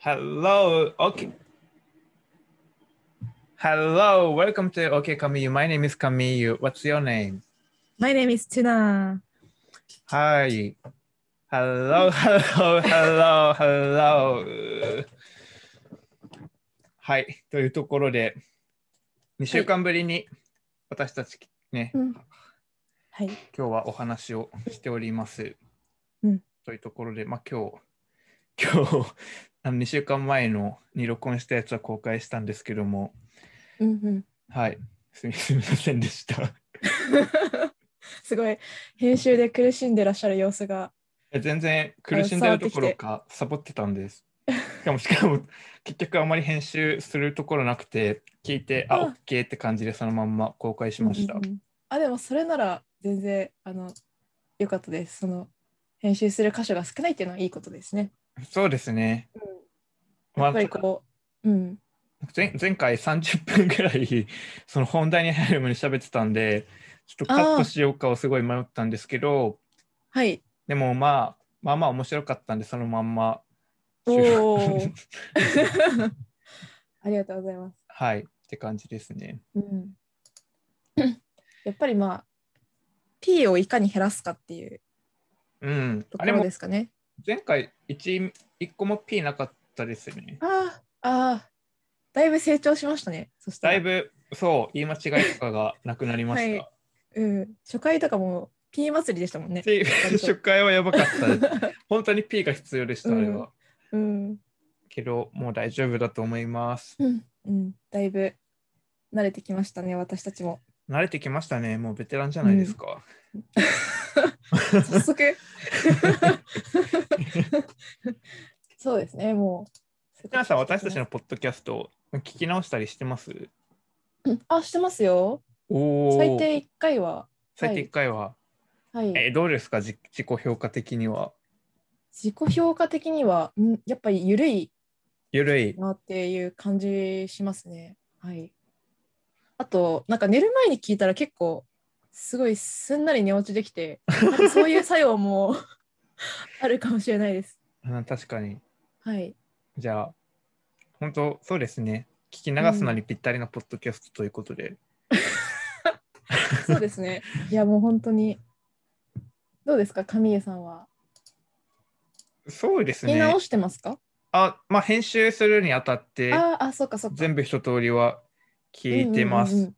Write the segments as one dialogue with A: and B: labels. A: Hello, OK. Hello, welcome to OK Kamiyu. My name is Kamiyu. What's your name?
B: My name is Tuna.
A: Hi. Hello, hello, hello, hello. はい。というところで、2週間ぶりに私たちね、
B: うんはい。
A: 今日はお話をしております。
B: うん
A: というところで、まあ、今日、今日あの2週間前のに録音したやつは公開したんですけども、
B: うんうん、
A: はい、すみすみませんでした。い
B: すごい編集で苦しんでらっしゃる様子が。
A: や全然苦しんでるどころか、サボってたんです。しかも、しかも、結局あまり編集するところなくて、聞いて、あ、
B: あ
A: OK って感じでそのまんま公開しました
B: うん。うんうんあでもそれなら全然あの良かったです。その編集する箇所が少ないっていうのはいいことですね。
A: そうですね。ま
B: や
A: あ
B: っぱりこう、うん、
A: 前前回30分ぐらい その本題に入る前に喋ってたんでちょっとカットしようかをすごい迷ったんですけど
B: はい。
A: でもまあまあまあ面白かったんでそのまんま
B: お
A: 収録
B: お。 ありがとうございます。
A: はいって感じですね
B: うん、やっぱりまあ P をいかに減らすかっていう
A: うん
B: と
A: あ
B: こ
A: れ
B: ろ
A: も
B: ですかね。
A: 前回 1, 一個も P なかったですよね
B: ああああだいぶ成長しましたね。そした
A: だ
B: ら
A: いぶそう言い間違いとかがなくなりました、
B: はいうん、初回とかも P 祭りでしたもんね。
A: P
B: 割と
A: 初回はやばかったです本当に P が必要でしたあれは、
B: うんうん、
A: けどもう大丈夫だと思います
B: うん、うんだいぶ慣れてきましたね、私たちも。
A: 慣れてきましたね。もうベテランじゃないですか。
B: 早速。そうですね、もう。
A: 皆さん、私たちのポッドキャストを聞き直したりしてます
B: うん。あ、してますよ。
A: お
B: 最
A: ー
B: 低1回は。
A: 最低1回は。
B: はい。
A: え、どうですかじ自己評価的には。
B: 自己評価的には、うんやっぱり緩い
A: ゆるい。
B: なっていう感じしますね。はい。あと、なんか寝る前に聞いたら結構、すごいすんなり寝落ちできて、なんかそういう作用も あるかもしれないです。
A: うん確かに。
B: はい。
A: じゃあ、本当そうですね。聞き流すのにぴったりなポッドキャストということで。
B: そうですね。いや、もう本当に。どうですか、神江さんは。
A: そうです
B: 見
A: ね
B: 直。してますか、
A: あ、まあ、編集するにあたって、
B: ああ、そっかそっか。
A: 全部一通りは聞いてま
B: うん
A: す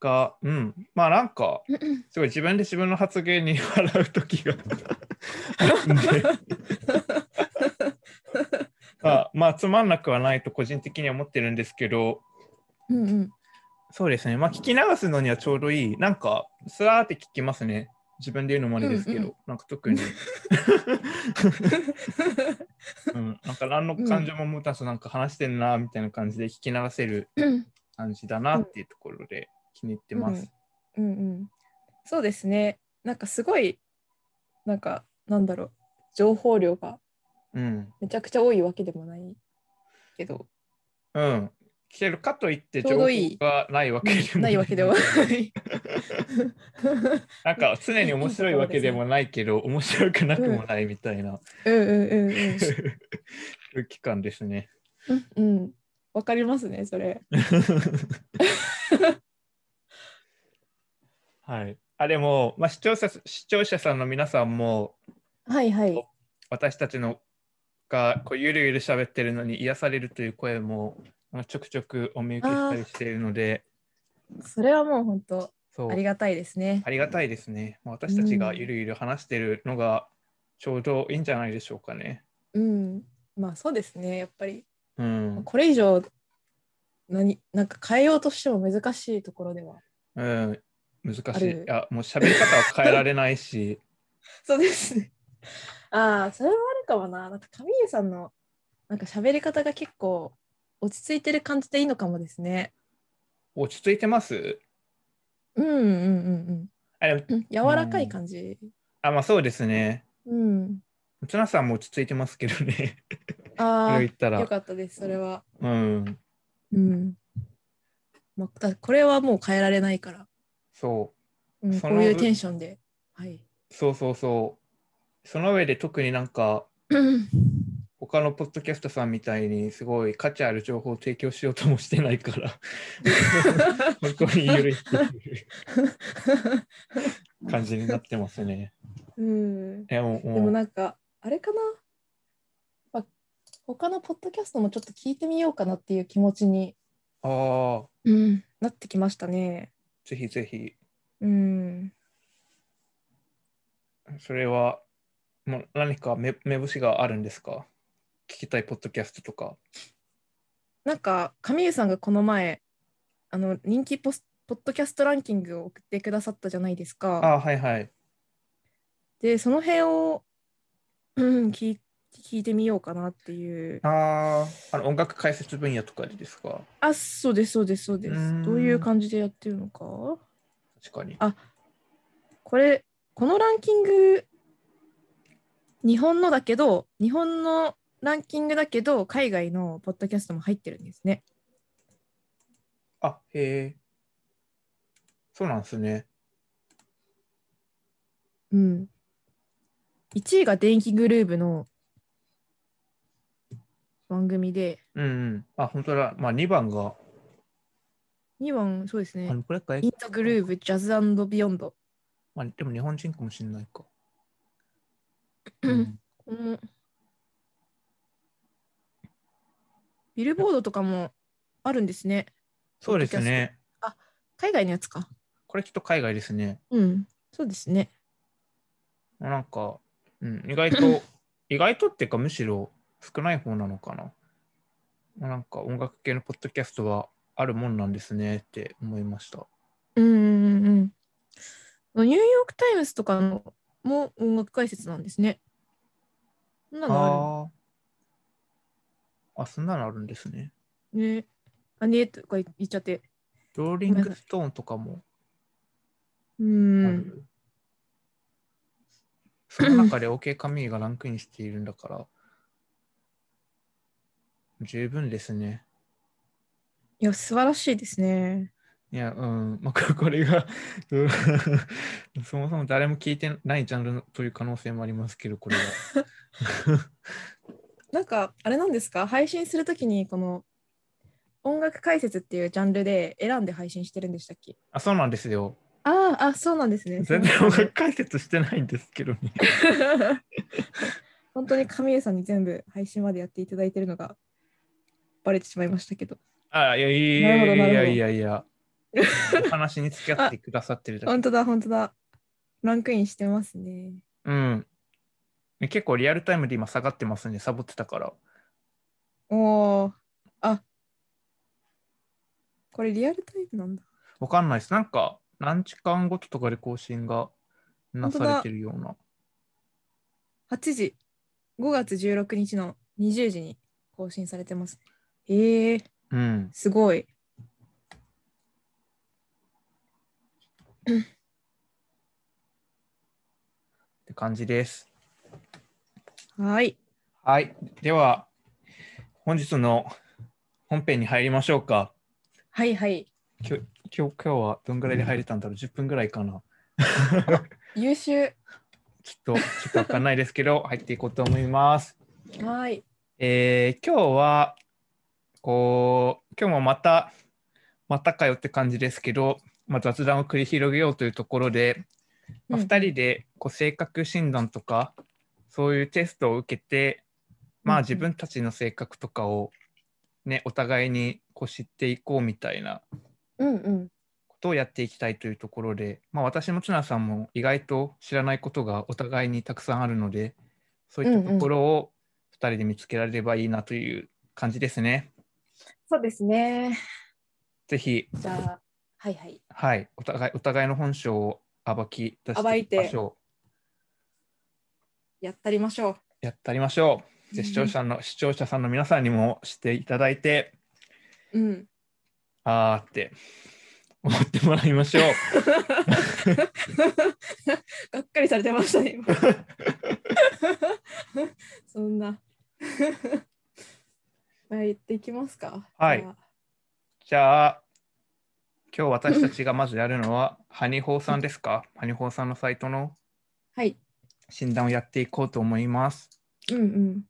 A: が、うん。まあ、なんか、
B: うんうんうん。
A: すごい自分で自分の発言に笑う時 が あるんでまあ、まあ、つまんなくはないと個人的には思ってるんですけど、
B: うんうん、
A: そうですね、まあ、聞き流すのにはちょうどいい、なんか、すらーって聞きますね。自分で言うのもあれですけど、
B: うんうん
A: なんか特 に、うん、なんか何の感情も持たず、なんか話してんな、みたいな感じで聞き流せる
B: うん
A: 感じだなっていうところで気に入ってます。
B: うんうん、そうですね。なんかすごい、なんか、なんだろう、情報量が
A: うん
B: めちゃくちゃ多いわけでもないけど、
A: うん。けどかといって
B: ちょ
A: 情
B: う
A: 報
B: どいい
A: がないわけでも
B: ないわけで はない。
A: なんか常に面白いわけでもないけど、面白くなくもないみたいな
B: うんうんうんうん
A: 空気感ですね。
B: うん。うん、わかりますね、それ。
A: はい。あでも、まあ、視聴者視聴者さんの皆さんも
B: はいはい。
A: 私たちのがこうゆるゆる喋ってるのに癒されるという声もまあちょくちょくお見受けしたりしているので、
B: それはもう本当、
A: そう
B: ありがたいですね。
A: ありがたいですね。もう私たちがゆるゆる話してるのがちょうどいいんじゃないでしょうかね。
B: うん。まあそうですね、やっぱり。
A: うん。
B: これ以上、何なんか変えようとしても難しいところでは。
A: うん、難し
B: あ
A: い。い
B: る
A: や、もう喋り方は変えられないし。
B: そうですね。 ああ、それはあるかもな。なんか上家さんのなんか喋り方が結構落ち着いてる感じでいいのかもですね。
A: 落ち着いてます
B: うんうんうん
A: あでも
B: うんうん。柔らかい感じ。
A: あ、まあそうですね。
B: うん。
A: ツナさんも落ち着いてますけどね。そ
B: あ
A: れ言った
B: あ、
A: ら
B: よ。かったです、それは。
A: うん。
B: うん。まあ、だこれはもう変えられないから、
A: そ
B: うん、
A: そ
B: こ
A: の
B: ういうテンションで。はい。
A: う。そうそうそその上で特になんか
B: うん
A: 他のポッドキャストさんみたいにすごい価値ある情報を提供しようともしてないから 本当に緩いっていう感じになってます ね。
B: うん
A: いやもう
B: でも
A: もう
B: なんかあれかな、まあ、他のポッドキャストもちょっと聞いてみようかなっていう気持ちに、
A: ああ
B: うん、なってきましたね。
A: ぜひぜひ
B: うん、
A: それはもう何か目目星があるんですか聞きたいポッドキャストとか。
B: なんか上湯さんがこの前あの人気ポスポッドキャストランキングを送ってくださったじゃないです
A: あ
B: か。
A: あはいはい。
B: でその辺を、うん、聞い聞いてみようかなっていう。
A: あああの音楽解説分野とかでですか
B: あそうですそうですそうで
A: う
B: す。
A: ん
B: どういう感じでやってるのか
A: 確かに。
B: これこのランキング日本のだけど日本のランキングだけど海外のポッドキャストも入ってるんですね。
A: あへえ。そうなんですね。
B: うん、1位が電気グルーブの番組で
A: うんうん。あ本当だ。まあ2番が。
B: 2番そうです
A: あ
B: ね
A: のこれか
B: インドグルーブジャズビヨンド。
A: まあ、でも日本人かもしれないか。
B: うんこのビルボードとかもあるんですね。
A: そうですね。
B: 海外のやつか。
A: これきっと海外ですね。
B: うん。そうですね。
A: なんか、うん、意外 と、意外とっていうか、むしろ少ない方なのかな。まあなんか音楽系のポッドキャストはあるもんなんですねって思いました。
B: うんうんうんうん。ニューヨーク・タイムズとかのも音楽解説なんですね。そんなのあ
A: ああ。あ、そんなのあるんですね。
B: るね。あねえとか言っちゃって。
A: ローリングストーンとかも
B: う
A: あ
B: ん
A: る。。その中で OK カミーがランクインしているんだから、十分ですね。
B: いや、素晴らしいですね。
A: いや、うん、まあ、ここれがそもそも誰も聞いてないジャンルという可能性もありますけど、これは。
B: なんか、あれなんですか配信するときに、この音楽解説っていうジャンルで選んで配信してるんでしたっけ
A: あ、そうなんですよ。
B: ああ、あ、そうなんですね。
A: 全然音楽解説してないんですけどね。
B: 本当に神江さんに全部配信までやっていただいてるのがバレてしまいましたけど。
A: あ、いやい
B: なる
A: や
B: ほど
A: い
B: なるほ
A: や
B: ど
A: いやいや。お話に付き合ってくださってる だ
B: 本
A: け。
B: 当だ、本当だ。ランクインしてますね。
A: うん。ね結構リアルタイムで今下がってますね、サボってたから。
B: おーあこれリアルタイムなんだ。
A: わかんないです。なんか、何時間ごととかで更新がなされてるような。
B: 8時、5月16日の20時に更新されてます。えー、
A: うん。
B: すごい。
A: って感じです。
B: はい。
A: はい。では、本日の本編に入りましょうか。
B: はいはい。
A: きょ今日今日はどんぐらいで入れたんだろう ?10 分ぐらいかな。
B: 優秀。
A: ちょっと、ちょっとわかんないですけど、入 っていこうと思います。
B: はい。
A: えー今日は、こう、今日もまた、またかよって感じですけど、まあ、雑談を繰り広げようというところで、まあ、
B: うん
A: 2人でこう性格診断とか、そういうテストを受けて、まあ、
B: うんうん
A: 自分たちの性格とかを、ね、お互いにこう知っていこうみたいな
B: うんうん。
A: ことをやっていきたいというところで、まあ、私もツナさんも意外と知らないことがお互いにたくさんあるのでそういったところを2人で見つけられればいいなという感じですね。
B: そうですね。
A: ぜひ、
B: じゃあ、はいはい。
A: はい、お互いお互いの本性を暴き出していきましょ
B: やったりましょ
A: う。やったりましょう。
B: う。
A: で視聴者の視聴者さんの皆さんにもしていただいて
B: うん。
A: あーって思ってもらいま しょう。
B: がっかりされてましたね。今 そんな。 まあ、言っていきますか。
A: はい
B: じゃあ
A: じゃあ今日私たちがまずやるのはハニホーさんですかハニホーさんのサイトの
B: はい。
A: 診断をやっていこうと思います。
B: うんうん。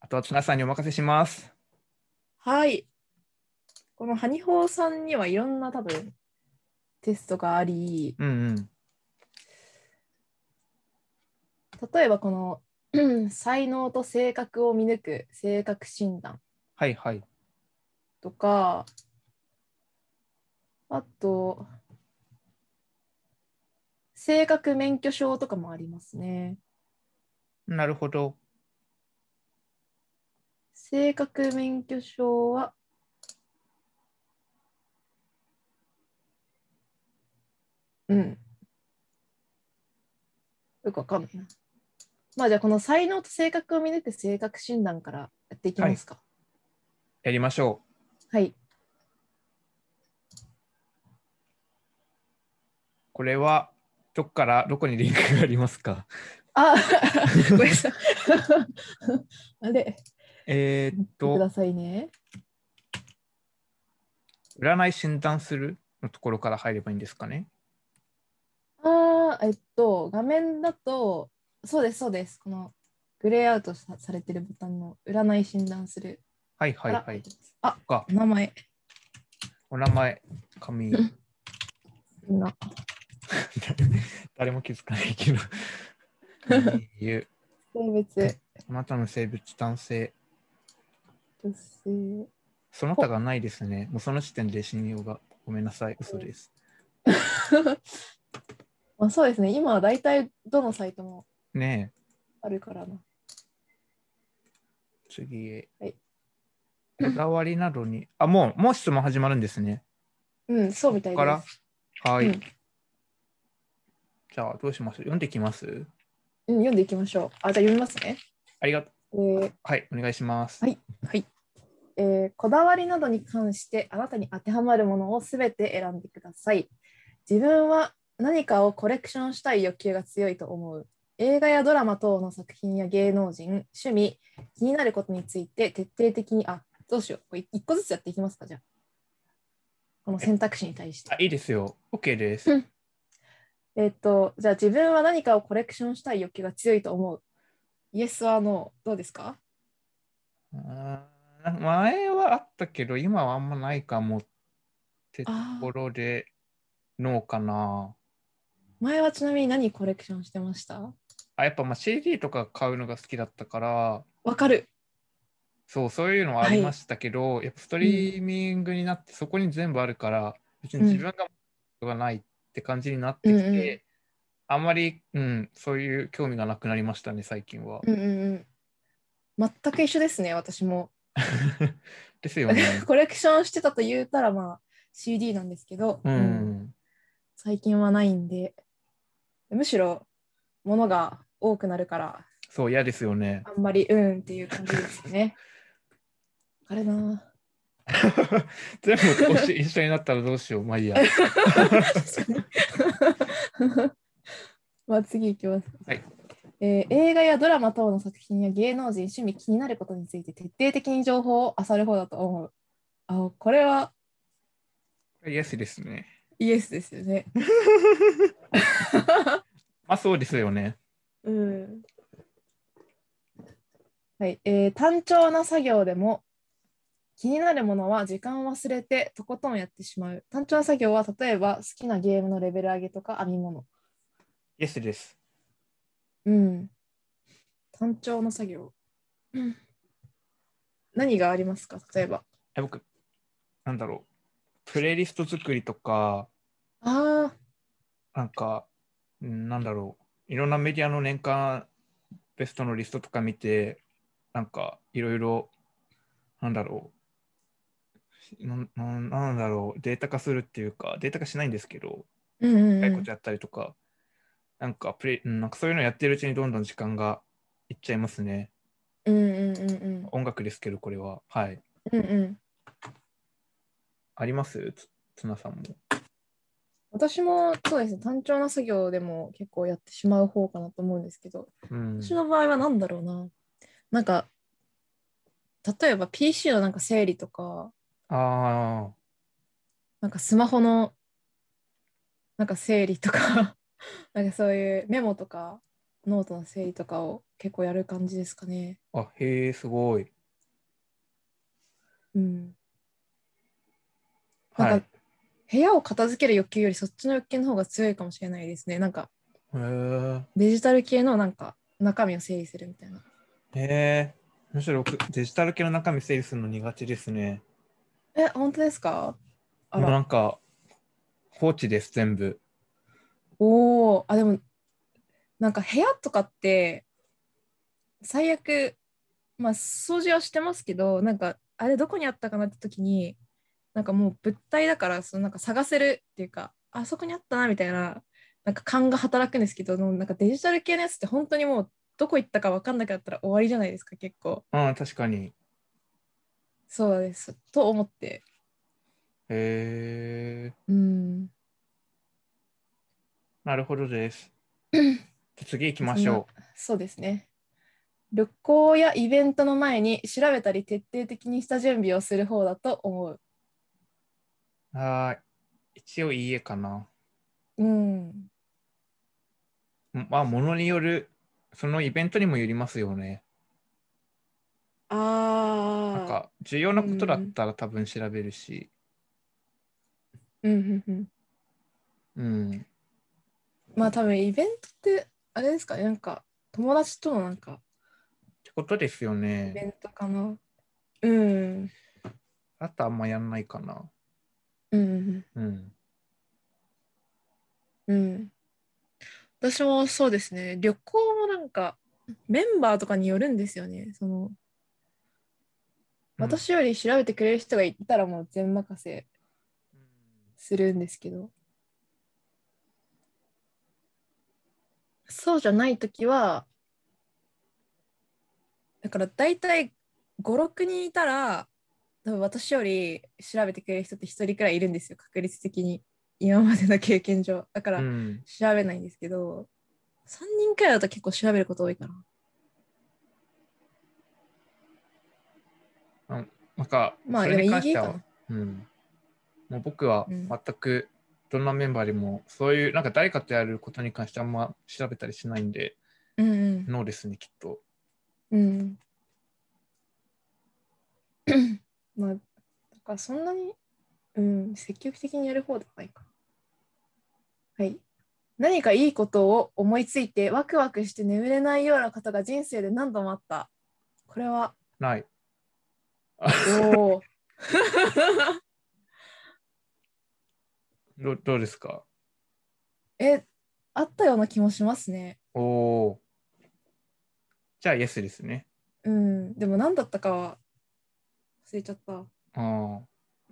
A: あとは、ツナさんにお任せします。
B: はい。このハニホーさんにはいろんな多分テストがあり、
A: うんうん。
B: 例えばこの うん才能と性格を見抜く性格診断
A: はいはい。
B: とか、あと、性格免許証とかもありますね。
A: なるほど。
B: 性格免許証は、うん。よくわかんないな。まあじゃあこの才能と性格を見抜く性格診断からやっていきますか。
A: やりましょ
B: はい。
A: う。これは、どこから、どこにリンクがあります か
B: あ、ごめんな さい。あれ、
A: えーっ
B: 見てく
A: と
B: だ、さいね。
A: 占い診断するのところから入ればいいんですかね。
B: あーえっと、画面だと、そうです、そうです。このグレーアウトさされてるボタンの占い診断する。
A: はいはい
B: から
A: はい。。
B: あ、
A: か
B: お名前。
A: お名前、紙、
B: みんな。
A: 誰も気づかないけど。言う
B: 性別、
A: あなたの性別、男性。
B: 女性。
A: その他がないですね。もうその時点で信用が。ごめんなさい、嘘です。
B: まあ、そうですね。今は大体どのサイトも
A: ね
B: あるからな。
A: え、次へ。
B: はい
A: こだわりなどに。あ、もう、もう質問始まるんですね。
B: うん、そうみたい
A: ここ
B: で
A: か
B: す。
A: らはい。
B: うん
A: じゃあ、どうします読んできます
B: うん、読んでいきましょう。あ、じゃあ読みますね。
A: ありがと
B: えー
A: う。はい、お願いします。
B: はいえーこだわりなどに関してあなたに当てはまるものをすべて選んでください。自分は何かをコレクションしたい欲求が強いと思う。映画やドラマ等の作品や芸能人、趣味、気になることについて徹底的に、あ、どうしよう。これ一個ずつやっていきますか、じゃあ。この選択肢に対して
A: あ。いいですよ。OK です。
B: うんえーっと、じゃあ自分は何かをコレクションしたい欲求が強いと思う。イエスはノー、どうですか
A: あーなんか前はあったけど、今はあんまないかもってところで、ノーかな。
B: 前はちなみに何コレクションしてました
A: あ、やっぱまあ CD とか買うのが好きだったから、
B: わかる。
A: そう、そういうのはありましたけど、やっぱストリーミングになってそこに全部あるから、別に自分が持つことがないって感じになってきて、
B: うんうん
A: あんまり、うん、そういう興味がなくなりましたね、最近は
B: う。んうんうん。全く一緒ですね、私も。
A: ですよね。
B: コレクションしてたと言うたら、まあ、CD なんですけど、
A: う
B: うん
A: ん。
B: 最近はないんで、むしろ、物が多くなるから、
A: そう、嫌ですよね。
B: あんまり、うんっていう感じですよ ね。あれな。
A: 全部おし一緒になったらどうしよう。まあいいや。
B: まあ次いきます、
A: はい
B: えー映画やドラマ等の作品や芸能人趣味気になることについて徹底的に情報を漁る方だと思うあこれは
A: イエスですね。
B: イエスですよね
A: まあそうですよね。
B: うんはいえー単調な作業でも気になるものは時間を忘れてとことんやってしまう単調な作業は例えば好きなゲームのレベル上げとか編み物
A: イエスです。
B: うん。単調の作業。 何がありますか例えば。
A: え僕、なんだろう。プレイリスト作りとか、
B: ああ、
A: なんか、うんなんだろう。いろんなメディアの年間ベストのリストとか見て、なんかいろいろ、なんだろう。なんなんなんだろう。データ化するっていうか、データ化しないんですけど、
B: うんうん、
A: 深
B: う
A: いこ
B: ん
A: と。やったりとか、なんかプレイうんなんかそういうのやってるうちにどんどん時間がいっちゃいますね。
B: うんうんうんうん。
A: 音楽ですけど、これは。はい。
B: うんうん。
A: ありますつつなさんも。
B: 私もそうですね、単調な作業でも結構やってしまう方かなと思うんですけど、
A: うん。
B: 私の場合は何だろうな。なんか、例えば PC のなんか整理とか、
A: ああ、
B: なんかスマホのなんか整理とか、 なんかそういうメモとかノートの整理とかを結構やる感じですかね。
A: あ、へえ、すごい。
B: うん。
A: はい。
B: なん
A: へ
B: か部屋を片付ける欲求よりそっちの欲求の方が強いかもしれないですね。なんか
A: え。
B: デジタル系のなんか中身を整理するみたいな。
A: へえ。むしろ僕デジタル系の中身整理するの苦手ですね。
B: え、本当ですかあ
A: もう
B: ら
A: なんか、放置です、全部。
B: おお、あ、でも、なんか部屋とかって、最悪、まあ、掃除はしてますけど、なんか、あれどこにあったかなって時に、なんかもう物体だから、そのなんか探せるっていうか、あそこにあったなみたいな、なんか勘が働くんですけど、でもなんかデジタル系のやつって本当にもうどこ行ったか分かんなくなったら終わりじゃないですか、結構。
A: うん、確かに。
B: そうです。と思って。
A: へえ。
B: うん。
A: なるほど です。次行きましょう。
B: そうですね。旅行やイベントの前に調べたり徹底的にした準備をする方だと思う。
A: はーい。一応いいえかな。
B: うん。
A: まあ、ものによる、そのイベントにもよりますよね。
B: あ
A: なんか、重要なことだったら多分調べるし、
B: うんうんうん。
A: うん。
B: まあ多分イベントってあれですかね、なんか友達とのなんか
A: ってことですよ
B: イベ
A: ね。
B: ントかな。うん。
A: あとあんまやんないかな。
B: うん。
A: うん。
B: うん。私もそうですね、旅行もなんかメンバーとかによるんですよね。その私より調べてくれる人がいたらもう全任せ
A: うん、
B: するんですけどそうじゃない時はだから大体56人いたら多分私より調べてくれる人って1人くらいいるんですよ確率的に今までの経験上だから
A: うん。
B: 調べないんですけど、3人くらいだと結構調べること多いかな
A: なんか、
B: まあ
A: それに
B: でも
A: 関
B: い
A: し
B: い
A: て
B: か
A: は
B: な、
A: うん。もう僕は
B: うん
A: 全く、どんなメンバーでも、そういう、なんか誰かとやることに関してあんま調べたりしないんで、
B: うんうん
A: ノーですね、きっと。
B: うん。 まあ、だからそんなに、うん、積極的にやる方ではないか。はい。何かいいことを思いついてワクワクして眠れないようなことが人生で何度もあった。これは、
A: ない。
B: おお。
A: どどうですか
B: え、あったような気もしますね。
A: おおー。じゃあ、イエスですね。
B: うん。でも何だったかは忘れちゃった。
A: ああ。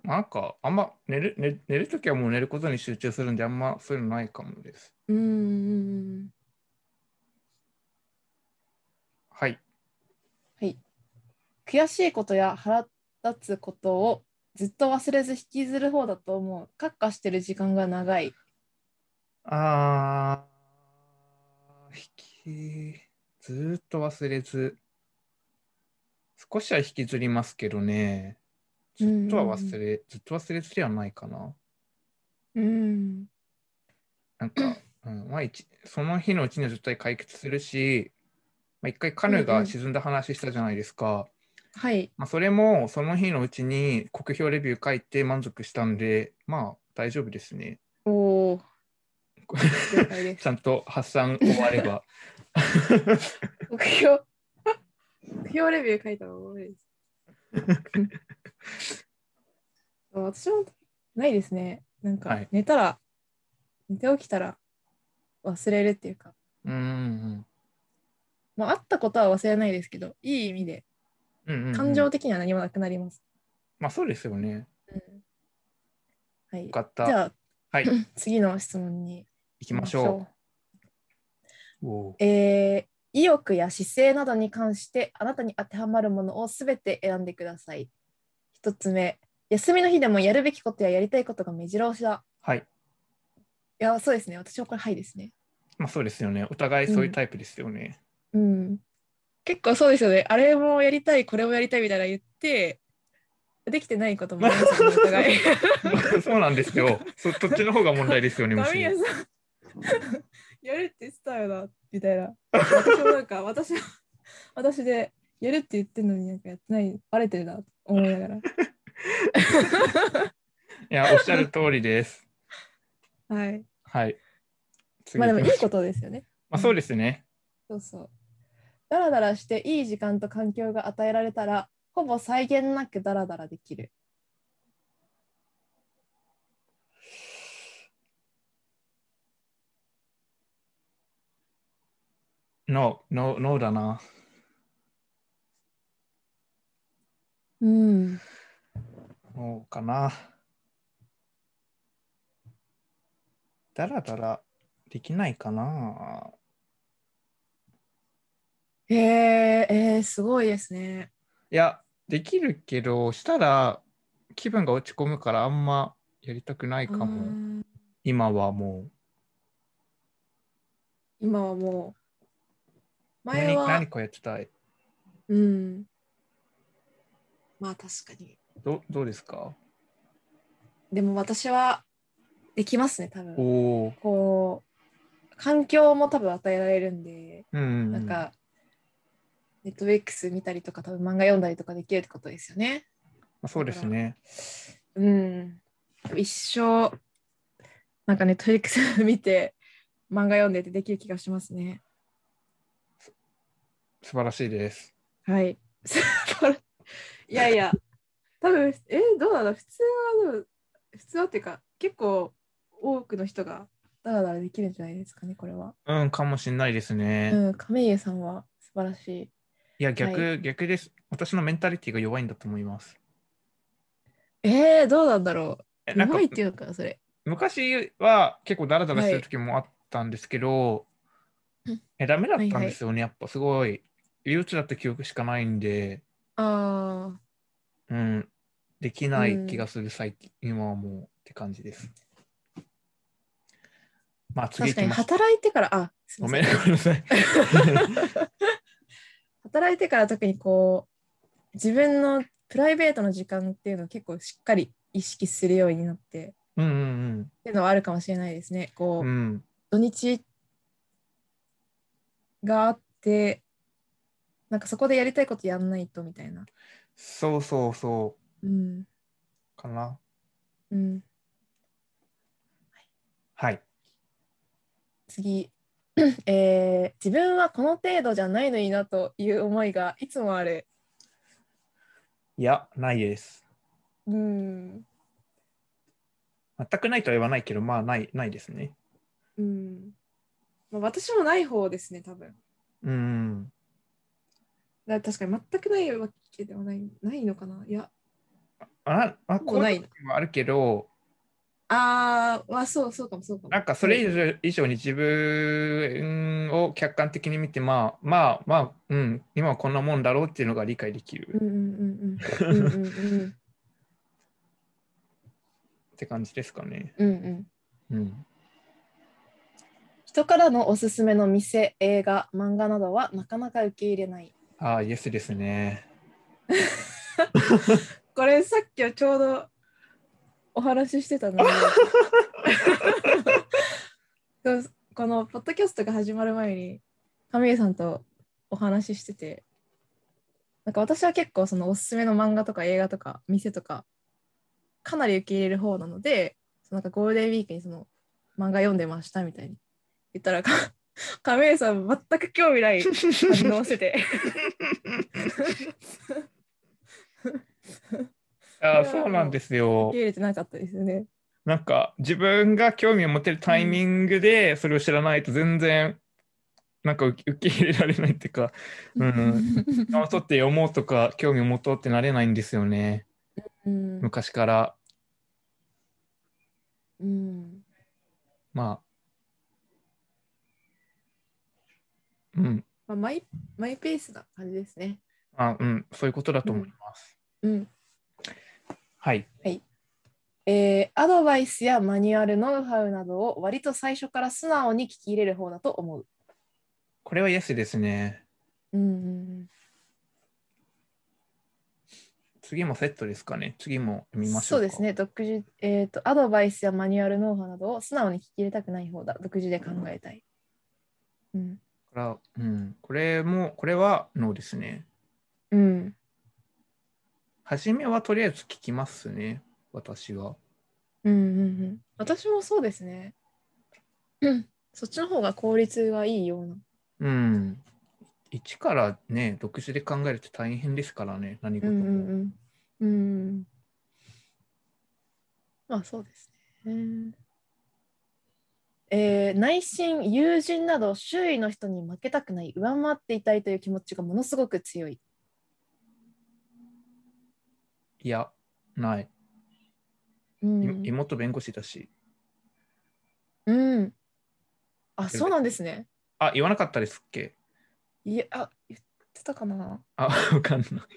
A: なんか、あんま寝る、寝寝るときはもう寝ることに集中するんで、あんまそういうのないかもです。
B: うんうん。うん
A: はい。
B: 悔しいことや腹立つことをずっと忘れず引きずる方だと思う。カッカしてる時間が長い。
A: ああ、引き、ずーっと忘れず、少しは引きずりますけどね、ずっとは忘れ、ずっと忘れずではないかな。
B: うん。
A: なん か、うん、まあ一、その日のうちには絶対解決するし、まあ、一回カヌー
B: うんう
A: が
B: ん
A: 沈んだ話したじゃないですか。
B: はい。
A: まあ、それもその日のうちに酷評レビュー書いて満足したんで、まあ大丈夫ですね。
B: おお。了解で
A: ちゃんと発散終われ ば。
B: す。目標。目標レビュー書いたの多いです。うん私もないですね。なん
A: は
B: か
A: い
B: 寝たら、寝て起きたら忘れるっていうか、
A: うんうん
B: まあ、あったことは忘れないですけど、いい意味で、
A: うん。うんうんうん
B: 感情的には何もなくなります。
A: まあそうですよね。
B: うんはい。
A: よかっ
B: じ
A: た。
B: ゃあ、
A: はい
B: 次の質問に
A: 行
B: 行
A: きましょう。おー
B: う。えー意欲や姿勢などに関してあなたに当てはまるものをすべて選んでください。一つ目、休みの日でもやるべきことややりたいことが目白押しだ。
A: はい。
B: いや、そうですね。私はこれ、はいですね。
A: まあそうですよね。お互いそういうタイプですよね。
B: うん。結構そうですよね。あれもやりたい、これもやりたいみたいな言って、できてないこともありますよね、お互 い。
A: そうなんですよ。そそっちの方が問題ですよね、むし
B: 神
A: ろ
B: 谷さん。 やるって言ってたよな、みたいな。私もなんか、私は、私で、やるって言ってんのになんかやってない、バレてるな、思いながら。
A: いや、おっしゃる通りです。
B: はい。
A: はい。次
B: まあでも
A: 行
B: い
A: き
B: い
A: しょ
B: こ
A: う
B: とですよね。
A: まあそうですね。
B: そうそう。ダラダラしていい時間と環境が与えられたら、ほぼ際限なくダラダラできる。
A: ノー、ノー、ノーだな。
B: うん。
A: ノーかな。だらだらできないかな。
B: へえ、えー、すごいですね。
A: いや、できるけど、したら気分が落ち込むからあんまやりたくないかも。
B: あー
A: 今はもう。
B: 今はもう、前
A: 何
B: は
A: 何、かやってたい。
B: うん。まあ確かに。
A: どどうですか
B: でも私は、できますね、多
A: お
B: 分。
A: おー。
B: こう、環境も多分与えられるんで、
A: うんうんうん。
B: なんか、ネットウェックス見たりとか、多分漫画読んだりとかできるってことですよね。
A: まあ、そうですね。
B: うん。一生、なんかネットフリックス見て、漫画読んでてできる気がしますね。
A: 素晴らしいです。
B: はい。 いやいや、多分え、どうなの普通はでも、普通はっていうか、結構多くの人がだらだらできるんじゃないですかね、これは。
A: うん、かもしれないですね。
B: うん、亀家さんは素晴らしい。
A: いや、逆、
B: は
A: 逆です。私のメンタリティが弱いんだと思います。
B: えー、どうなんだろ
A: え
B: う。
A: なんか
B: 弱いっていうのかな、それ。
A: 昔は結構ダラダラする時もあったんですけど、
B: うん
A: えダメだったんですよね、やっぱすごい。憂鬱だった記憶しかないんで、
B: ああ、
A: うん、できない気がする最近、今はもうって感じです。まあ次
B: 確
A: 行き
B: かに
A: ます。
B: 働いてから、あ、すい
A: ご
B: ま
A: め
B: せ
A: んなさい。
B: 働いてから特にこう自分のプライベートの時間っていうのを結構しっかり意識するようになって
A: うんうん
B: っていうのはあるかもしれないですね。
A: う
B: こ
A: ん。
B: う、
A: うん
B: 土日があってなんかそこでやりたいことやんないとみたいな。
A: そうそうそ
B: うん
A: う。かな。
B: うん、
A: はい。
B: 次、 えー自分はこの程度じゃないのになという思いがいつもある。
A: いや、ないです。
B: うん
A: 全くないとは言わないけど、まあ、ない、ないですね。
B: うんまあ、私もない方ですね多分。
A: うん。
B: だ確かに全くないわけではないないのかな。いや、
A: あ、あこ
B: もう
A: う
B: ないいう
A: 時もあるけど、
B: あー、まあ、そうそうかもそうかも。
A: なんかそれ以上以上に自分を客観的に見て、まあ、まあ、まあ、うん、今はこんなもんだろうっていうのが理解でき
B: う
A: る
B: んうんうんうん。うんうんうん
A: って感じですかね。
B: うんうん。
A: うん。
B: 人からのおすすめの店、映画、漫画などはなかなか受け入れない。
A: ああ、イエスですね。
B: これさっきはちょうどお話ししてたのに。そうこのポッドキャストが始まる前に神江さんとお話ししててなんか私は結構そのおすすめの漫画とか映画とか店とかかなり受け入れる方なのでそのなんかゴールデンウィークにその漫画読んでましたみたいに言ったら か神江さん全く興味ない反応してて
A: ああ、そうなんですよ
B: 受け。入れてなかったですよね。
A: なんか自分が興味を持てるタイミングでそれを知らないと全然なんか受け受け 入れられないっていうか、うん、直そうって読もうとか興味を持とうってなれないんですよね
B: うん
A: 昔から
B: うん
A: まあうん
B: まあ、マイマイペースな感じですね。
A: あうんそういうことだと思います、
B: うん
A: はい
B: えーアドバイスやマニュアル、ノウハウなどを割と最初から素直に聞き入れる方だと思う。
A: これはイエスですね
B: うん
A: 次もセットですかね次も見ましょ
B: そうう
A: か
B: ですね独自、えーと、アドバイスやマニュアル、ノウハウなどを素直に聞き入れたくない方だ、独自で考えたい。うん。
A: から、うん、これも、これはノーですね。
B: うん。
A: 初めはとりあえず聞きますね、私は。
B: うんうんうん。私もそうですね。うん。そっちの方が効率がいいような。
A: うん。一からね、独自で考えるって大変ですからね、何
B: う
A: 事
B: ん
A: も。
B: うんうん。うん。まあそうですね。えー内心、友人など周囲の人に負けたくない、上回っていたいという気持ちがものすごく強い。
A: いや、ない、
B: うん
A: い妹弁護士だし。
B: うん。あ、そうなんですね。
A: あ、言わなかったですっけ
B: いや、あ言ってたかな。
A: あ、 わかんない。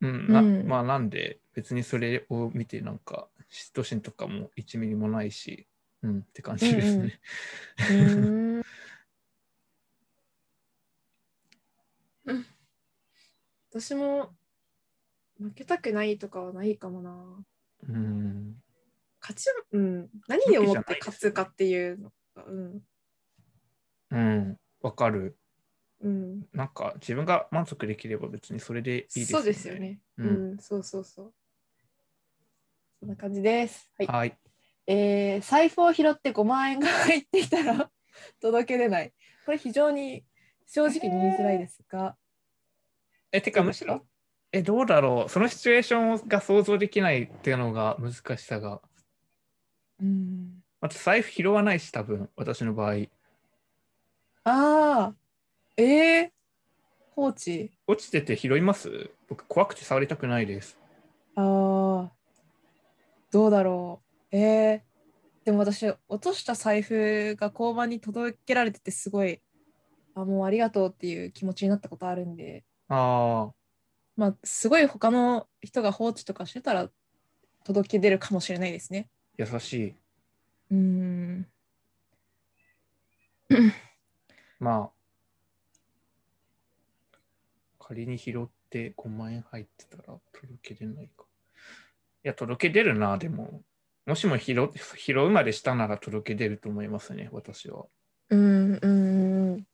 A: うん、な
B: うん
A: まあなんで、別にそれを見て、なんか、嫉妬心とかも1ミリもないし、うんって感じですね。
B: うんうんうーん。うん私も負けたくないとかはないかもな。
A: うん
B: 勝ち、うん、何で思っ
A: 負けじゃな
B: て
A: いですね
B: 勝つかっていうのが、うん、
A: うん、わかる。
B: うん、
A: なんか自分が満足できれば別にそれでいいです
B: そうですよ。ね。
A: う
B: うんん、そうそうそう。そんな感じです。はい。
A: はい。
B: えー財布を拾って5万円が入っていたら 届け出ない。これ非常に正直に言いづらいですが。
A: え、てかむしろ、え、どうだろう。そのシチュエーションが想像できないっていうのが難しさが。
B: うん。
A: また財布拾わないし、多分私の場合。
B: ああ。えー、放置。
A: 落ちてて拾います僕、怖くて触りたくないです。
B: ああ。どうだろう。えー、でも私、落とした財布が交番に届けられてて、すごい、あ、もうありがとうっていう気持ちになったことあるんで、
A: ああ、
B: まあ、すごい他の人が放置とかしてたら、届け出るかもしれないですね。
A: 優しい。
B: うーん。
A: まあ、仮に拾って5万円入ってたら届け出ないか。いや、届け出るな、でも。もしも拾拾うまでしたなら届け出ると思いますね、私は。
B: うんうんうん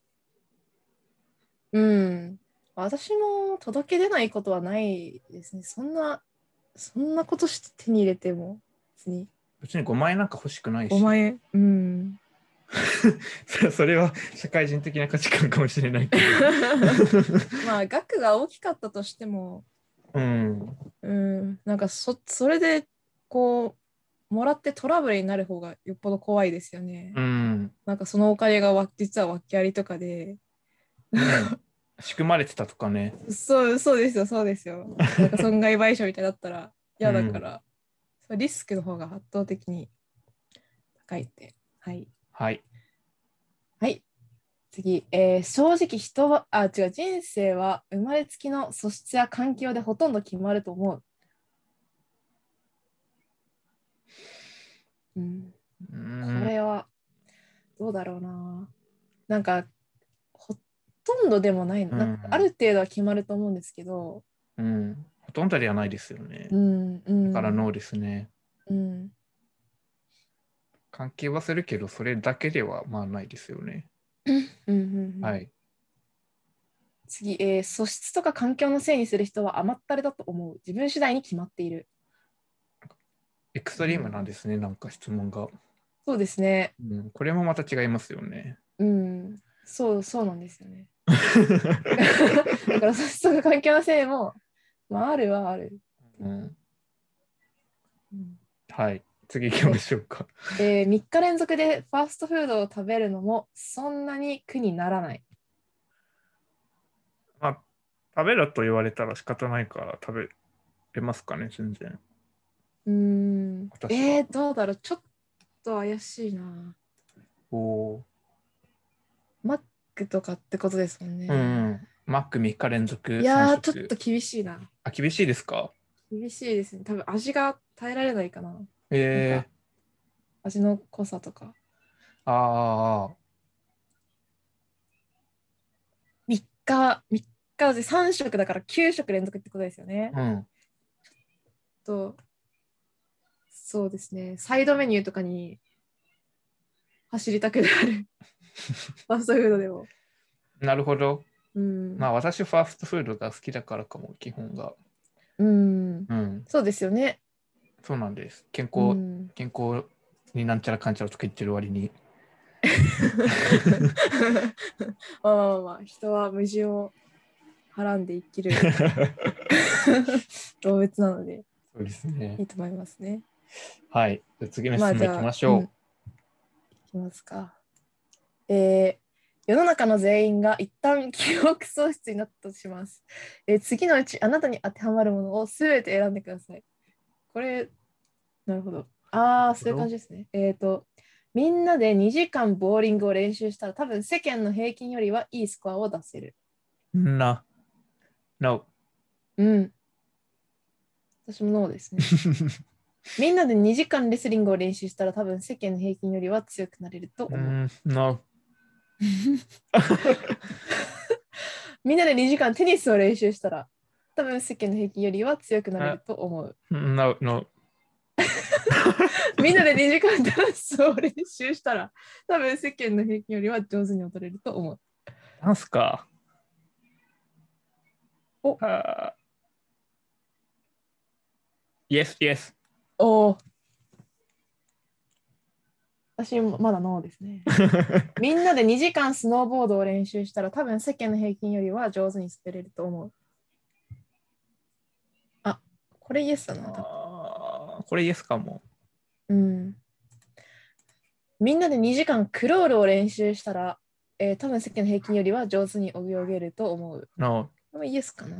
B: うん私も届け出ないことはないですねそんなそんなことして手に入れても別に
A: 別に5万円なんか欲しくないし。
B: 5万円うん
A: そ れそれは社会人的な価値観かもしれない け
B: まあ額が大きかったとしても
A: ど。うん。
B: うんなんかそそれでこうもらってトラブルになる方がよっぽど怖いですよね、
A: うん。
B: なんかそのお金がわ実は訳ありとかで
A: ね仕組まれてたとかね。
B: そうそうですよそうですよなんか損害賠償みたいだった ら嫌だから、そうリスクの方が圧倒的に高いってはい
A: はい。
B: はい次、えー正直人はあ違う人生は生まれつきの素質や環境でほとんど決まると思う、うん、
A: う
B: こ
A: ん。
B: れはどうだろうななんかほとんどでもないのなんか
A: うん
B: ある程度は決まると思うんですけど、
A: うん、ほとんどではないですよね
B: う。んうん、
A: だからノーですね。
B: うん、
A: 関係はするけど、それだけではまあないですよね。
B: うんうんうん
A: はい。
B: 次、えー素質とか環境のせいにする人は甘ったれだと思う。自分次第に決まっている。
A: エクストリームなんですね、なんか質問が。
B: そうですね。
A: うん、これもまた違いますよね。
B: うん、そうそうなんですよね。だから素質とか環境のせいも、まあ、あるはある。
A: うん、
B: うん
A: はい。次行きましょうか。
B: えー、3日連続でファーストフードを食べるのもそんなに苦にならない。
A: まあ、食べろと言われたら仕方ないから食べれますかね、全然。
B: うん
A: 私は
B: えー、どうだろうちょっと怪しいな。
A: おお
B: マックとかってことですもんね。
A: ー。うん、うん。マック3日連続
B: いや
A: 三
B: ー、
A: 食
B: ちょっと厳しいな。
A: あ、厳しいですか
B: 厳しいですね。多分味が耐えられないかな。
A: ええ
B: 味の濃さとか。
A: ー。ああ。
B: 3日、3日で3食だから9食連続ってことですよね。
A: うん。
B: と、 そうですね。サイドメニューとかに走りたくなる。ファストフードでも。
A: なるほど。
B: うん。
A: まあ私、ファーストフードが好きだからかも、基本が。
B: うん。
A: うん。
B: そうですよね。
A: そうなんです。健康、
B: うん、
A: 健康になんちゃらかんちゃらとか言ってる割 に。
B: まあまあまあまあ、人は無事をはらんで生 きる動物なので
A: そうですね
B: いい。と思いますね。
A: はい。じゃあ次の質問いきましょう。
B: うんいきますか。えー世の中の全員が一旦記憶喪失になったとします。えー次のうちあなたに当てはまるものをすべて選んでください。これ、なるほど。ああ、そういう感じですね。えっ、と、みんなで2時間ボーリングを練習したら多分世間の平均よりはいいスコアを出せる。
A: な。No.
B: うん。私もノ ーですね。みんなで2時間レスリングを練習したら多分世間の平均よりは強くなれると
A: う
B: 思う。
A: ん、No.
B: みんなで2時間テニスを練習したら、多分世間の平均よりは強くなれると思う。
A: No. No.
B: みんなで2時間ダンスを練習したら、多分世間の平均よりは上手に踊れると思う。
A: ダンスか。
B: お
A: あー Yes, yes.
B: おお。私もまだノーですね。みんなで2時間スノーボードを練習したら、多分世間の平均よりは上手に滑れると思う。あ、これイエスだな。多分
A: あーこれ Yes かも。
B: うんみんなで2時間クロールを練習したら、えー、多分世間の平均よりは上手に泳げると思う。
A: No.
B: これもイエスかな。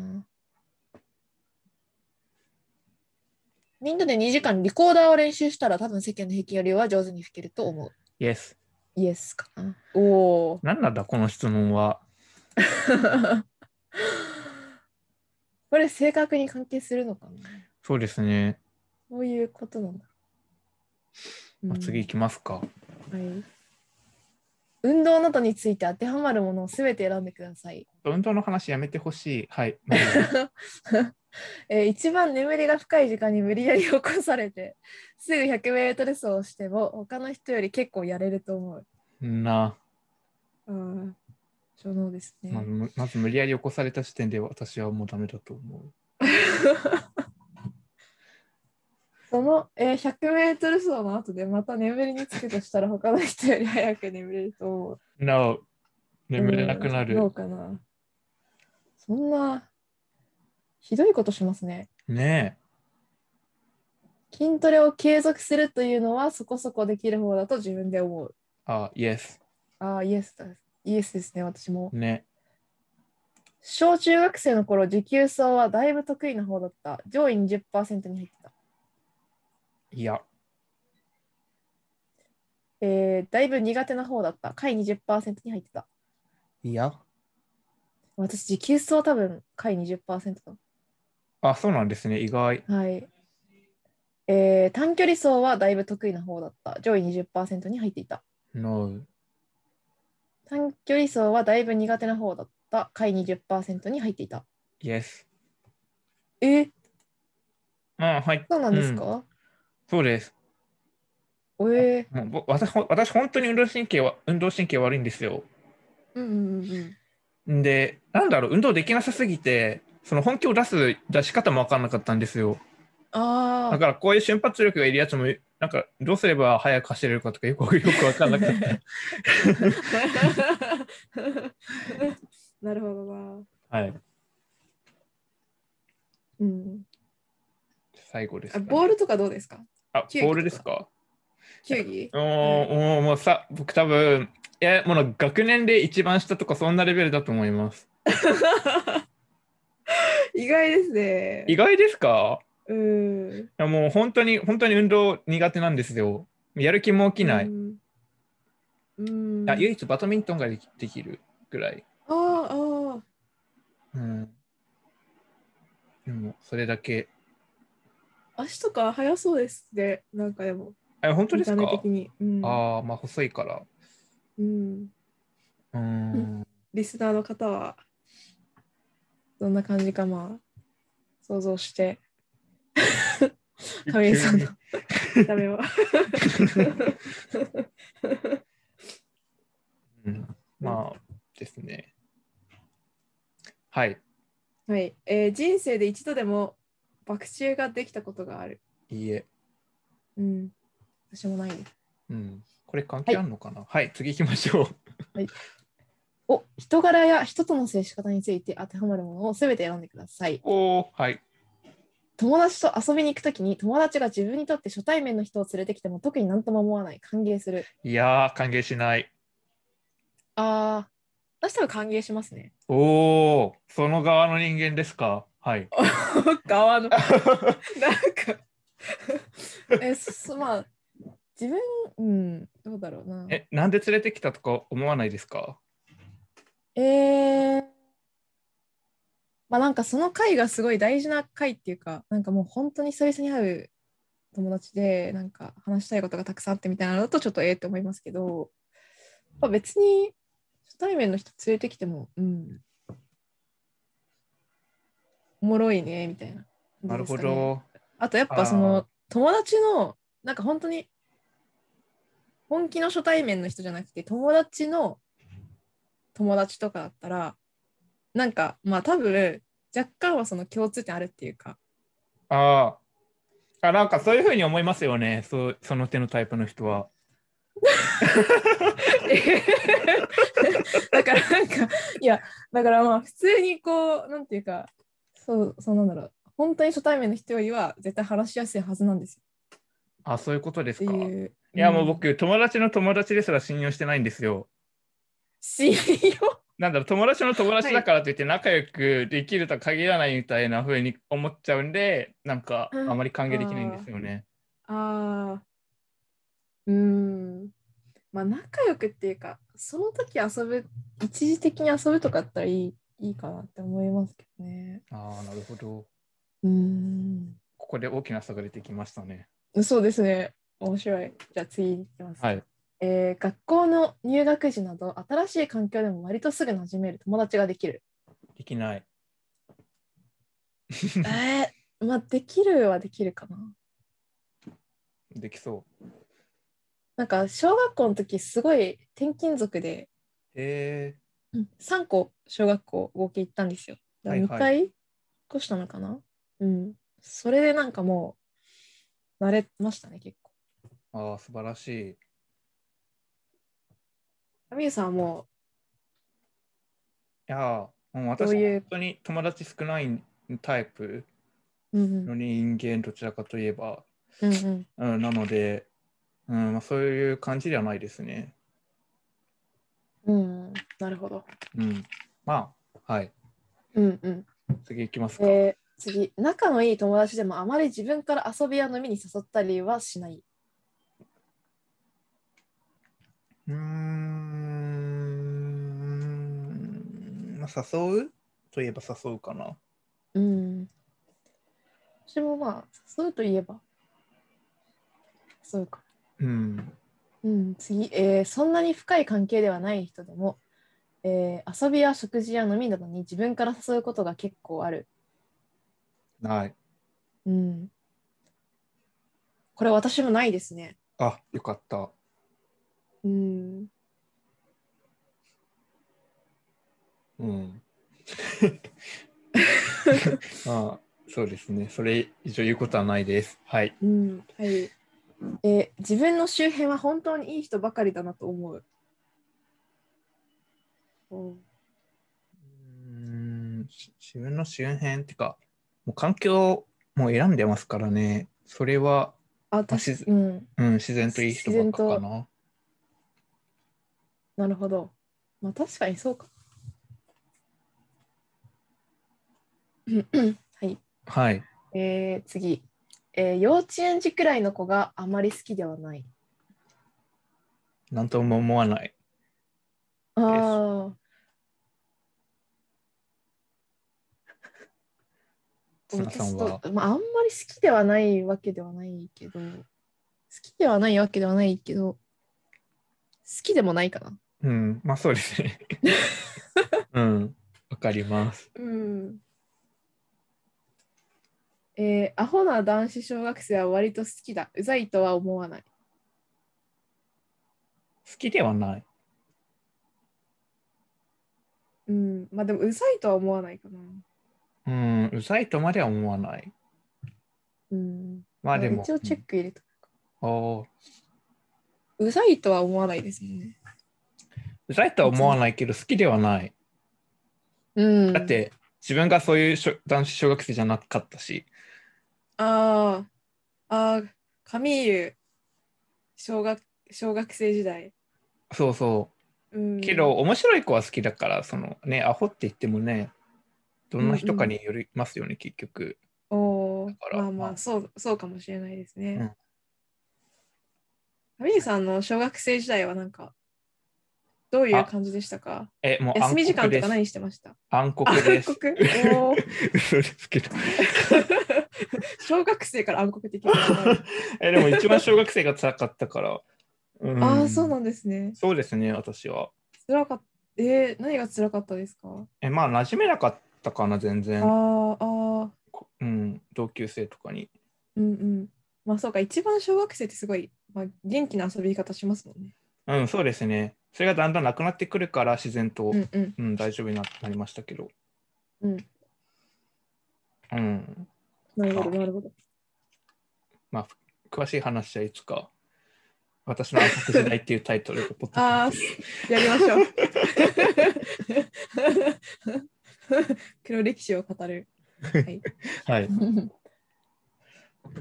B: みんなで2時間リコーダーを練習したら、多分世間の平均よりは上手に吹けると思う。
A: Yes.
B: イエスかな。おお。
A: なんなんだこの質問は。
B: これ正確に関係するのかな
A: そうですね。
B: そういうことなんだ。
A: まあ
B: うん
A: 次いきますか。
B: はい。運動などについて当てはまるものをすべて選んでください。
A: 運動の話やめてほしい。はい。
B: えー一番眠りが深い時間に無理やり起こされて、すぐ100メートル走をしても、他の人より結構やれると思う。
A: な
B: うん。所能ですね。
A: まあ、むまず無理やり起こされた時点で私はもうダメだと思う。
B: その、えー100メートル走の後でまた眠りにつくとしたら、他の人より早く眠れると思う。
A: No. 眠れなくな
B: うんどう
A: る。
B: かな。そんな、ひどいことしますね。
A: ね
B: 筋トレを継続するというのはそこそこできる方だと自分で思う。
A: え。あ、Yes。
B: ああ、イエスだ。イエスですね、私も。
A: ね。
B: 小中学生の頃、持久走はだいぶ得意な方だった。上位20%に入ってた。
A: いや。
B: えー、だいぶ苦手な方だった。下位20%に入ってた。
A: いや。
B: 私、持久走多分、下位20%だ。
A: あ、そうなんですね。意外。
B: はい。えー、短距離走はだいぶ得意な方だった。上位20%に入っていた。
A: No.
B: 短距離走はだいぶ苦手な方だった。下位20%に入っていた。
A: Yes。
B: えー、
A: あ、はい。
B: そうなんですか、
A: そうです。
B: え
A: もうぼ私、ほん私本当に運動神経は、運動神経悪いんですよ。
B: うんうんうん
A: んで、なんだろう、運動できなさすぎて、その本気を出す出し方も分かんなかったんですよ。
B: あ
A: だからこういう瞬発力がいるやつも、なんかどうすれば早く走れるかとかよくよ く分かんなくて。
B: なるほどな。
A: はい。
B: うん、
A: 最後です、
B: あ
A: ね。
B: ボールとかどうですか
A: あ、
B: 球技
A: ボールですか
B: 球技
A: おー、おーもうさ、僕多分、いや、もう学年で一番下とかそんなレベルだと思います。
B: 意外ですね
A: 意外ですか
B: うん。
A: いやもう本当に本当に運動苦手なんですよ。やる気も起きない。
B: うん。うん、
A: あ唯一バドミントンができできるぐらい。
B: あーあー。
A: うん、でもそれだけ。
B: 足とか速そうですね。なんかでも、
A: あ本当で
B: 見
A: す
B: た
A: か
B: 目的に。うん、
A: ああ、まあ細いから。
B: う
A: う
B: ん。
A: ーん。
B: リスナーの方は、どんな感じかまあ、想像して、亀井さんの見た目を。
A: うん、まあですね。はい。
B: はい、えー人生で一度でも爆中ができたことがある。
A: いいえ。
B: うん。私もないです。
A: うん。これ関係あるのかな、はい、次行きましょう。
B: お、人柄や人との接し方について当てはまるものをすべて選んでください。
A: おおはい。
B: 友達と遊びに行くときに友達が自分にとって初対面の人を連れてきても特になんとも思わない歓迎する
A: いやー、歓迎しない。
B: あー私多分歓迎しますね
A: おおその側の人間ですかはい。
B: 側のなんかえそそまあ自分うんどうだろうな
A: え、なんで連れてきたとか思わないですか
B: えー、まあなんかその回がすごい大事な回っていうかなんかもう本当に久々に会う友達でなんか話したいことがたくさんあってみたいなのだとちょっとええって思いますけど、まあ、別に初対面の人連れてきてもうんおもろいねみたいな
A: なるほ
B: ですかね
A: ど。
B: あとやっぱそ
A: あー
B: の友達のなんか本当に本気の初対面の人じゃなくて友達の友達とかだったらなんかまあ多分若干はその共通点あるっていうか
A: ああ。あ、なんかそういうふうに思いますよね。そうその手のタイプの人は。
B: だからなんかいやだからまあ普通にこうなんていうかそうそうなんだろう本当に初対面の人よりは絶対話しやすいはずなんですよ
A: あ、そういうことで
B: って
A: すか。い
B: いう。
A: や、もうん僕、友達の友達ですら信用してないんですよ。
B: 信用
A: なんだろう、友達の友達だからといって仲良くできるとは限らないみたいな風に思っちゃうんで、なんか
B: うん
A: あまり歓迎できないんですよね。
B: ああ。うーん。まあ仲良くっていうか、その時遊ぶ、一時的に遊ぶとかだったらいいいいかなって思いますけどね。
A: ああ、なるほど。
B: うーん。
A: ここで大きな差が出てきましたね。
B: そうですね。面白い。じゃあ次いきます。
A: はい。
B: えー学校の入学時など、新しい環境でも割とすぐ馴染める友達ができる。
A: でき ない。
B: えー、まあできるはできるかな。
A: できそ
B: なんか小学校の時すごい転勤族で
A: う。へえ。
B: 3個小学校合計行ったんですよ。だから2
A: はい
B: 回引っ越したのかな、うん。それでなんかもう慣れましたね、結構。
A: ああ、素晴らしい。
B: みゆさんはも
A: いやー、もう私、
B: どういう
A: 本当に友達少ないタイプ
B: う、うんう
A: の
B: ん
A: 人間、どちらかといえば、
B: うんうん、
A: うん、なので、うんまあ、そういう感じではないですね。
B: うんうん、なるほど。
A: うん。まあ、はい。
B: うんうん。
A: 次行きますか。
B: えー次、仲のいい友達でもあまり自分から遊びや飲みに誘ったりはしない。
A: うーん、まあ、誘うといえば誘うかな。
B: うん。私もまあ、そうといえば。そうか。
A: うん。
B: うん、次、えーそんなに深い関係ではない人でも、えー遊びや食事や飲みなどに自分から誘うことが結構ある。
A: ない。
B: うん。これ私もないですね。
A: あ、よかった。
B: うん。
A: うん。まあ、そうですね。それ以上言うことはないです。はい。
B: うん。はい。えー自分の周辺は本当にいい人ばかりだなと思う。うん
A: うーんし自分の周辺ってかもう環境も選んでますからねそれは、
B: あ、
A: し
B: 確かに。うん。
A: うん、自然といい人ばっかかな
B: なるほど。まあ確かにそうか。はい。
A: はい
B: えー、次、えー幼稚園児くらいの子があまり好きではない。
A: なんとも思わない
B: ああ、
A: 砂さんは
B: 私とまあ、あんまり好きではないわけではないけど、好きではないわけではないけど、好きでもないかな。
A: うんまあそうです ねうんわかります
B: うん。えーアホな男子小学生は割と好きだ。うざいとは思わない。
A: 好きではない
B: うん。まあでも、うざいとは思わないかな。
A: うん、うざいとまでは思わない。
B: うん。
A: まあでも、
B: 一応チェック入れとく。
A: うんあー
B: うざいとは思わないですもんね。
A: うざいとは思わないけど、好きではない。
B: うん。
A: だっ。て、自分がそういうしょ男子小学生じゃなかったし、
B: ああ。ああ、カミーユ、小学、小学生時代。
A: そうそう。
B: うん。
A: けど、、面白い子は好きだから、そのね、アホって言ってもね、どんな人かによりますよね、結局。
B: おお
A: だか、ら
B: まあま
A: まあ
B: あ、そう、そうかもしれないです
A: う
B: ね
A: ん。
B: カミーユさんの小学生時代はなんか、どういう感じでしたか
A: え、もう
B: 休み時間
A: 暗黒
B: と
A: で
B: か
A: す。
B: 何してました
A: 暗黒
B: 暗
A: です。
B: 黒おー
A: 嘘ですけど。
B: 小学生から暗黒的な。
A: え、でも一番小学生が辛かったから。うん
B: ああ、そうなんですね。
A: そうですね、私は。
B: 辛かった。えー、何が辛かったですか
A: え、まあ、馴染めなかったかな、全
B: あ
A: 然。
B: ーあー、
A: うん、同級生とかに。
B: うんうん。まあそうか、一番小学生ってすごい、まあ、元気な遊び方しますもんね。
A: うん、そうですね。それがだんだんなくなってくるから、自然と、う、
B: うんんうん
A: 大丈夫にななりましたけど。
B: うん。
A: うん。
B: なるほど、なるほど。
A: まあ、詳しい話はいつか、私の暗黒時代っていうタイトルでポッドキ
B: あ
A: ャ
B: あ
A: スト、
B: やりましょう。黒歴史を語る。はい。
A: はい、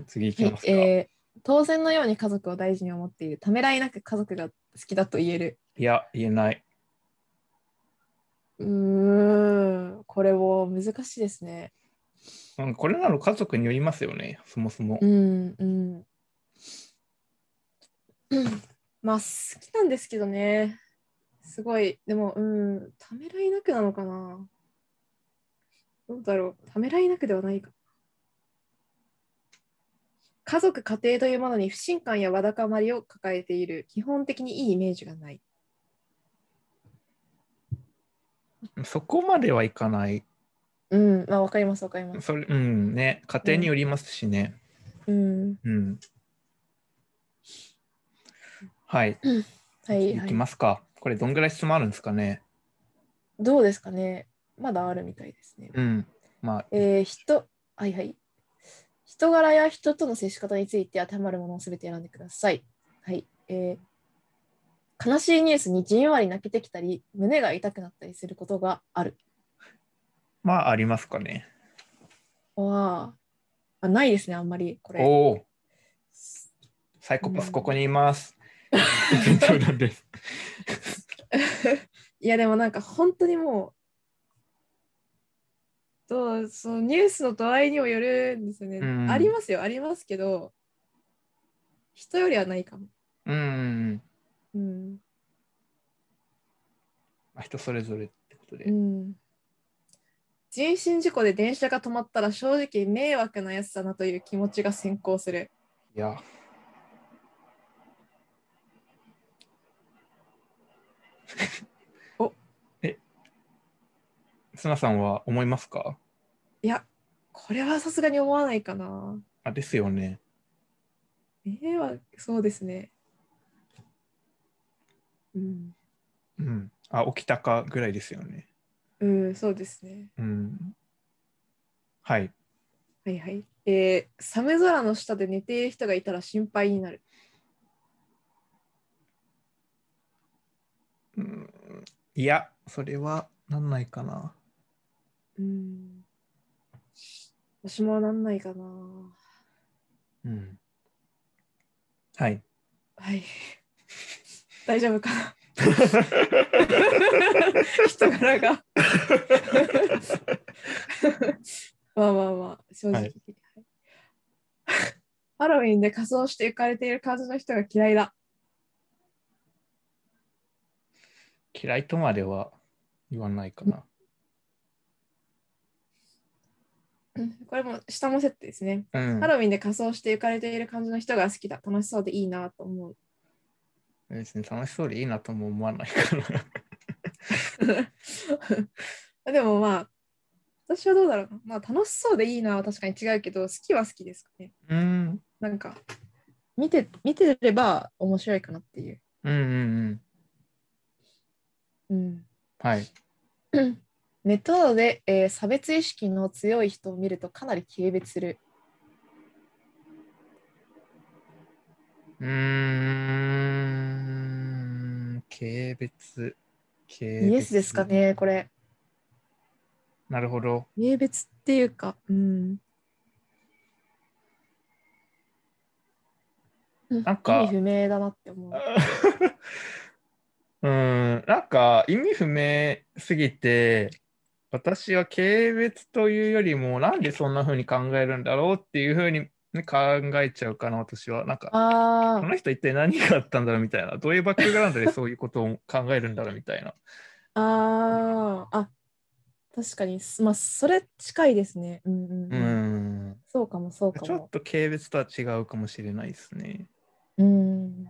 A: 次いきます か。
C: えー当然のように家族を大事に思っているためらいなく家族が好きだと言える
A: いや、言えない。
C: うーんこれも難しいですね
A: うん、これなの家族によりますよね、そもそも
C: う。んうん
B: まあ好きなんですけどね。すごい、でも、うん、ためらいなくなのかな。どうだろう、ためらいなくではないか。
C: 家族家庭というものに不信感やわだかまりを抱えている基本的にいいイメージがない
A: そこまではいかない。
C: うんまあわかりますわかります
A: それ、うん、ね、家庭によりますしね。
B: うん。
A: うん。はい、
C: はい
A: い
C: は
A: き
C: い
A: ますか。これ、どんぐらい質問あるんですかね。
C: どうですかねまだあるみたいですね
A: うん。まあ、
C: えー、人はいはい人柄や人との接し方について当てはまるものを全て選んでくださいはいえー悲しいニュースにじんわり泣けてきたり胸が痛くなったりすることがある
A: まあ、ありますかね。
C: わあ、ないですね、あんまり、これ。
A: おお、サイコパス、ここにい ます。そうなんです。
B: いやでもなんか本当にもうどうそのニュースの度合いにもよるんですよね、
A: うん
B: ありますよありますけど人よりはないかも、
A: うん。
B: うん
A: まあ人それぞれってことで。
B: うん、人身事故で電車が止まったら正直迷惑なやつだなという気持ちが先行する
A: いや。
B: お
A: え砂さんは思いますか
B: いやこれはさすがに思わないかな
A: あですよね。
B: 迷惑そうですねうん、
A: うん。あ起きたかぐらいですよね。
B: うん、そうですね
A: うん。はい。
B: はいはい。えー、寒空の下で寝ている人がいたら心配になる。
A: うん、いやそれはなんないかな。
B: うん。私もなんないかな。
A: うん。はい。
B: はい。大丈夫かな。 人柄が。 まあまあまあ、正
A: は
B: 直。はいい、ハロウィンで仮装して浮かれている感じの人が嫌いだ。
A: 嫌いとまでは言わないかな。
B: うんこれも下もセットですね。
A: うん
B: ハ。ロウィンで仮装して浮かれている感じの人が好きだ。楽しそうでいいなと思う。
A: 別に楽しそうでいいなとも思わないかな。
B: でもまあ、私はどうだろうな。まあ楽しそうでいいなは確かに違うけど、好きは好きですかね。
A: うん。
B: なんか、
C: 見て、見てれば面白いかなっていう。
A: うんうんう
C: う
A: ん。
C: ん。
A: はい。
B: ネットなどで、えー差別意識の強い人を見るとかなり軽蔑する。
A: うーん、軽蔑。軽蔑
B: イエスですか。ね、これ。
A: なるほど。
B: 軽蔑っていうか、うん。
A: なん
B: 意
A: か
B: 味不明だなって思う。
A: うーん、なんか意味不明すぎて、私は軽蔑というよりも、なんでそんな風に考えるんだろうっていう風にね考えちゃうかな、私は。なんか、
B: あ
A: この人一体何があったんだろうみたいな、どういうバックグラウンドでそういうことを考えるんだろうみたいな。
B: あ、ああ、あ、確かに、すまあ、それ近いですね。うんうん
A: う
B: うん
A: ん、
B: そうかも、そうか
A: ちょっ
B: も。
A: と軽蔑とは違うかもしれないですね。
B: うん。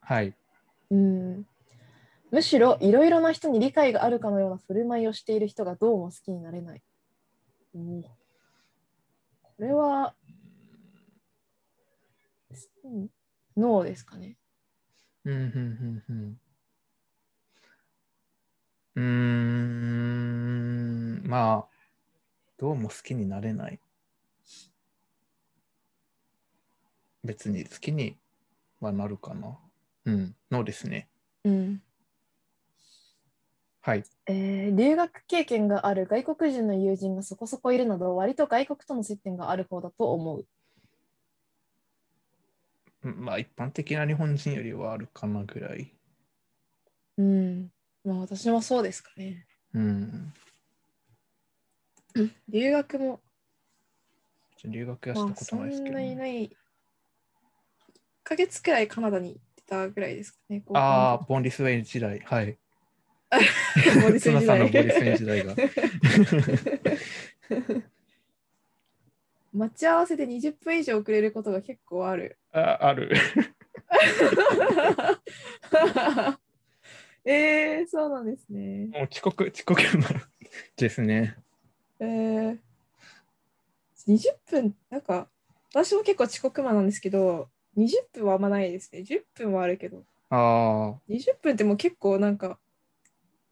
A: はい。
B: うん、むしろいろいろな人に理解があるかのような振る舞いをしている人がどうも好きになれない。おーこれは、うんノーですかね。
A: うんうんうんうん。うーん、まあ、どうも好きになれない。別に好きにはなるかな。うん、のですね。
B: うん
A: はい。
B: えー留学経験がある外国人の友人がそこそこいるなど割と外国との接点がある方だと思う。
A: うんまあ、一般的な日本人よりはあるかなぐらい。
B: うん、まあ私もそうですかね。
A: うん。
B: 留学も
A: ちょ留学はし
D: ま
A: た
D: あ、
A: こ
D: そ
A: とないです
D: ん
A: けど
D: な
A: ね、
D: いない。1ヶ月くらいカナダに行ってたぐらいですかね。
A: ああ、ボンリスウェイ時代。はい。
D: あ、ボリス
A: ツナ
D: 時
A: さんの
D: 代
A: ボリスウェイ時代が。
D: 待ち合わせで20分以上遅れることが結構あ る。
A: あある。
D: えー、そうなんですね。
A: もう遅刻、遅刻のですね。
D: えー、20分、なんか、私も結構遅刻魔なんですけど、20分はあんまないですね。10分はあるけど、
A: ああ、
D: 20分ってもう結構なんか、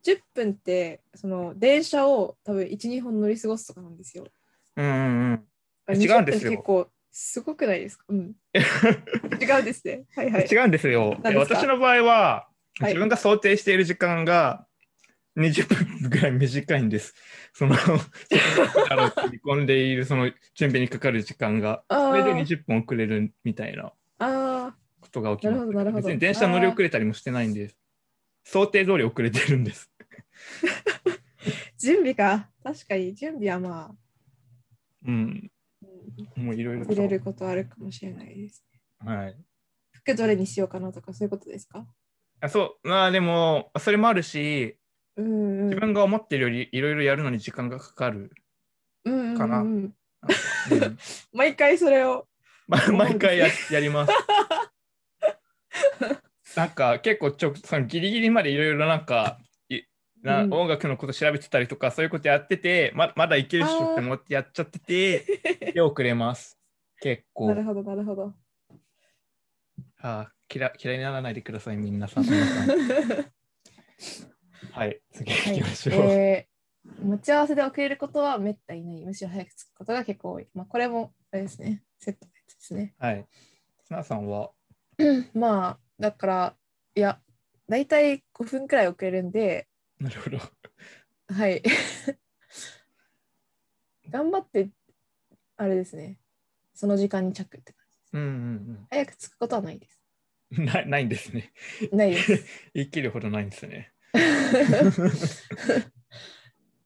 D: 10分って、その、電車を多分1、2本乗り過ごすとかなんですよ。
A: うんうんうん。
D: あ
A: 違うんです
D: 20分
A: よ
D: 結構、すごくないですかうん。 違うんですね。はいはい。
A: 違うんですよ。
D: 何ですか
A: 私の場合は、
D: はい
A: 自分が想定している時間が20分ぐらい短いんです。その、あの組み込んでいるその準備にかかる時間が、
D: あ
A: それで
D: ー
A: 20分遅れるみたいな
D: あ
A: ことが起
D: ー、な
A: き
D: る
A: ま
D: ほ
A: す。
D: ど、なるほど。
A: 別に電車乗り遅れたりもしてないんです。想定通り遅れてるんです。
D: あー準備か。確かに、準備はまあ、
A: うん。
D: うん
A: もういろいろと
D: 遅れることあるかもしれないです。
A: はい。
D: 服どれにしようかなとか、そういうことですか
A: あそう、まあでも、それもあるし、
D: うんうん。
A: 自分が思ってるよりいろいろやるのに時間がかか る。
D: うんうん
A: かな
D: うん
A: なんかうん
D: 毎回それを。
A: ま
D: 思うんです
A: 毎回やや ります。なんか結構ちょそのギリギリまでいろいろなんかいな
D: うん
A: 音楽のこと調べてたりとかそういうことやっててままだいけるっしょって思ってやっちゃってて手遅れます結構
D: なるほど、なるほど。
A: あー嫌嫌いにならないでください皆さん皆さんはい次行きま しょう、
B: えー待ち合わせで遅れることはめったにない。むしろ早く着くことが結構多い。まあこれもあれですね。セットのやつですね。
A: はい砂さんは
B: まあだからいやだいたい5分くらい遅れるんで
A: なるほど
B: はい 頑張ってあれですねその時間に着って感じ
A: うんうん
B: 早く着くことはないです
A: うんなないんですね
B: ないです
A: 言い切るほどないんですね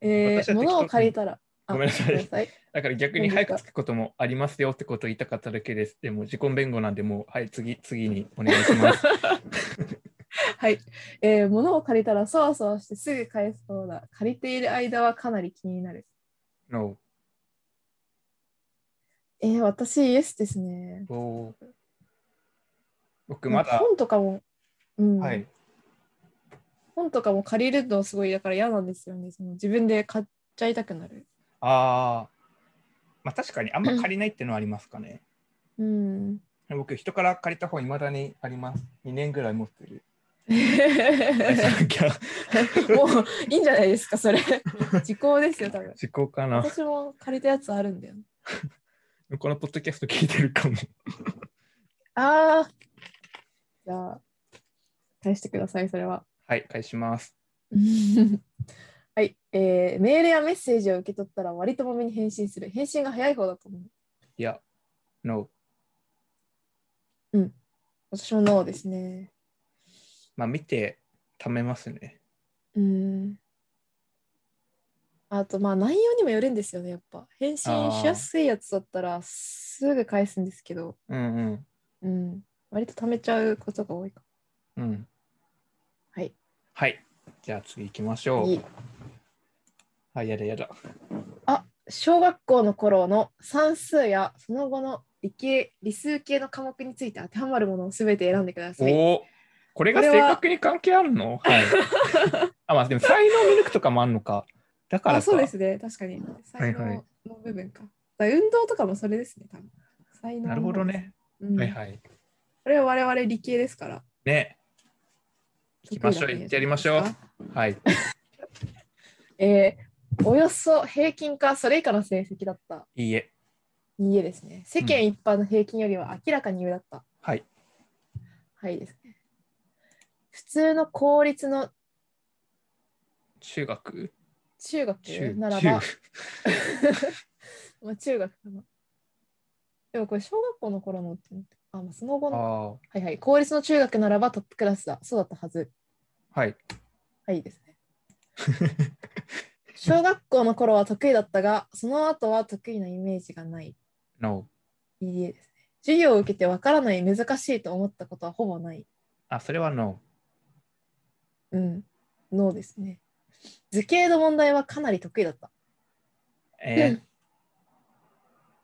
B: え
A: 私は適当
B: ー、物を借りたらあ
A: ごめんなさい
B: ごめんなさい
A: だから逆に早く着くこともありますよってことを言いたかっただけです。でも自己弁護なんで、もう、はい、次、次にお願いします。
B: はい、えー、物を借りたらそわそわしてすぐ返すそうだ借りている間はかなり気になる
A: no.
B: えー、私イエスですね
A: おー僕、ま
B: なんか
A: だ、
B: 本とかも、うん
A: はい。
B: 本とかも借りるのすごいだから嫌なんですよね。その自分で買っちゃいたくなる。
A: ああ、まあ確かにあんま借りないっていうのはありますかね。
B: うん。
A: 僕、人から借りた方、いまだにあります。2年ぐらい持ってる。
D: え
A: 返さなきゃ
B: もういいんじゃないですか、それ。 時効ですよ、多分。
A: 時効かな。
B: 私も借りたやつあるんだよ。
A: このポッドキャスト聞いてるかも。
B: ああ、
D: じゃあ、返してください、それは。
A: はい、返します。
B: はい、えーメールやメッセージを受け取ったら割とまめに返信する。返信が早い方だと思う。
A: いや、No。
B: 私もノーですね。
A: まあ見て、貯めますね。
B: うん。あと、まあ内容にもよるんですよね、やっぱ。返信しやすいやつだったらすぐ返すんですけど、
A: うんうん。
B: うん。割と貯めちゃうことが多いか
A: うん。
B: はい。
A: はい。じゃあ次行きまし
B: も。
A: ょ。
B: いうい
A: あ、やだやだ。
B: 小学校の頃の算数やその後の理系、理数系の科目について当てはまるものをすべて選んでください。
A: おお。これが正確に関係あるの はい。あ、まあでも才能見抜くとかもあるのか。だからか
B: あそうですね、確かに。
A: い
B: 才
A: はい
B: 能の部分か。だから運動とかもそれですね、多分。才能の
A: なるほど。ね。
B: うん
A: はいはい。
B: これは我々理系ですから。
A: ね。行きましょう。
B: 得意な分野
A: 行ってやりましょ
B: じゃないですか
A: う。はい。
B: えーおよそ平均かそれ以下の成績だった。
A: いいえ。
B: いいえですね。世間一般の平均よりは明らかに上だった。
A: はい。
B: はいですね。普通の公立の
A: 中学
B: 中学
A: 中
B: なら
A: 中
B: ば、まあ中学かな。でもこれ小学校の頃のってなってあ、まあ、その後の。
A: あ
B: はいはい。公立の中学ならばトップクラスだ。そうだったはず。
A: あ。はい。
B: はい、い いですね。小学校の頃は得意だったが、その後は得意なイメージがない。
A: No。
B: いいえですね。授業を受けてわからない、難しいと思ったことはほぼない。
A: あ、それは No。
B: うん。ノーですね。図形の問題はかなり得意だった。う
A: えー
B: ん、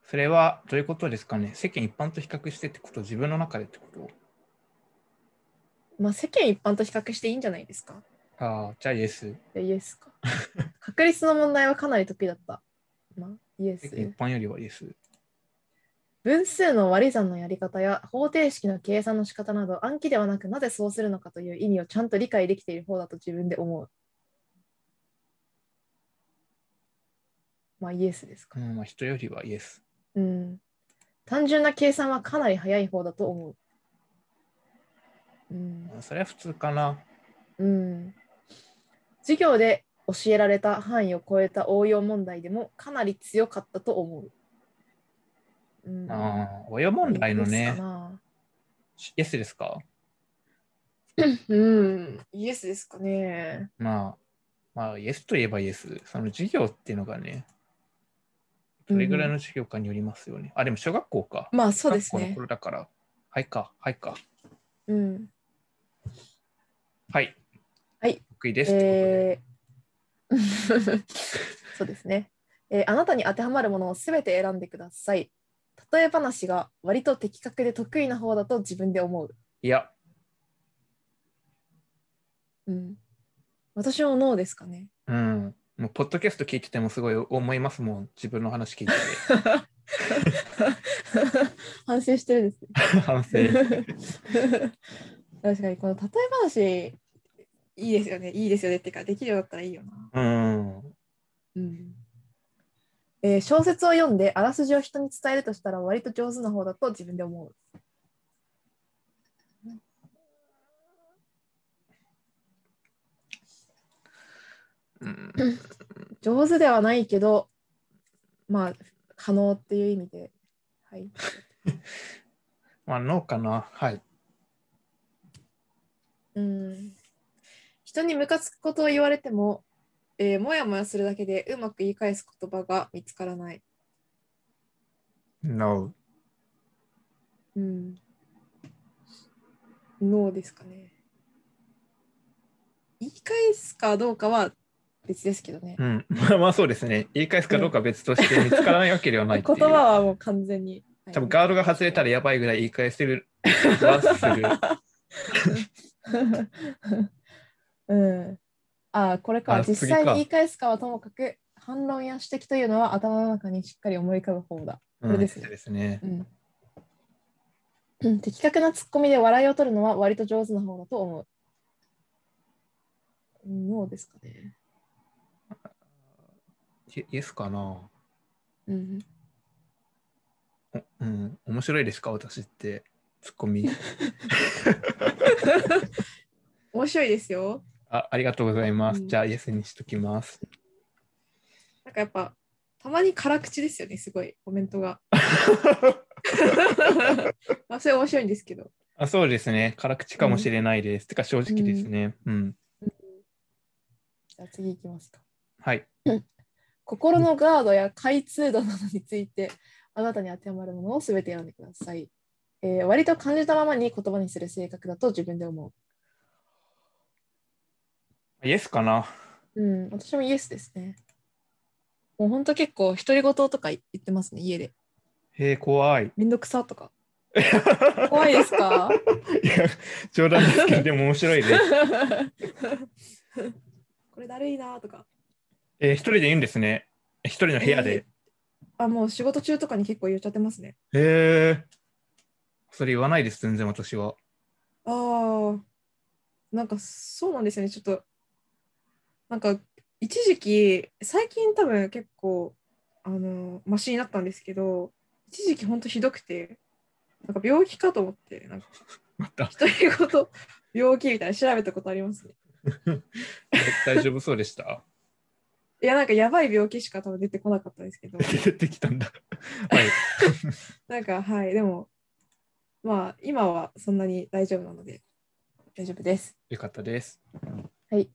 A: それはどういうことですかね世間一般と比較してってこと、自分の中でってこ
B: まあ世間一般と比較していいんじゃないですか
A: とああ、じゃあイエス。
B: じゃあイエスか。確率の問題はかなり得意だった。まあ、イエ
A: 世
B: ス。
A: 間一般よりはイエス。
B: 分数の割り算のやり方や方程式の計算の仕方など暗記ではなくなぜそうするのかという意味をちゃんと理解できている方だと自分で思う。まあイエスです
A: う
B: か。
A: ん、まあ人よりはイエス。
B: うん。単純な計算はかなり早い方だと思う。うん。
A: それは普通かな。
B: うん。授業で教えられた範囲を超えた応用問題でもかなり強かったと思う。うん。
A: ああ、親問題の
B: イエス
A: ね
B: か、な
A: イエスですか
B: うん、イエスですかね。
A: まあ、まあ、イエスといえばイエス。その授業っていうのがね、どれぐらいの授業かによりますよね。あ、でも小学校か。
B: まあそうです
A: 小学校の
B: ね。
A: 頃だから。はいか、はいか。
B: うん。
A: はい。
B: はい。
A: 得意です。
B: えー そうですね、えーあなたに当てはまるものをすべて選んでください。例え話が割と的確で得意な方だと自分で思う。
A: いや、
B: うん。私もノーですかね。
A: うん。もうポッドキャスト聞いててもすごい思いますもん。自分の話聞いて
B: 反省してるんですね。
A: て。反省。
B: 確かにこの例え話いいですよね。いいですよねっていうかできるようだったらいいよな。
A: うん。
B: うんえー小説を読んであらすじを人に伝えるとしたら割と上手な方だと自分で思う。
A: うん、
B: 上手ではないけど、まあ、可能っていう意味で。はい。
A: まあ、ノーかな。はい。
B: うん。人にムカつくことを言われても、えーもやもやするだけでうまく言い返す言葉が見つからない。
A: ノ
B: うん。ノーですかね。言い返すかどうかは別ですけどね
A: ー。。うん。まあまあそうですね。言い返すかどうかは別として見つからないわけではない
B: 言
A: っていう。
B: 葉はもう完全に。はい
A: 多分ガードが外れたらやばいぐらい言い返せる。はする
B: うん。ああ、これか
A: あ。
B: 実
A: 次か
B: 際に言い返すかはともかく、反論や指摘というのは頭の中にしっかり思い浮かぶ方だ。
A: う
B: これ
A: ん、
B: ですね
A: ですね。
B: うん。 うん的確なツッコミで笑いを取るのは割と上手な方だと思う。
D: ノーですかね。
A: イイエスかな
D: うん。
A: おうん、面白いですか私って。ツッコミ。
D: 面白いですよ。
A: あありがとうございます。
D: うん
A: じゃあ、イエスにしときます。
D: なんかやっぱ、たまに辛口ですよね、すごい、コメントが。まあ、それ面白いんですけど。
A: あそうですね。辛口かもしれないです。てか、正直ですね。うん。
B: じゃあ次いきますか。
A: はい。
B: 心のガードや開通度などについて、あなたに当てはまるものを全て選んでください。えー割と感じたままに言葉にする性格だと自分で思
A: イエスかな
B: う。うん、私もイエスですね。もう本当結構独り言とか言ってますね、家で。
A: へえ、怖い。
B: めんどくさとか。怖いですか
A: いや、冗談ですけど、でも面白いです。
D: これだるいなとか。
A: えー一人で言うんですね。一人の部屋で。
D: あ、もう仕事中とかに結構言っちゃってますね。
A: へえ。それ言わないです、全然私は。
D: ああ。なんかそうなんですよね、ちょっと。なんか一時期、最近多分結構、あの、マシになったんですけど、一時期ほんとひどくて、なんか病気かと思って、なんか
A: また、
D: 独り言 病気みたいな調べたことありますね。
A: 大丈夫そうでした。
D: いやなんかやばい病気しか多分出てこなかったですけど
A: 出てきたんだ。はい。
D: なんかはいでもまあ今はそんなに大丈夫なので大丈夫です。
A: よかったです。
B: はい、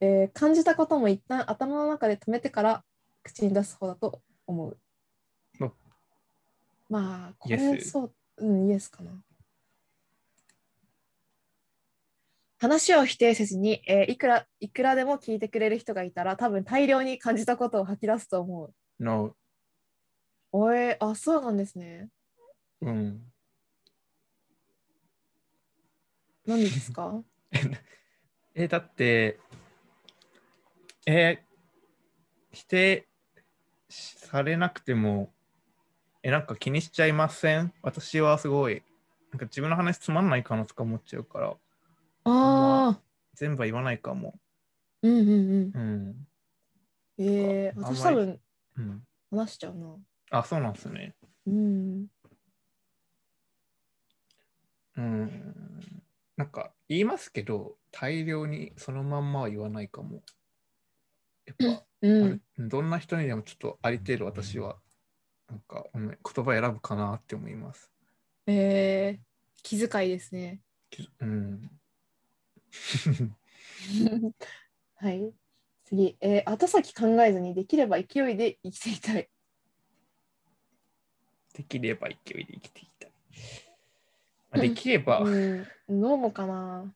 B: えー感じたことも一旦頭の中で止めてから口に出す方だと思う
A: お。
B: まあ、こ
A: イエ
B: れ
A: ス
B: そう、うん、イエスかな。話を否定せずに、えーいくら、いくらでも聞いてくれる人がいたら、多分大量に感じたことを吐き出すと思う。
A: の、
B: おえ、あ、そうなんですね。
A: うん。
B: なんでですか
A: えだってえー否定されなくてもえなんか気にしちゃいません私はすごいなんか自分の話つまんないかなとか思っちゃうから
B: ああ、
A: 全部は言わないかも
B: うんうんうん。
A: うん、
B: えー、
A: あんまり
B: 私多分
A: うん、
B: 話しちゃうな。
A: あそうなんですね
B: うん。
A: うんなんか言いますけど大量にそのまんまは言わないかもやっぱ
B: う
A: あ
B: ん
A: る。どんな人にでもちょっとあり程度私はなんかうん言葉選ぶかなって思います。
B: えー、気遣いですね。
A: きうん、
B: はい。次、えー後先考えずにできれば勢いで生きていたい。
A: できれば勢いで生きていきたい。まあできれば、
B: うん、どうもかな。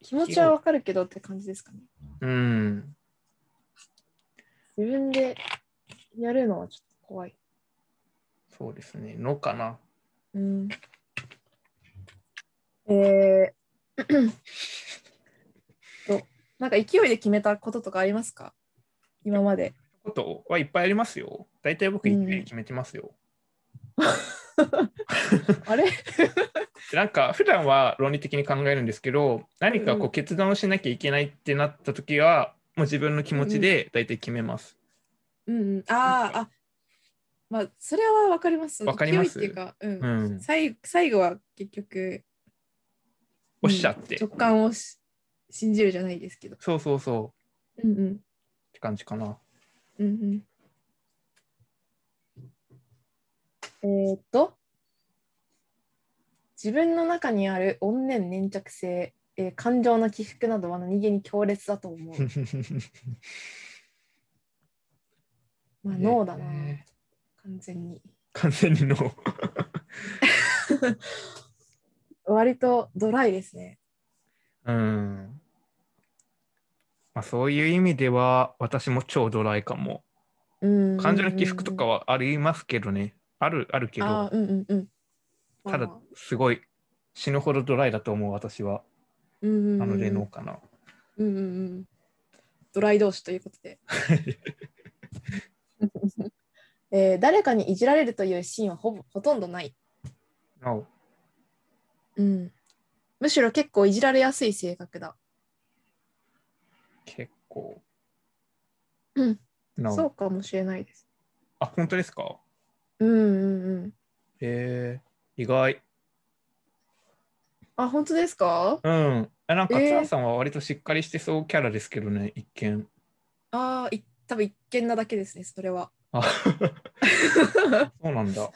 B: 気持ちはわかるけどって感じですかね。
A: うん、
B: 自分でやるのはちょっと怖い。
A: そうですね、のかな。
B: うん。え ーと、なんか勢いで決めたこととかありますか今まで。
A: ことはいっぱいありますよ。大体僕一回決めてますよ。
B: あれ
A: でなんか普段は論理的に考えるんですけど、何かこう決断をしなきゃいけないってなった時は、もう自分の気持ちで大体決めます。
D: うんうん、あーあまあそれはわかります。
A: わかります
D: 勢いっていうか、うん
A: うん、
D: 最最後は結局
A: おっしゃって、
D: 直感をし信じるじゃないですけど。
A: そうそうそ
D: う
A: う
D: んうん
A: って感じか な。
D: うんうん、
B: えーっと、自分の中にある怨念、粘着性、えー感情の起伏などは何気に強烈だと思う。まあ、脳だな、
A: ね
B: 完全に。
A: 完全に脳。
B: 割とドライですね。
A: うん。まあ、そういう意味では、私も超ドライかも。
B: うん
A: 感情の起伏とかはありますけどね。ある、あるけど、
B: あーうんうんうん。
A: ただ
D: まあ、
A: すごい死ぬほどドライだと思う、私は。
B: うんうんうん
A: なので、脳かな。
B: うんうんうん。ドライ同士ということ で。えー誰かにいじられるというシーンはほぼほとんどない。
A: なお
B: うん。
E: むしろ結構いじられやすい性格だ。
A: 結構。
E: うん
A: な
E: そうかもしれないです。
A: あ、本当ですか
E: うんうんうん。
A: へえ、意外。
E: あ、本当ですか
A: うん。えなんか、
E: えー
A: ツアーさんは割としっかりしてそうキャラですけどね、一見。
B: ああ、い多分一見なだけですね、それは。
A: あ そうなんだ。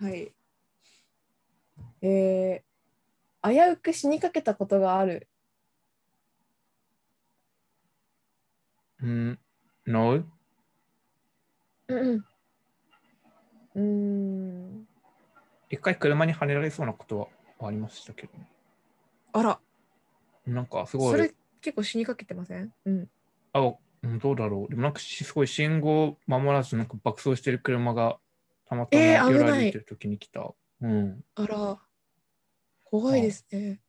B: はい。
E: えー、危うく死にかけたことがある。
A: うん。No?
E: うんうん。うーん。
A: 一回車にはねられそうなことはありましたけどね。
B: あら、
A: なんか、すご
B: そ
A: い
B: れ。結構死にかけてませんうん。
A: あ、うんどうだろう。でもなんか、しすごい信号を守らず、なんか爆走してる車がたまたま
E: えー危ない
A: 揺らいでる時に来た。うん。
E: あら。怖いですね。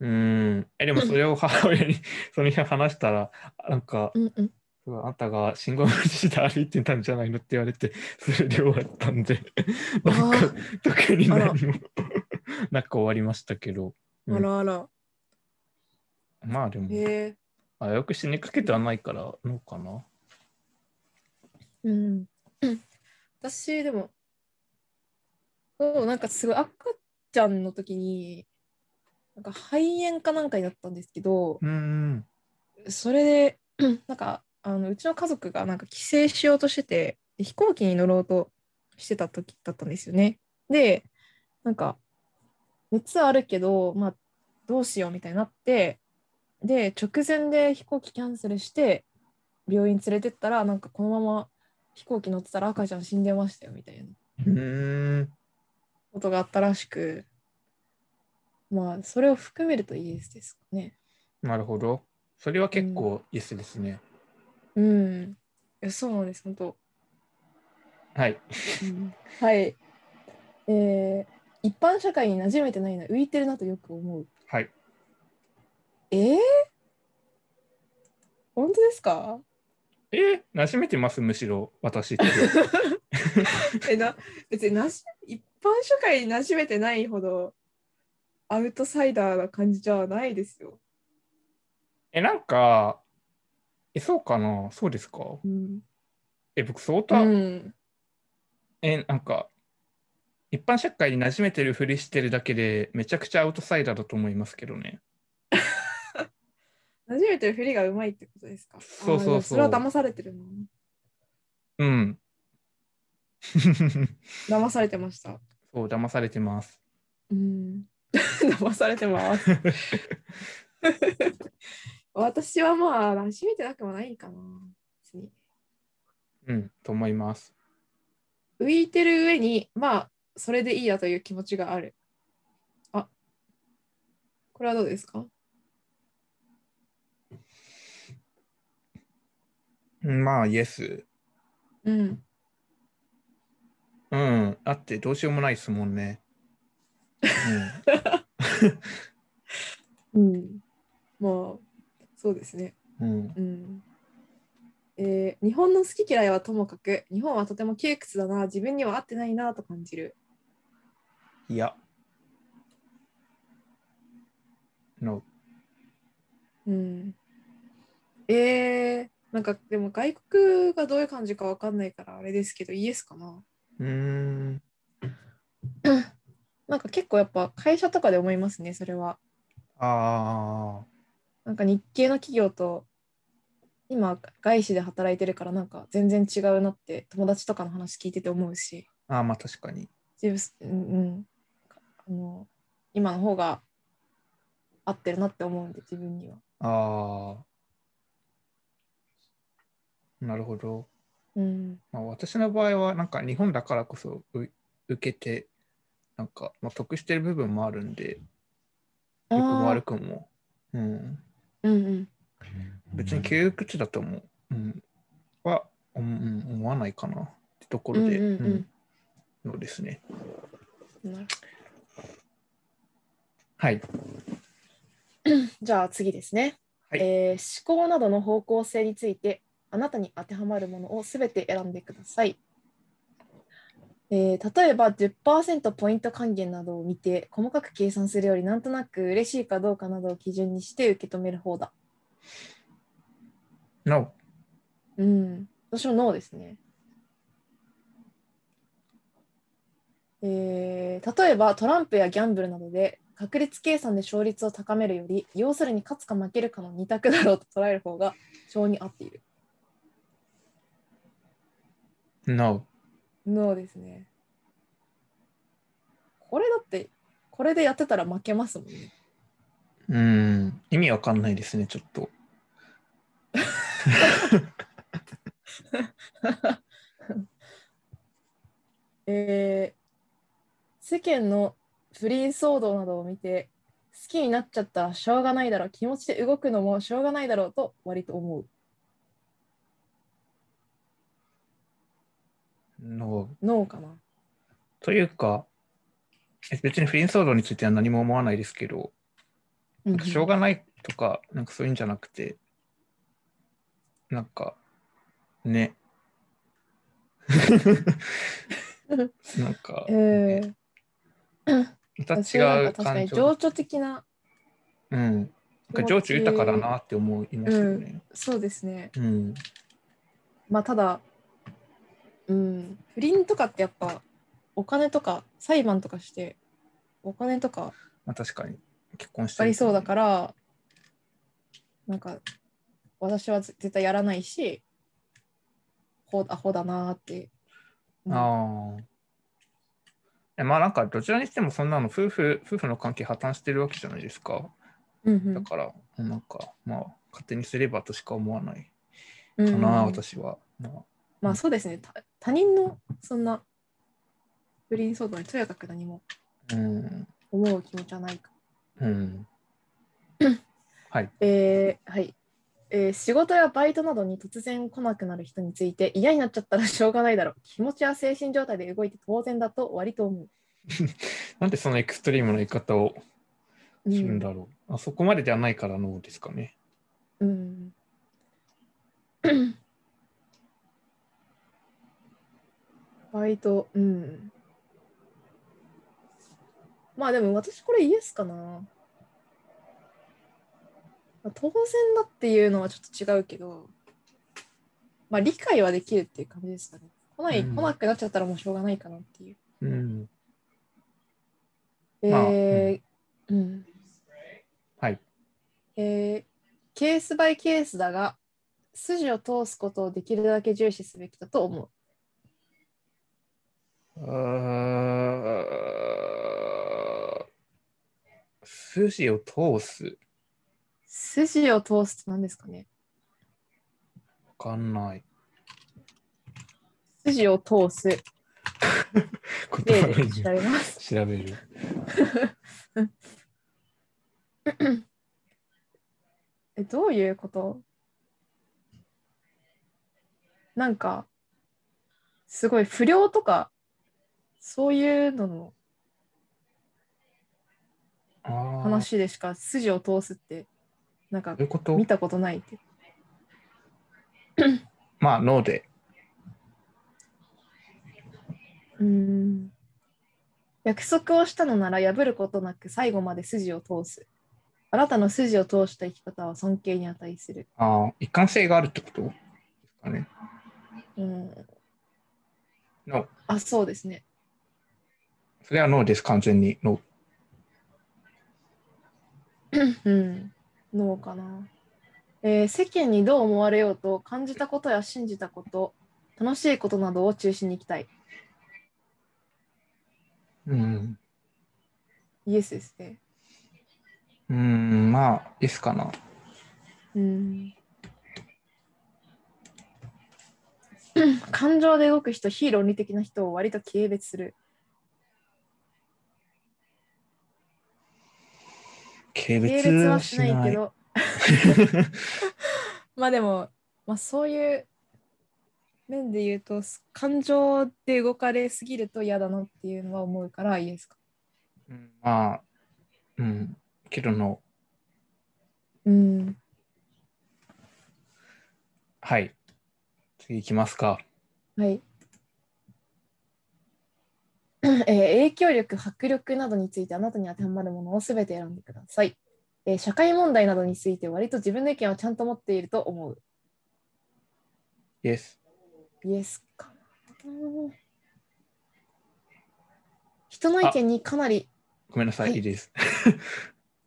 A: うん。え、でもそれを母親に その日話したら、なんか、
E: うんうん。
A: すごいあんたが信号無視して歩いてたんじゃないのって言われて、それで終わったんで、
E: あ
A: なんか、特に
E: あら
A: 何も、 なんか終わりましたけど、
B: あらあら。
A: まあでも、
B: へえ。
A: あよく死にかけてはないから、のかな。
E: うん。
B: 私、でも、そう、なんかすごい赤ちゃんの時に、なんか肺炎かなんかになったんですけど、
A: うん
B: それで、 なんか、あのうちの家族がなんか帰省しようとしてて、で飛行機に乗ろうとしてた時だったんですよね。で、なんか、熱あるけど、まあ、どうしようみたいになって、で、直前で飛行機キャンセルして、病院連れてったら、なんかこのまま飛行機乗ってたら赤ちゃん死んでましたよみたいな
A: うん。うん。
B: ことがあったらしく、まあ、それを含めるとイエスですかね。
A: なるほど。それは結構イエスですね。
B: うん。いや、そうなんです、本当。
A: はい。
E: はい。えー、一般社会に馴染めてないな、浮いてるなとよく思う。
A: はい。
E: えー、本当ですか
A: えー、馴染めてます、むしろ、私 って。
B: えな別になじ一般社会に馴染めてないほどアウトサイダーな感じじゃないですよ。
A: え、なんか、え、そうかなそうですか
B: うん。
A: え、僕、相
B: う
A: 当、
B: ん、
A: え、なんか、一般社会に馴染めてるふりしてるだけで、めちゃくちゃアウトサイダーだと思いますけどね。
B: 馴染めてるふりがうまいってことですか。
A: そうそうそう
B: あーそれは騙されてるの。
A: うん。
B: 騙されてました。
A: そう、騙されてます。
B: うん。 騙されてます。 私はまあ、馴染めてなくもないかな。別に
A: うん、と思います。
B: 浮いてる上に、まあ、それでいいやという気持ちがある。あ、これはどうですか
A: うんまあ、イエス。
B: うん。
A: うん、あってどうしようもないですもんね。
B: うん。まあ、そうですね。
A: うん、うん、
B: うん。えー日本の好き嫌いはともかく、日本はとても窮屈だな、自分には合ってないなと感じる。
A: いや。の、
B: うん。えー、なんかでも外国がどういう感じかわかんないからあれですけど、イエスかな。
A: うーん、
E: なんか結構やっぱ会社とかで思いますね、それは。
A: ああ、
E: なんか日系の企業と今外資で働いてるからなんか全然違うなって友達とかの話聞いてて思うし
A: ああ、まあ確かに。
E: 自分、うんうん、あの今の方が合ってるなって思うんで自分には。
A: ああ、なるほど。
E: うん
A: まあ、私の場合は、なんか日本だからこそう受けて、なんか、まあ、得してる部分もあるんで、
E: あ
A: 良くも悪
E: ー
A: くも。うん、
E: うんうん
A: 別に窮屈だと思う。うん、は、うんうん、思わないかなってところで、
E: うんうんうん
A: うんのですね。
E: なる
A: はい。
E: じゃあ次ですね、
A: はい
E: えー思考などの方向性についてあなたに当てはまるものをすべて選んでください。
B: えー例えば10%ポイント還元などを見て細かく計算するよりなんとなく嬉しいかどうかなどを基準にして受け止める方だ。
A: No.
B: うん、私もノーですね。えー例えばトランプやギャンブルなどで確率計算で勝率を高めるより要するに勝つか負けるかの2択だろうと捉える方が性に合っている。
A: No.
B: ノーですね。これだってこれでやってたら負けますもんね。
A: うん。意味わかんないですね、ちょっと。
B: えー世間の不倫騒動などを見て好きになっちゃったらしょうがないだろう気持ちで動くのもしょうがないだろうと割と思う。
A: No.
B: ノーかな。
A: というか、え別に不倫騒動については何も思わないですけど、なんかしょうがないとか、なんかそういうんじゃなくて、なんか、 ね。なんか、
B: え
A: ねまた
B: ー、それなん
A: 違
B: か
A: う
B: 確か
A: 感
B: に
A: 情。
B: 情緒的な
A: うん。なんか情緒豊かだなって思いますよね。
B: そうですね
A: うん。
B: まあただうん不倫とかってやっぱお金とか裁判とかしてお金とか
A: まあ確かに、結婚し
B: か
A: て。
B: かりそうだかららなんか私は絶対やらないしほうアホだなーって、うん
A: ああ。えまあなんかどちらにしてもそんなの夫婦夫婦の関係破綻してるわけじゃないですか。
B: うん
A: だから、なんかまあ勝手にすればとしか思わない
B: うん
A: かな、
B: うん
A: 私は。まあ
B: まあそうですねた他人のそんな不倫騒動にとやかく何も
A: うん。
B: 思う気持ちはないか
A: うん。はい。
B: えーはい、えー仕事やバイトなどに突然来なくなる人について嫌になっちゃったらしょうがないだろう気持ちや精神状態で動いて当然だと割と思う、
A: なんでそのエクストリームの言い方を
B: うん
A: するんだろう。あそこまでではないからのですかね。
B: うん、バイトうんまあでも私これイエスかなまあ当然だっていうのはちょっと違うけどまあ理解はできるっていう感じですかね来ない、
A: うん
B: 来なくなっちゃったらもうしょうがないかなっていう
A: うん。まあ
B: えーうん
A: はい。
B: えーケースバイケースだが筋を通すことをできるだけ重視すべきだと思う。
A: うー筋を通す。
B: 筋を通すって何ですかね
A: わかんない。
B: 筋を通す
A: 言
B: 例
A: 葉
B: で
A: が
B: 調べ ます。
A: 調べる。
B: えどういうことなんかすごい不良とかそういうのの
A: ああ。ど
B: 話でしか筋を通すってなんか
A: ういうこと
B: 見たことないって。
A: まあ、脳で。
B: うん約束をしたのなら破ることなく最後まで筋を通す。あなたの筋を通した生き方は尊敬に値する。
A: ああ、一貫性があるってことですかね。
B: うん、
A: 脳。
B: あ、そうですね。
A: それは脳です、完全に。脳。
B: うん、脳かな、えー世間にどう思われようと感じたことや信じたこと、楽しいことなどを中心に行きたい。
A: うん。
B: イエスですね。
A: うーん、まあ、ですかな。
B: うん、感情で動く人、非論理的な人を割と軽蔑する。
A: 軽
B: 軽
A: 蔑
B: 蔑は
A: は
B: し
A: し
B: ない
A: な
B: け
A: い。
B: ど、 まあでも、まあ、そういう面で言うとす感情で動かれすぎると嫌だなっていうのは思うからイエスか。
A: うんまあ、うん。けどの、
B: うん。
A: はい。次行きますか。
B: はい。 えー影響力、迫力などについてあなたに当てはまるものをすべて選んでください、えー社会問題などについて割と自分の意見をちゃんと持っていると思う。
A: Yes。
B: イエスかな。人の意見にかなり、
A: ごめんなさい、
B: はい
A: い、いです。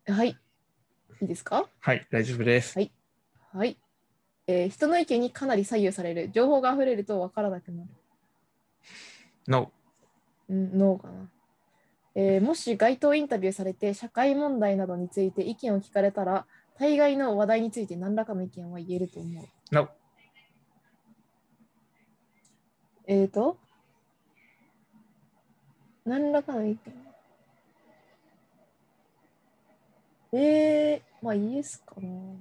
B: はい、いいですか
A: はい、大丈夫です。
B: はいはい、えー人の意見にかなり左右される。情報が溢れると分からなくなる。
A: No。
B: うん、ノーかな。えーもし街頭インタビューされて社会問題などについて意見を聞かれたら、大概の話題について何らかの意見は言えると思う。
A: No。
B: えーと、何らかの意見。えー、まあイエスかな。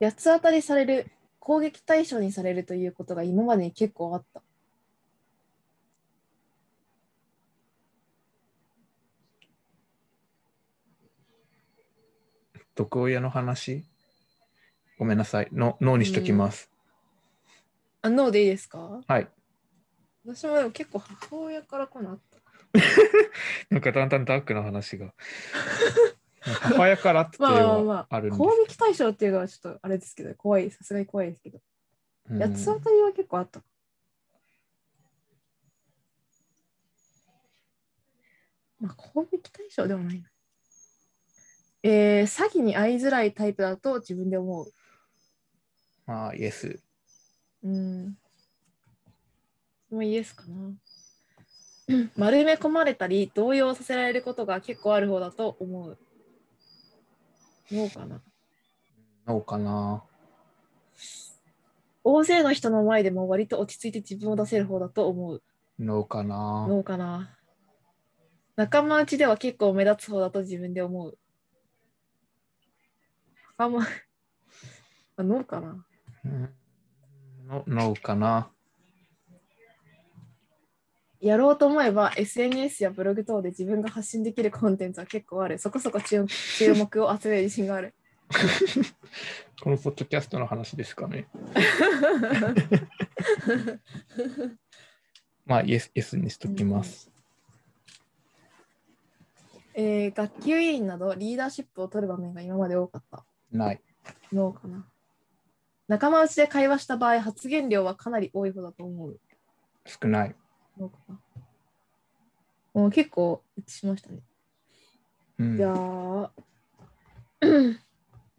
B: 八つ当たりされる、攻撃対象にされるということが今までに結構あった。
A: 毒親の話ごめんなさい。No, no にしときます。
B: あ、ノーでいいですか
A: はい。
D: 私もでも結構母親からこういうのあった。
A: なんかだんだんダークな話が。母親からっていう
D: まあまあ
A: の
D: ま
A: は
D: あ、
A: あるんです。
D: 攻撃対象っていうのはちょっとあれですけど、怖い、さすがに怖いですけど、
A: うん
D: 八つ当たりは結構あった。まあ、攻撃対象でもないな。
B: えー、詐欺に会いづらいタイプだと自分で思う。
A: まあ、イエス。
B: うん。もうイエスかな。 丸め込まれたり動揺させられることが結構ある方だと思う。どうかな。
A: No かな。
B: 大勢の人の前でも割と落ち着いて自分を出せる方だと思う。
A: No かな。
B: どうかな。仲間内では結構目立つ方だと自分で思う。仲 間、あ、ノーかな。
A: うんの No かな。
B: やろうと思えば SNS やブログ等で自分が発信できるコンテンツは結構ある。そこそこ注注目を集める自信がある。
A: このポッドキャストの話ですかね。まあ、イエス、イエスにしときます。
B: えー学級委員などリーダーシップを取る場面が今まで多かった。
A: ない。
B: どうかな。仲間内で会話した場合、発言量はかなり多い方だと思う。
A: 少ない。
B: どうかな。もう結構一致しましたね。
A: うん
B: じゃあ、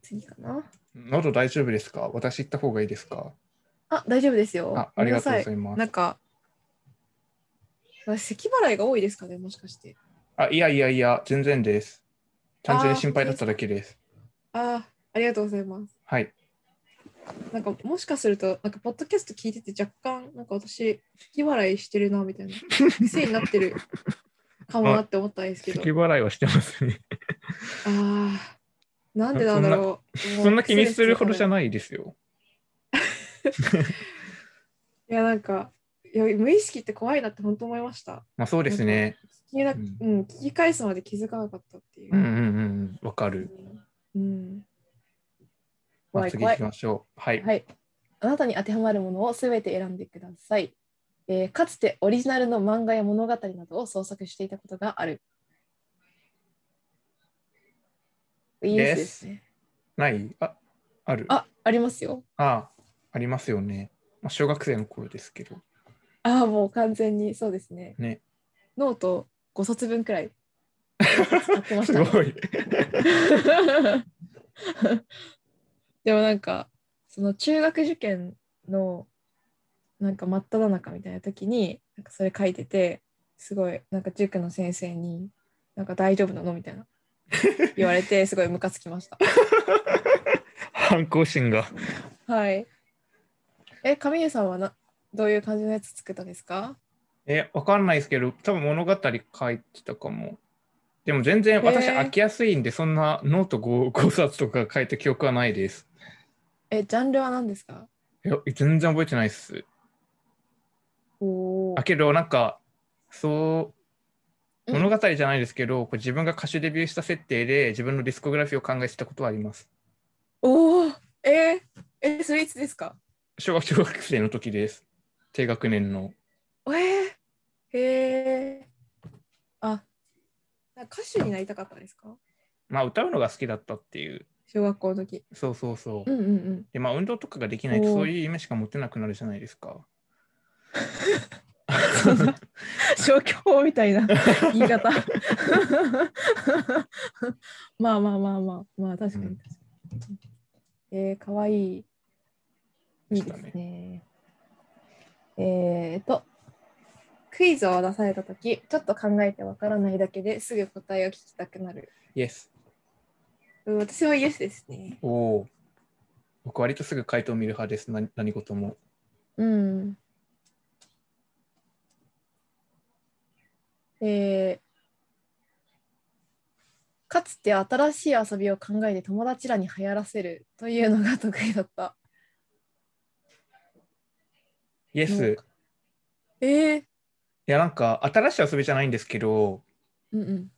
B: 次かな。
A: 喉大丈夫ですか私行った方がいいですか
B: あ、大丈夫ですよ。
A: あありがとうご
B: ご
A: ざ
B: めん
A: いま
D: な
A: す
D: ん。か、咳払いが多いですかね、もしかして。
A: あ、いやいやいや、全然です。単純に心配だっただけです。
D: ああ、ありがとうございます。
A: はい。
D: なんか、もしかすると、なんか、ポッドキャスト聞いてて、若干、なんか私、咳払いしてるな、み たいな、癖になってるかもなって思ったんですけど。
A: 咳払いはしてますね。
D: ああ、なんでなんだろう。
A: そんな気にするほどじゃ
D: い。
A: ないですよ。
D: いや、なんか、いや無意識って怖いなって本当思いました。
A: まあそうですね。
D: 聞きな、
A: う
D: うんん、聞き返すまで気づかなかったっていうう。
A: んうんうんうん。わかる。
D: うん。
A: ま
B: 怖
A: あ、
B: い
A: 次
B: 怖
A: 行
B: い
A: き。ましょう。はい。
B: はい。あなたに当てはまるものをすべて選んでください、えーかつてオリジナルの漫画や物語などを創作していたことがある。イエスですね。
A: ないあ、ある。あ
B: あ、ありますよ。
A: あ、ありますよね。まあ、小学生の頃ですけど。
B: ああ、もう完全にそうですね。
A: ね。
B: ノート5冊分く らい。合ってま し
A: す
B: たね
A: ごい。
B: でもなんかその中学受験のなんか真っ只中みたいな時になんかそれ書いててすごいなんか塾の先生に「なんか大丈夫なの?」みたいな言われ てすごいムカつきました。
A: 反抗心が。
B: はい、え上湯さんはなどういう感じのやつ作ったんですか
A: え、わかんないですけど、多分物語書いてたかも。でも全然私
B: へー
A: 飽きやすいんで、そんなノート 5, 5冊とか書いた記憶はないです。
B: えジャンルは何ですか
A: いや、全然覚えてないっす。
B: おー
A: あけど、なんか、そうう、
B: ん
A: 物語じゃないですけど、こう自分が歌手デビューした設定で自分のディスコグラフィーを考えてたことはあります。
B: おーえーえそれいつですか
A: 小学小学生の時です。低学年の。
D: え
B: へえ。あ、
D: ー、歌手になりたかったんですか
A: まあ、歌うのが好きだったっていう。
D: 小学校の時。
A: そうそうそう。
D: うんうんう ん。
A: で、まあ、運動とかができないと、
B: おー
A: そういう夢しか持てなくなるじゃないですか。
B: そんな消去法みた いな言い方。 まあまあまあまあ、まあ確かに確かに。えー、かわいい。いいです
A: でし
B: ね。えーと、クイズを出されたとき、ちょっと考えてわからないだけですぐ答えを聞きたくなる。
A: イエス。
D: うん私はイエスですね。
A: おお。僕、割とすぐ回答を見る派です。な何事も。
B: うん。えーかつて新しい遊びを考えて友達らに流行らせるというのが得意だった。
A: イエ
B: そう
A: ス。
B: かえー、
A: いや、なんか、新しい遊びじゃないんですけど、
B: うんうん。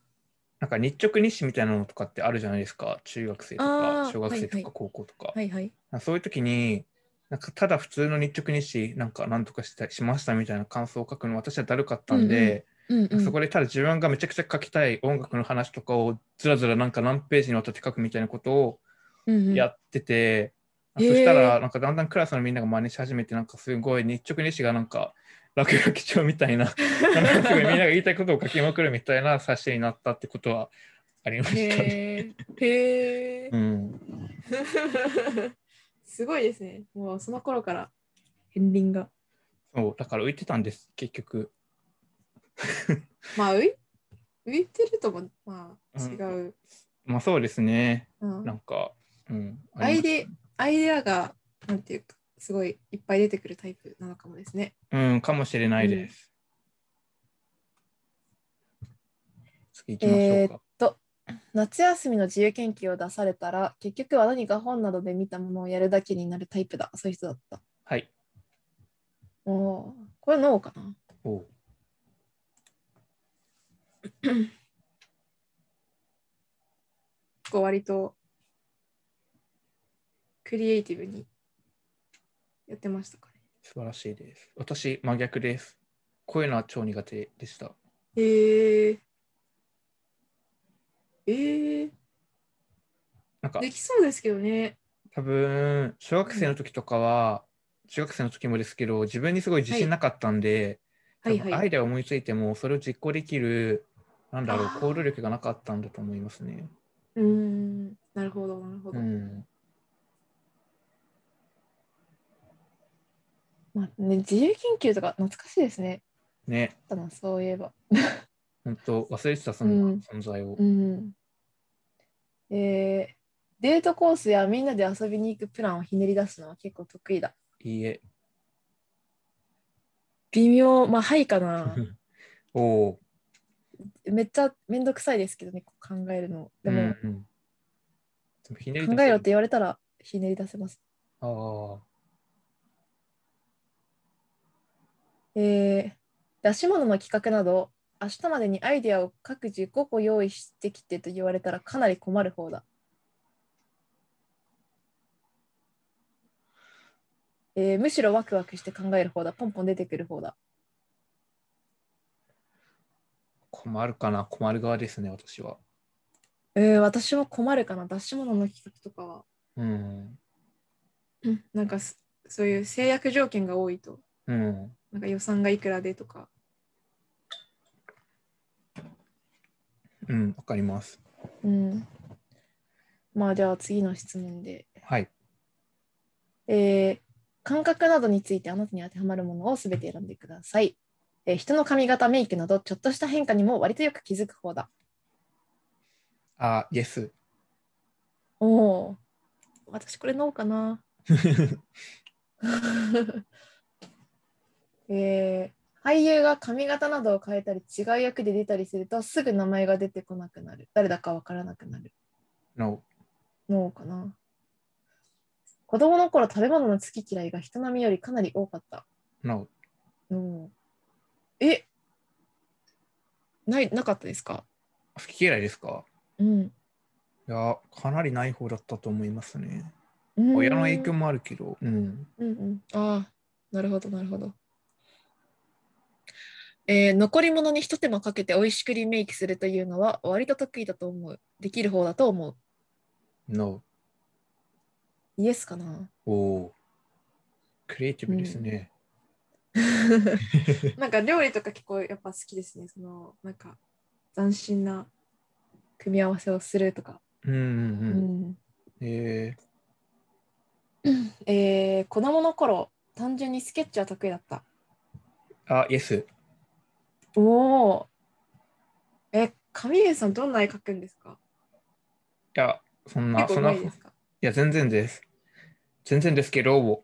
A: なんか日直日誌みたいなのとかってあるじゃないですか。中学生と
B: あ
A: か
B: ー、
A: 小学生と
B: はいは
A: か
B: い
A: 高校とか。
B: はいはい。
A: なんかそういう時に、なんかただ普通の日直日誌、なんかなんとかしたしましたみたいな感想を書くの私はだるかったんで、
B: うんうん、
A: そこでただ自分がめちゃくちゃ書きたい音楽の話とかをずらずらなんか何ページにわたって書くみたいなことを
B: うんうん
A: やってて、
B: うん
A: そした
B: へ
A: ら
B: ー
A: なんかだんだんクラスのみんなが真似し始めて、なんかすごい日直日誌がなんか落書き帳みた いな、なんかすごいみんなが言いたいことを書きまくるみたいな冊子になったってことはありました
D: へ
A: ね。
D: え。へえ
A: う。ん、
D: すごいですね。もうその頃から片鱗が。
A: そうだから浮いてたんです結局
D: まあ浮い浮いてるともまあ違う。
A: まあそうですね
D: うん
A: なんか、うん、
D: アイデ
A: ア
D: アイデアがなんていうかすごいいっぱい出てくるタイプなのかもですね。
A: うんかもしれないです、次行きましょ
B: え
A: う
B: ーっ
A: か、
B: と夏休みの自由研究を出されたら結局は何か本などで見たものをやるだけになるタイプだそういう人だった
A: はい
B: おーこれ脳かな
A: おう
D: 結構割とクリエイティブにやってましたかね。
A: 素晴らしいです私真逆ですこういうのは超苦手でした
D: へえ。ええ
A: なんか
D: できそうですけどね。
A: 多分小学生の時とかは中学生の時もですけど自分にすごい自信なかったんで、
D: はい
A: 多分
D: は
A: ア
D: い。
A: イデアを思いついてもそれを実行できるなんだろう
D: あー
A: 行動力がなかったんだと思いますね
D: うーん。なるほど、なるほど。
A: うん
B: まあね、自由研究とか懐かしいですね。
A: ね、
B: だなそういえば。
A: 本当忘れてたその
B: うん
A: 存在を。
B: うん。えーデートコースやみんなで遊びに行くプランをひねり出すのは結構得意だ。
A: いい え。
B: 微妙、まあ、はいか な。
A: おお。
B: めっちゃめんどくさいですけどね、こう考えるの。でも、
A: うんうんでもひねり出
B: 考
A: せ
B: え
A: る
B: ろって言われたらひねり出せます。
A: ああ。
B: えー出し物の企画など、明日までにアイデアを各自5個用意してきてと言われたらかなり困る方だ。えーむしろワクワクして考える方だ、ポンポン出てくる方だ。
A: 困るかな、困る側ですね、私は。
B: えー私も困るかな、出し物
D: 物の企画とかは、
A: うん。
D: なんかすそういう制約条件が多いと、
A: うん。
D: なんか予算がいくらでとか。
A: うん、わかります。
B: うん。まあじゃあ次の質問で、
A: はい。
B: えー感覚などについてあなたに当てはまるものを全て選んでください。えー人の髪型、メイクなどちょっとした変化にも割とよく気づく方だ。
A: ああ、イエ ス。
B: おお。私これ脳かな。 えー俳優が髪型などを変えたり違う役で出たりするとすぐ名前が出てこなくなる。誰だかわからなくなる。
A: の、
B: 脳かな。子供の頃食べ物の好き嫌いが人並みよりかなり多かった。
A: の、
B: うん、えないなかったですか
A: 好き嫌いですか
B: うん。
A: いや、かなりない方だったと思いますね。
B: うーん
A: 親の影響もあるけど、うん。
B: うんうん。ああ、なるほど、なるほど。えー残り物に一手間かけて美味しくリメイクするというのは割と得意だと思う。できる方だと思う。
A: No.
B: イエスか な
A: おお。クリエイティブですね。
D: なんか料理とか結構やっぱ好きですね。そのなんか斬新な
B: 組み合わせをするとか。
A: うんうん
B: う
A: うん。
B: ん
A: え
B: えー子供の頃、単純にスケッチは得意だった。
A: ー、あ、イエス。
B: おお、
D: え、神江さんどんな絵描くんですか
A: いや、そんな、
D: 結
A: そ
D: 構上
A: んな、
D: 手いで
A: い
D: すか
A: や、全然です。全然ですけど、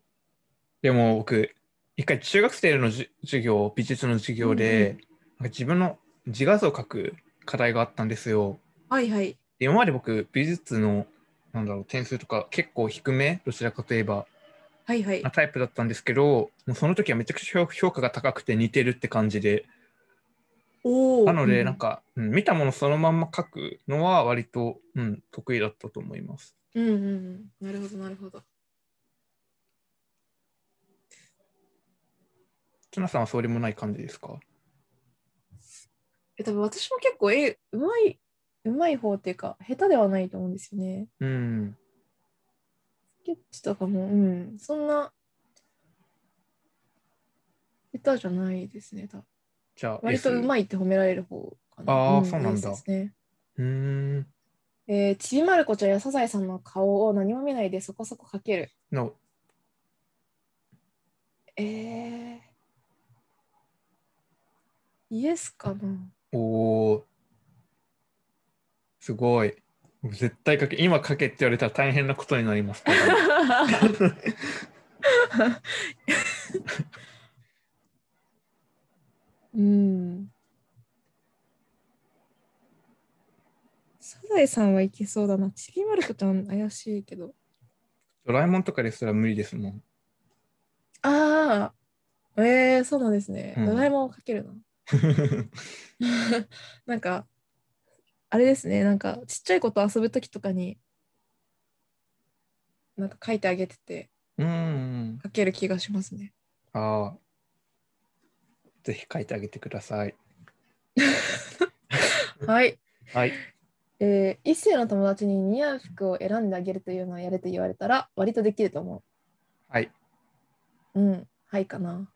A: でも僕、一回中学生のじゅ授業、美術の授業で、なんか自分の自画像を描く課題があったんですよ。
D: はいはい。
A: で今まで僕、美術の、なんだろう、点数とか結構低め、どちらかといえば、
D: はいはい
A: な。タイプだったんですけど、もうその時はめちゃくちゃ評評価が高くて似てるって感じで、
D: おお。
A: なの
B: う
A: で、
B: ん
A: なんか、うん見たものそのまんま書くのは割と、うん、得意だったと思います。
D: うんうんうん。なるほどなるほど。
A: ツナさんはそうでもない感じですか
D: え、多分私も結構絵
B: うまい、うまい方っていうか、下手ではないと思うんですよね。
A: うん。
B: スケッチとかも、うん、そんな、下手じゃないですね。多分
A: じゃあ、
B: 割とう
A: い。
B: まいって褒められる方かな。
A: あーそうなんだ
B: S ですね。
A: うーん。
B: えー、ちびまる子ちゃんやサザエさんの顔を何も見ないでそこそこ描ける。
A: の、
B: えー、イエスかな
A: おー。すごい。絶対書け、今書けって言われたら大変なことになり ますけど
B: うん。サザエさんはいけそうだな。ちびまる子ちゃん怪しいけど。
A: ドラえもんとかですら無理ですもん。
B: ああ、えー、そうなんですね。
A: うん
B: ドラえもんをかけるな。 なんか、あれですね、なんかちっちゃい子と遊ぶときとかに、なんか書いてあげてて、
A: うん。
B: 書ける気がしますね。
A: ああ。ぜひ書いてあげてください。
B: はい。
A: はい。
B: えー、異性の友達に似合う服を選んであげるというのをやれと言われたら、割とできると思
A: はい。
B: う。うん、はいかな。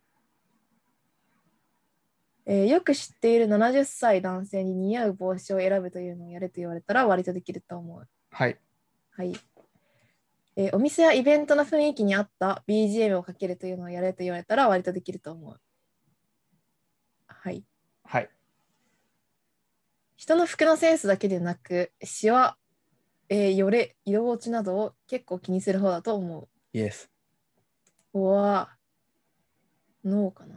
B: えーよく知っている70歳男性に似合う帽子を選ぶというのをやれと言われたら割とできると思う。
A: はい。
B: はい。えーお店やイベントの雰囲気に合った BGM をかけるというのをやれと言われたら割とできると思う。はい。
A: はい。
B: 人の服のセンスだけでなく、シワ、えーよれ、色落ちなどを結構気にする方だと思
A: イエス。
B: う。うわぁ、ノーかな。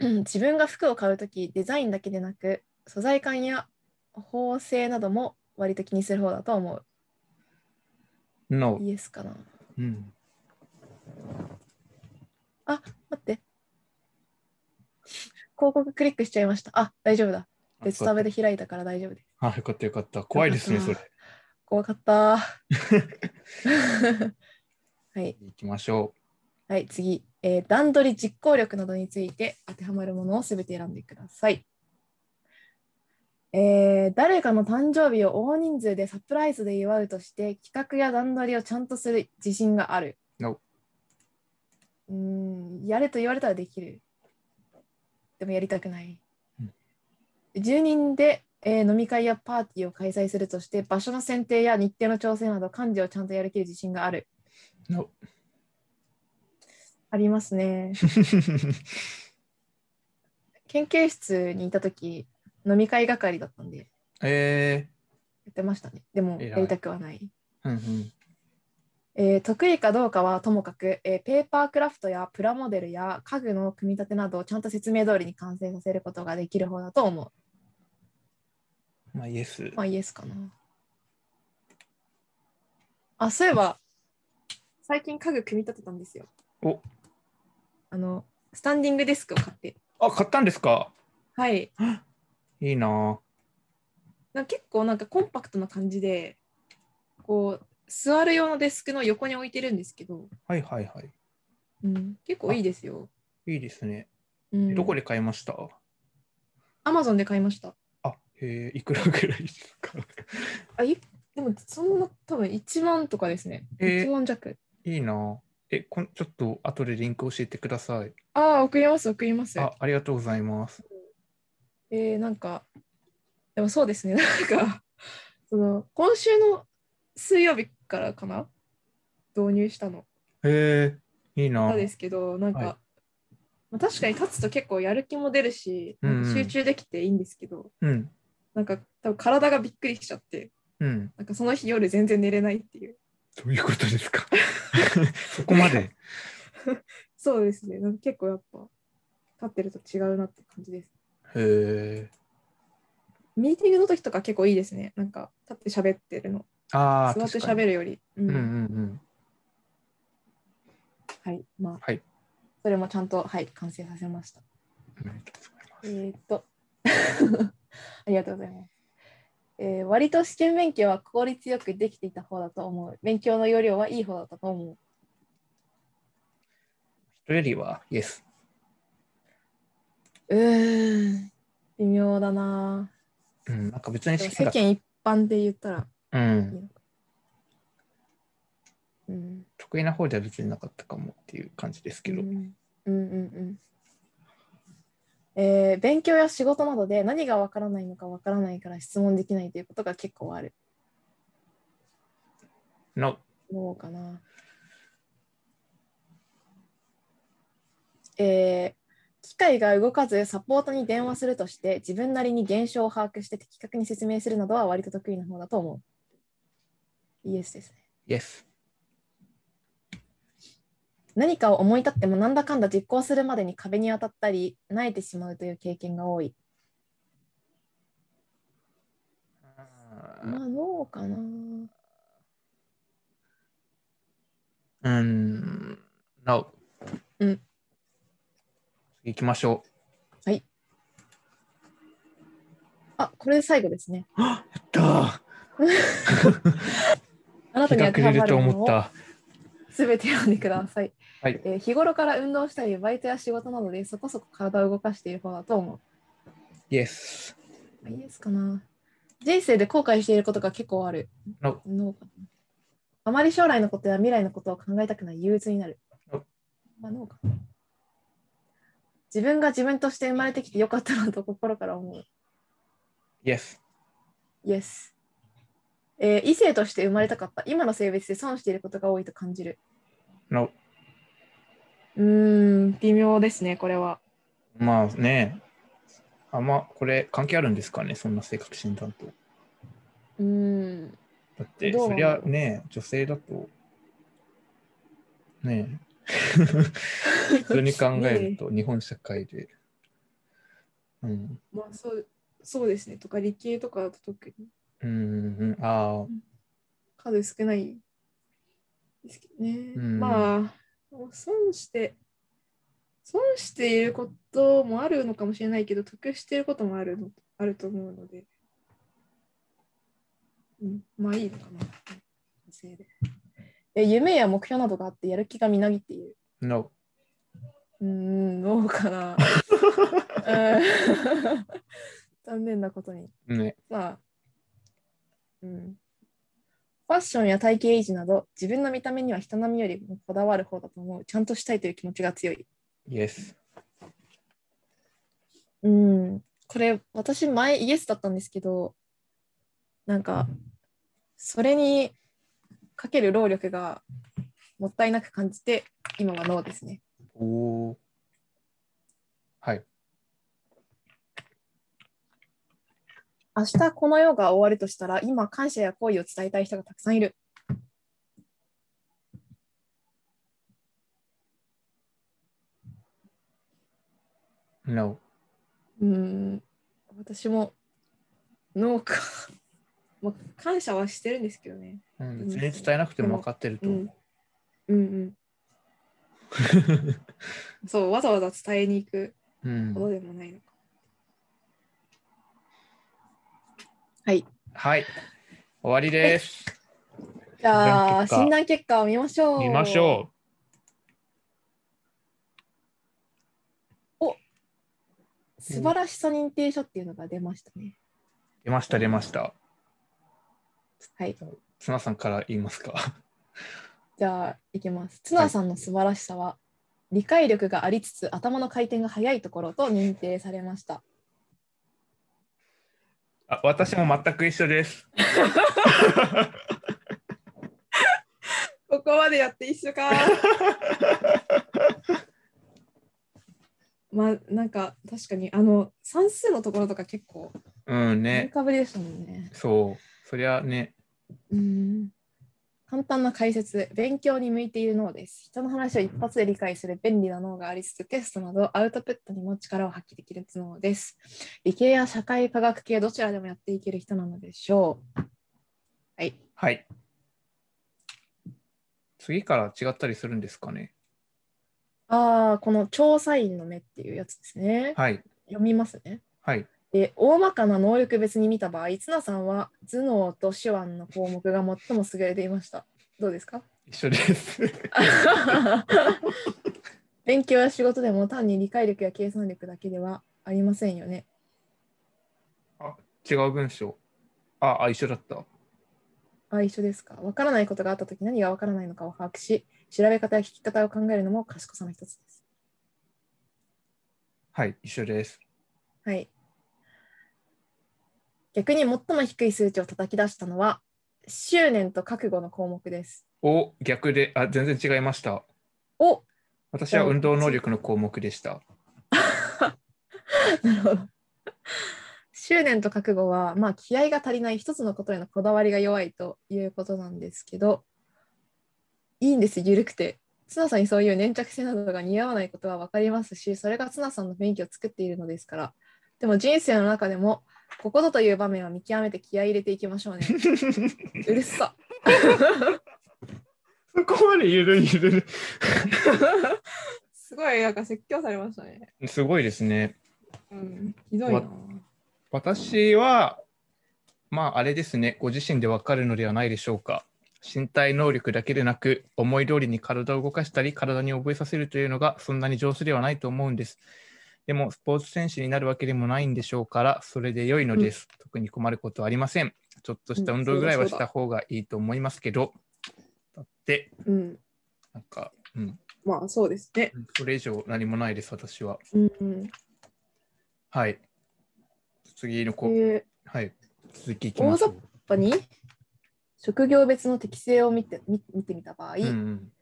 B: うん自分が服を買うとき、デザインだけでなく、素材感や縫製なども割と気にする方だと思う。
A: No。
B: イエスかな。
A: うん。
B: 待って。広告クリックしちゃいました。あ、大丈夫だ。別タブで開いたから大丈夫です。
A: あ、よかったよかった。怖いですね、
B: よか
A: そ
B: っ
A: れ。
B: 怖かった。はい、
A: 行きましょ
B: はい、次、えー段取り実行力などについて当てはまるものをすべて選んでください。えー誰かの誕生日を大人数でサプライズで祝うとして企画や段取りをちゃんとする自信がある。
A: No
B: うーんやれと言われたらできる。でもやりたくない。
A: うん
B: 住人で、えー飲み会やパーティーを開催するとして場所の選定や日程の調整など幹事をちゃんとやるきる自信がある。
A: う。No。
B: ありますね。研究室にいた時飲み会係だったんでや
A: え
B: ってましたねでも
A: 偉い
B: やりたくはない、
A: ー。うんうん。
B: えー得意かどうかはともかく、えーペーパークラフトやプラモデルや家具の組み立てなどをちゃんと説明通りに完成させることができる方だと思
A: まあ、イエス
B: う。まあイエスかなあそういえば
D: 最近家具組み立てたんですよ。
A: お
D: あの、スタンディングデスクを買って。
A: あ、買ったんですか
D: はい。
A: いいなぁ
D: なんか結構なんかコンパクトな感じで、こう、座る用のデスクの横に置いてるんですけど、
A: はいはいはい。
D: うん、結構いいですよ。
A: いいですね。
B: うん
A: どこで買いました
B: Amazon で買いました。
A: あ、へえ、いくらぐらいですか
B: あ、いでも、そんな、多分1万とかですね。
A: えー
B: 1万弱。
A: いいな。え、こんちょっと後でリンク教えてください。
B: ああ、送ります、送ります。
A: あ、ありがとうございます。
B: えー、なんか、でもそうですね、 なんか、その、今週の水曜日からかな導入したの。
A: へえ、いいな。
B: なんですけど、なんか、
A: はい
B: まあ、確かに立つと結構やる気も出るし、なん
A: う
B: か
A: んうん
B: 集中できていいんですけど、
A: うん、
B: なんか多分体がびっくりしちゃって、
A: うん。
B: なんかその日夜全然寝れないっていう。
A: どういうことですか そこまで。
B: そうですね、なんか結構やっぱ、立ってると違うなって感じです。
A: へえ。
B: ミーティングの時とか結構いいですね、なんか立って喋ってるの。
A: ああ、
B: 座って
A: 確かに
B: 喋るより。う
A: うんんうんうん。
B: はい、まあ、
A: はい
B: それもちゃんと、はい、完成させました。
A: ありがとうございます
B: えーっと、 ありがとうございます。えー割と試験勉強は効率よくできていた方だと思う。勉強の要領はいい方だったと思う。
A: 人よりは、イエス。
B: うーん、微妙だな
A: うん、なんか別に
B: ぁ。で
A: 試
B: も世
A: 験
B: 間一般で言ったら、
A: が、うん、
B: うん、
A: 得意な方では別になかったかもっていう感じですけど。
B: うんうんうんうんえー勉強や仕事などで何がわからないのかわからないから質問できないということが結構ある。
A: の、
B: どうかな。えー機械が動かずサポートに電話するとして自分なりに現象を把握して的確に説明するなどは割と得意な方だと思う。イエスですね。
A: イエス。
B: 何かを思い立ってもなんだかんだ実行するまでに壁に当たったり萎えてしまうという経験が多い。まあ、どうかな。
A: うん、なお。
B: うん。
A: 次行きましょ
B: あ、これで最後ですね。
A: う。だ
B: あなた
A: 日が暮
B: に当て
A: れ
B: は
A: る
B: ま
A: と
B: るも
A: 思
B: の
A: っ
B: を
A: た。
B: すべて読んでください、
A: はい
B: えー日頃から運動したり、バイトや仕事などでそこそこ体を動かしている方だと思
A: イエス。
B: う。まあいいですかな。人生で後悔していることが結構ある。
A: No
B: ノーかなあまり将来のことや未来のことを考えたくない憂鬱になる。
A: No
B: まあ、ノーかな自分が自分として生まれてきてよかったなと心から思う。
A: イエス。
B: イエス。えー異性として生まれたかった。今の性別で損していることが多いと感じる。
A: No
B: うーん、微妙ですね、これは。
A: まあね。あんまこれ関係あるんですかね、そんな性格診断と。
B: うーん。
A: だって、
B: ど
A: そ
B: うなん
A: り
B: だ
A: ゃ
B: ろう
A: ね、女性だと、ねえ、 普通に考えると、日本社会で、うん、
B: まあそうそうですねとか理系とかだと特に
A: うん、うんああ、
B: 数少ないですけどね、
A: うん
B: まあ損して損していることもあるのかもしれないけど得していることもあるのあると思うので、うん、まあいいのかなせいでえ夢や目標などがあってやる気がみなぎっている
A: no、
B: うーん どうか なうん残念なことに
A: ね、
B: まあ、うん。ファッションや体型維持など、自分の見た目には人並みよりもこだわる方だと思う。ちゃんとしたいという気持ちが強い。
A: イエス、
B: うん。これ、私、前イエスだったんですけど、なんか、それにかける労力がもったいなく感じて、今はノーですね。
A: おお、はい、
B: 明日この世が終わるとしたら、今、感謝や好意を伝えたい人がたくさんいる。
A: no、
B: うーん、私も農家、 まあ、感謝はしてるんですけどね。
A: うん、別に伝えなくても分かってると思う。
B: うんうん。そう、わざわざ伝えに行く
A: うん
B: ほどでもないのか。はい。
A: はい、終わりです。
B: じゃあ、
A: 診
B: 診断結果を見ましょう。
A: 見ましょう。
B: 素晴らしさ認定書っていうのが出ましたね。
A: 出ました、出ました。
B: はい。
A: 綱さんから言いますか。
B: じゃあ、いきます。綱さんの素晴らしさは、理解力がありつつ、頭の回転が速いところと認定されました。
A: あ私も全く一緒です。
D: ここまでやって一緒 か。まあなんか確かにあの算数のところとか結構
A: うん
B: ね、
A: ね、
B: かぶりでしたもんね。
A: そう、そりゃね、
B: うん。簡単な解説、勉強に向いている脳です。人の話を一発で理解する便利な脳がありつつ、テストなどアウトプットにも力を発揮できる脳です。理系や社会科学系、どちらでもやっていける人なのでしょう。はい。
A: はい。次から違ったりするんですかね。
B: ああ、この調査員の目っていうやつですね。
A: はい、
B: 読みますね。
A: はい。
B: で大まかな能力別に見た場合、綱さんは頭脳と手腕の項目が最も優れていました。どうですか
A: 一緒です。
B: 勉強や仕事でも単に理解力や計算力だけではありませんよね。
A: 違う文章。あ、あ、一緒だった。
B: あ、一緒ですか。わからないことがあったとき何がわからないのかを把握し、調べ方や聞き方を考えるのも賢さの一つです。
A: はい、一緒です。
B: はい。逆に最も低い数値を叩き出したのは、執念と覚悟の項目です。
A: お、逆で、あ、全然違いました。
B: お
A: 私は運動能力の項目で した。
B: なるほど。執念と覚悟は、まあ、気合が足りない一つのことへのこだわりが弱いということなんですけど、いいんです、緩くて。綱さんにそういう粘着性などが似合わないことは分かりますし、それが綱さんの雰囲気を作っているのですから。でも人生の中でも、ここぞという場面は見極めて気合い入れていきましょうね。うるさ。
A: そこまでゆるゆる。
D: すごいなんか説教されましたね。
A: すごいですね。
D: うん、ひどいな。
A: 私は、まああれですね、ご自身でわかるのではないでしょうか。身体能力だけでなく、思い通りに体を動かしたり、体に覚えさせるというのがそんなに上手ではないと思うんです。でも、スポーツ選手になるわけでもないんでしょうから、それで良いのです。特に困ることはありません。ちょっとした運動ぐらいはした方がいいと思いますけど、だって、
D: うん、
A: なんか、うん、
D: まあそうですね。
A: それ以上何もないです、私は。
B: うんうん
A: はい。次の子、
B: で
A: はい。続きいきます。
B: 大雑やっぱに職業別の適性を見て見見てみた場合、
A: うんうん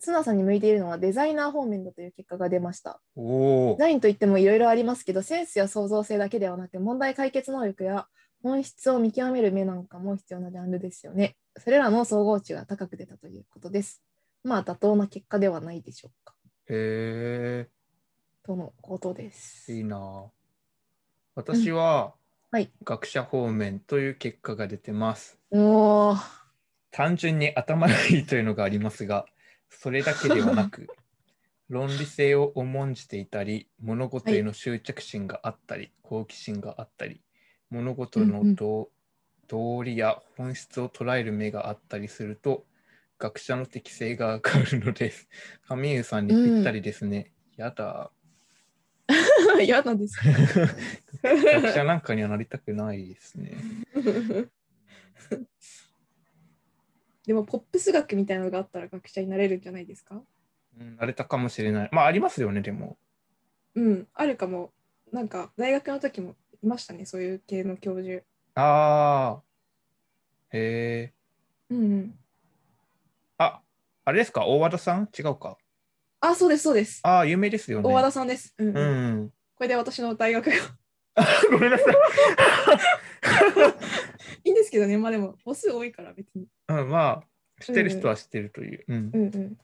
B: 綱さんに向いているのはデザイナー方面だという結果が出ました。
A: おお
B: デ。ザインといってもいろいろありますけど、センスや創造性だけではなく、問題解決能力や本質を見極める目なんかも必要なジャンルですよね。それらの総合値が高く出たということです。まあ、妥当な結果ではないでしょうか。
A: へ
B: とのことです
A: え、。いいなあ私は、
B: はい
A: 学者方面という結果が出てます。
B: おー
A: 単純に頭がいいというのがありますが、それだけではな く、論理性を重んじていたり、物事への執着心があったり、好奇心があったり、物事
B: うんう
A: の
B: ん
A: 道,、道理や本質を捉える目があったりすると、学者の適性が上がるのです。カミーユさんにぴったりですね。やだ。
D: 嫌なんです。
A: 学者なんかにはなりたくないですね。
D: でもポップス学みたいなのがあったら学者になれるんじゃないですか
A: うん、なれたかもしれない。まあありますよね、でも。
D: うん、あるかも。なんか大学の時もいましたね、そういう系の教授。
A: ああ。へ
D: う
A: え。
D: ん、うん。
A: あ、あれですか大和田さん違うか。
D: あ、そうです、そうです。
A: ああ、有名ですよね。
D: 大和田さんです。うん、
A: う
D: これ
A: ん。
D: で私の大学が。
A: ごめんなさい。
D: いいんですけどね、まあでも母数多いから別に。
A: うん、まあ、知ってる人は知ってるという、うん
D: うんうん。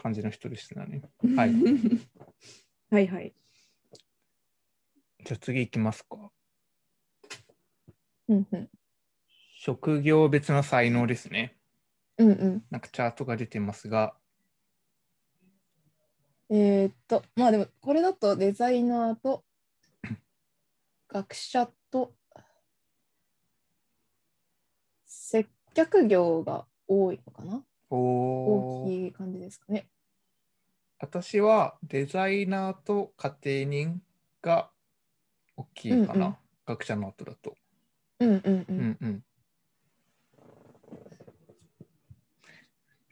A: 感じの人ですね。はい。
D: はいはい。
A: じゃあ次行きますか。
B: うんうん
A: 職業別の才能ですね。
B: うんうん
A: なんかチャートが出てますが、
B: えーっと、まあでも、これだとデザイナーと学者と接客業が多いのかな
A: お
B: 大
A: ー
B: きい感じですかね。
A: 私はデザイナーと家庭人が大きいか
D: うんう、
A: なん学者の後だと。
D: うんうんう。
A: うんんうん。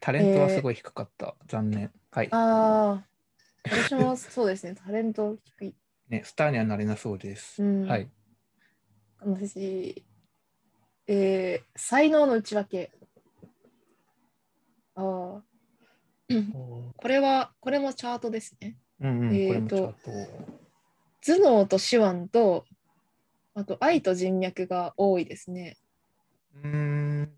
A: タレントはすごい低かった。残念。はい。
B: ああ、私もそうですね、タレント低い。
A: ね、スターにはなれなそうです。
B: うん
A: はい。
B: 私、えー、才能の内訳。ああ、これは、これもチャートですね。
A: うんうん、こ
B: え
A: れ
B: ー
A: もち
B: と
A: ょっと。
B: 頭脳と手腕と、あと愛と人脈が多いですね。
A: うーん。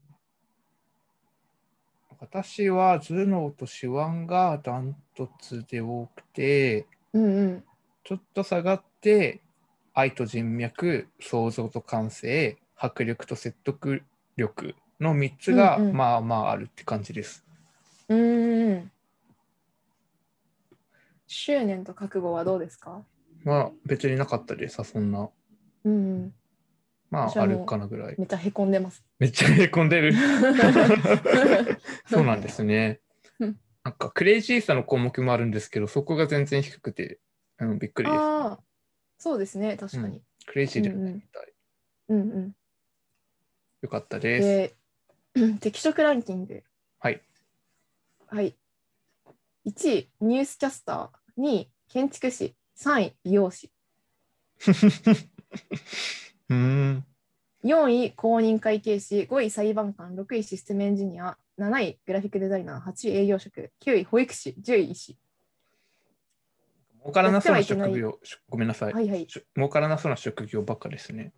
A: 私は頭脳と手腕がダントツで多くて、
B: うんうん。
A: ちょっと下がって、愛と人脈、想像と感性、迫力と説得力の3つが、
B: うんうん
A: まあまああるって感じです。
B: うーん。執念と覚悟はどうですか
A: まあ別になかったでさ、そんな。
B: うんうん。
A: ま
B: 私
A: あ
B: は
A: あ
B: もう
A: るかなぐらい。
B: めっちゃへこんで ます。
A: めっちゃへこんで る。そうなんですね
B: うん。
A: なんかクレイジーさの項目もあるんですけど、そこが全然低くて、うん、びっくりです。
B: ああ、そうですね、確かに。
A: クレイジーでもないみたい。
B: うんうん。
A: よかったです。
B: で、うん適職ランキング。
A: はい。
B: はい。1位、ニュースキャスター。2位、建築士。3位、美容師。
A: うーん。
B: 4位、公認会計士。5位、裁判官。6位、システムエンジニア。7位、グラフィックデザイナー。8位、営業職。9位、保育士。10位、医師。
A: 儲からなそうな
B: やってはいけない
A: 職業、しごめんなさい,、
B: はいはい。
A: し儲からなそうな職業ばっかですね。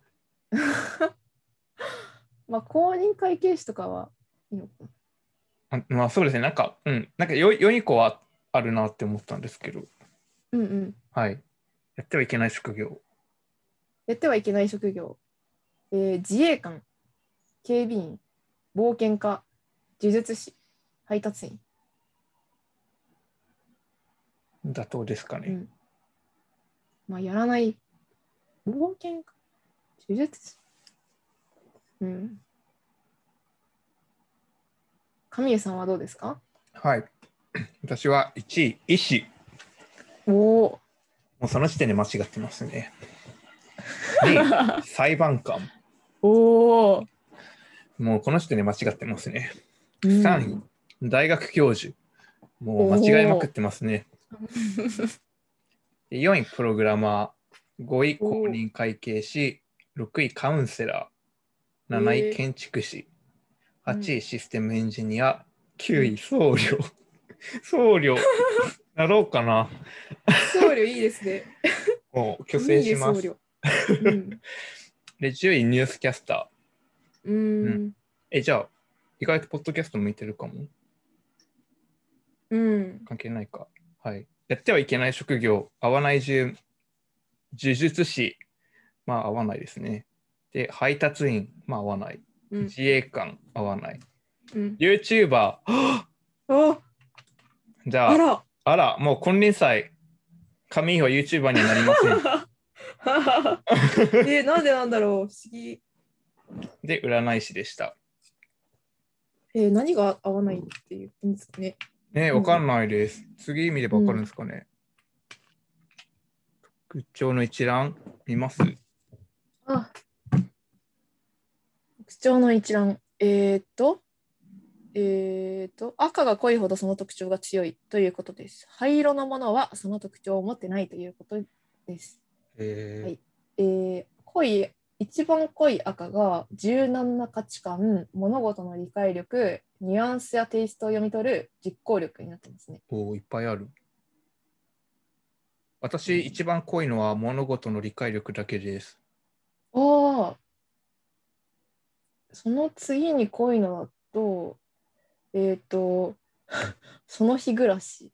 B: まあ、公認会計士とかはいいのかな
A: あまあそうですね。なんか、うん。なんかよ良い子はあるなって思ったんですけど、
B: うんうん。
A: はい。やってはいけない職業。
B: やってはいけない職業、えー自衛官、警備員、冒険家、呪術師、配達員。
A: 妥当ですかね。
B: うんまあ、やらない。冒険家、呪術師。うん。神江さんはどうですか
A: はい。 私は1位、医師。
B: おお
A: もうその時点で間違ってますね。2位、裁判官。
B: おお、
A: もうこの時点で間違ってますね。
B: うん
A: 3位、大学教授。もう間違いまくってますね。で4位、プログラマー。5位、公認会計士。6位、カウンセラー。
B: へ
A: 7
B: え
A: 位、建築士。
B: うん
A: 8位、システムエンジニア。9位、僧侶。 僧侶。なろうかな。
D: 僧侶いいですね。
A: もう、虚勢しま
D: いい
A: す。
D: ね僧侶うん
A: で、10位、ニュースキャスタ
D: うーん。
A: ー。え、じゃあ、意外とポッドキャスト向いてるかも。
D: うん。
A: 関係ないか。はい。やってはいけない職業、合わない順、呪術師、まあ合わないですね。で、配達員、まあ合わない。
D: うん
A: 自衛官、合わない。
D: うん。
A: YouTuber、は あ
D: あ、
A: じゃあ、
D: あ
A: あら、
D: ら。
A: もう金輪際、神井は YouTuber にはなりません。
D: え、なんでなんだろう。不思議。
A: で、占い師でした。
D: えー何が合わないっていうんですかね。
A: ね、
D: うん
A: わかんないです。次見ればわかるんですかね。特徴の一覧、見ます
B: 特徴の一覧。えーっと、えーっと、赤が濃いほどその特徴が強いということです。灰色のものはその特徴を持ってないということです。
A: えー
B: はいえー濃い、一番濃い赤が柔軟な価値観、物事の理解力、ニュアンスやテイストを読み取る実行力になってますね。
A: おお、いっぱいある。私、一番濃いのは物事の理解力だけです。
B: ああ。その次に濃いのだと、えっ、と、 その日暮らし。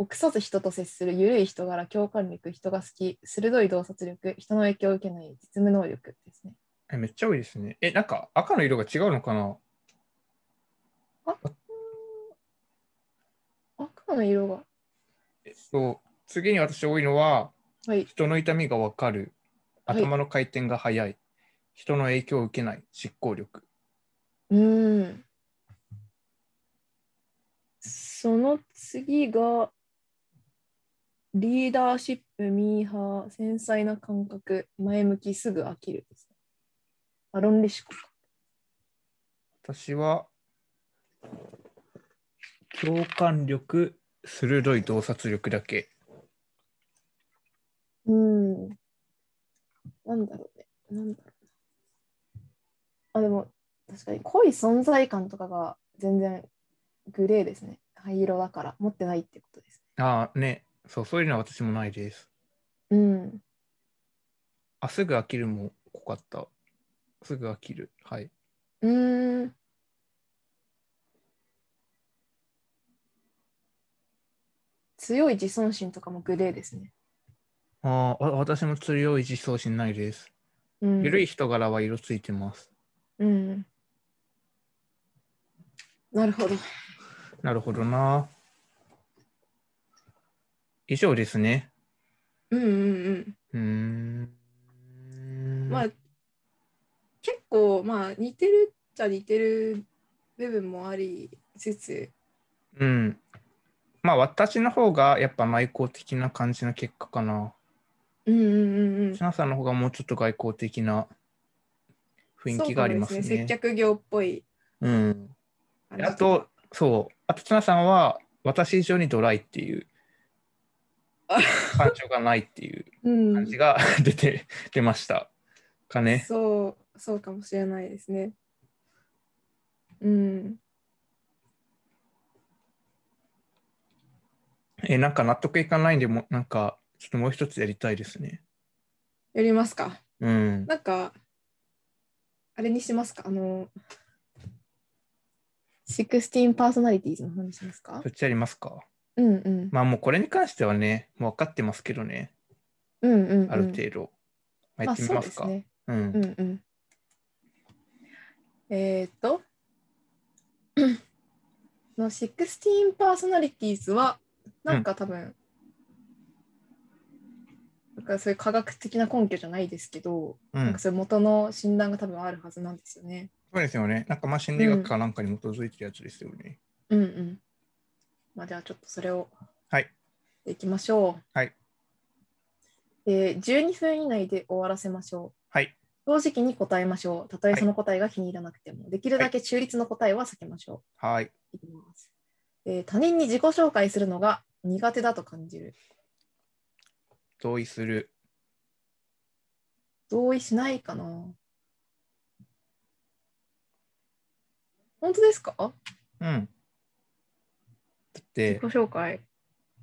B: 臆さず人と接する緩い人柄、共感力、人が好き、鋭い洞察力、人の影響を受けない実務能力ですね。
A: え、めっちゃ多いですね。え、なんか赤の色が違うのかな
B: 赤の色が。
A: えっと、次に私多いのは、
B: はい。
A: 人の痛みがわかる、
B: はい
A: 頭の回転が速い、人の影響を受けない、執行力。
B: うーん。その次が、リーダーシップ、ミーハー、繊細な感覚、前向き、すぐ飽きるですね。あ、論理思考か。
A: 私は、共感力、鋭い洞察力だけ。
B: うん。なんだろうね。なんだろうな。あ、でも、確かに濃い存在感とかが全然グレーですね。灰色だから、持ってないってことです。
A: ああ、ね、そう、そういうのは私もないです。
B: うん。
A: あ、すぐ飽きるも濃かった。すぐ飽きる。はい。
B: うーん。強い自尊心とかもグレーですね。
A: ああ、わ私も強い自尊心ないです。
B: うん、
A: 緩い人柄は色ついてます。
B: うん。なるほど。
A: なるほどな。以上ですね。
D: うんうん
A: うーん。
D: うん。まあ、結構、まあ、似てるっちゃ似てる部分もありつつ、
A: うん。まあ、私の方がやっぱ内向的な感じの結果かな。
D: うんうんうんうん。
A: シナさんの方がもうちょっと外交的な雰囲気がありますね。
D: そうかもです接客業っぽい
A: うん。
D: 感じ。
A: あと、そう。あと、チナさんは私以上にドライっていう
D: あ
A: 感情がないっていう
D: うん、
A: 感じが 出て、出ました。かね。
D: そう、そうかもしれないですね。うん。
A: え、なんか納得いかないんで、もうなんか、ちょっともう一つやりたいですね。
D: やりますか。
A: うん。
D: なんか、あれにしますか。あの、
B: 16パーソナリティーズの話しますか
A: そっちやりますか。
B: うんうん。
A: まあ、もうこれに関してはね、もう分かってますけどね、
B: うんうん、うん。
A: ある程度。まあやっ
B: まあ
A: てみ
B: そう
A: ま
B: ですす
A: か。
B: ね。
A: うん
B: うんうん。えーっと、 の16パーソナリティーズは、なんか多分、なんかそういう科学的な根拠じゃないですけど、
A: う
B: なん
A: ん
B: か。そういう元の診断が多分あるはずなんですよね。
A: そうですよね。なんかまあ心理学かなんかに基づいてるやつですよね。
B: うんうん。まあ、じゃあちょっとそれを、
A: はい。
B: いきましょう。
A: はい。
B: えー、12分以内で終わらせましょ
A: はい。
B: う。正直に答えましょう。たとえその答えが気に入らなくても、できるだけ中立の答えは避けましょ
A: はい。
B: う。いきます。えー他人に自己紹介するのが苦手だと感じる。
A: 同意する。
B: 同意しないかな。本当ですか
A: うん。だっ
B: 自
A: て
B: 己、紹介。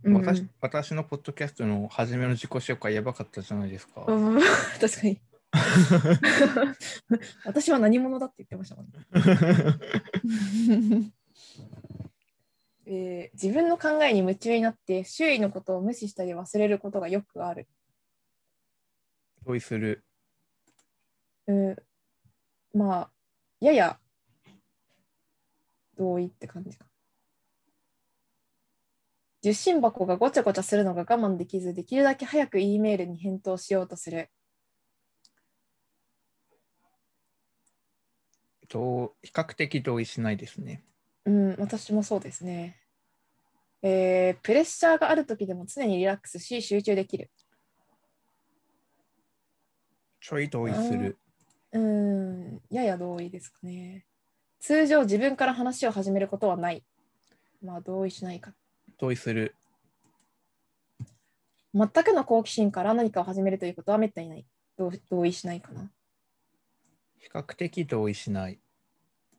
B: うん
A: 私私のポッドキャストの初めの自己紹介やばかったじゃないですか。
B: うん 確かに。私は何者だって言ってましたもんね。えー自分の考えに夢中になって周囲のことを無視したり忘れることがよくある。
A: 同意する。
B: うん、まあやや同意って感じか。受信箱がごちゃごちゃするのが我慢できずできるだけ早く E メールに返答しようとする。
A: 同比較的同意しないですね。
B: うん、私もそうですね。えープレッシャーがある時でも常にリラックスし、集中できる。
A: ちょい同意する。
B: うん、やや同意ですかね。通常、自分から話を始めることはない。まあ、同意しないか。
A: 同意する。
B: 全くの好奇心から何かを始めるということはめったにない。同同意しないかな。
A: 比較的同意しない。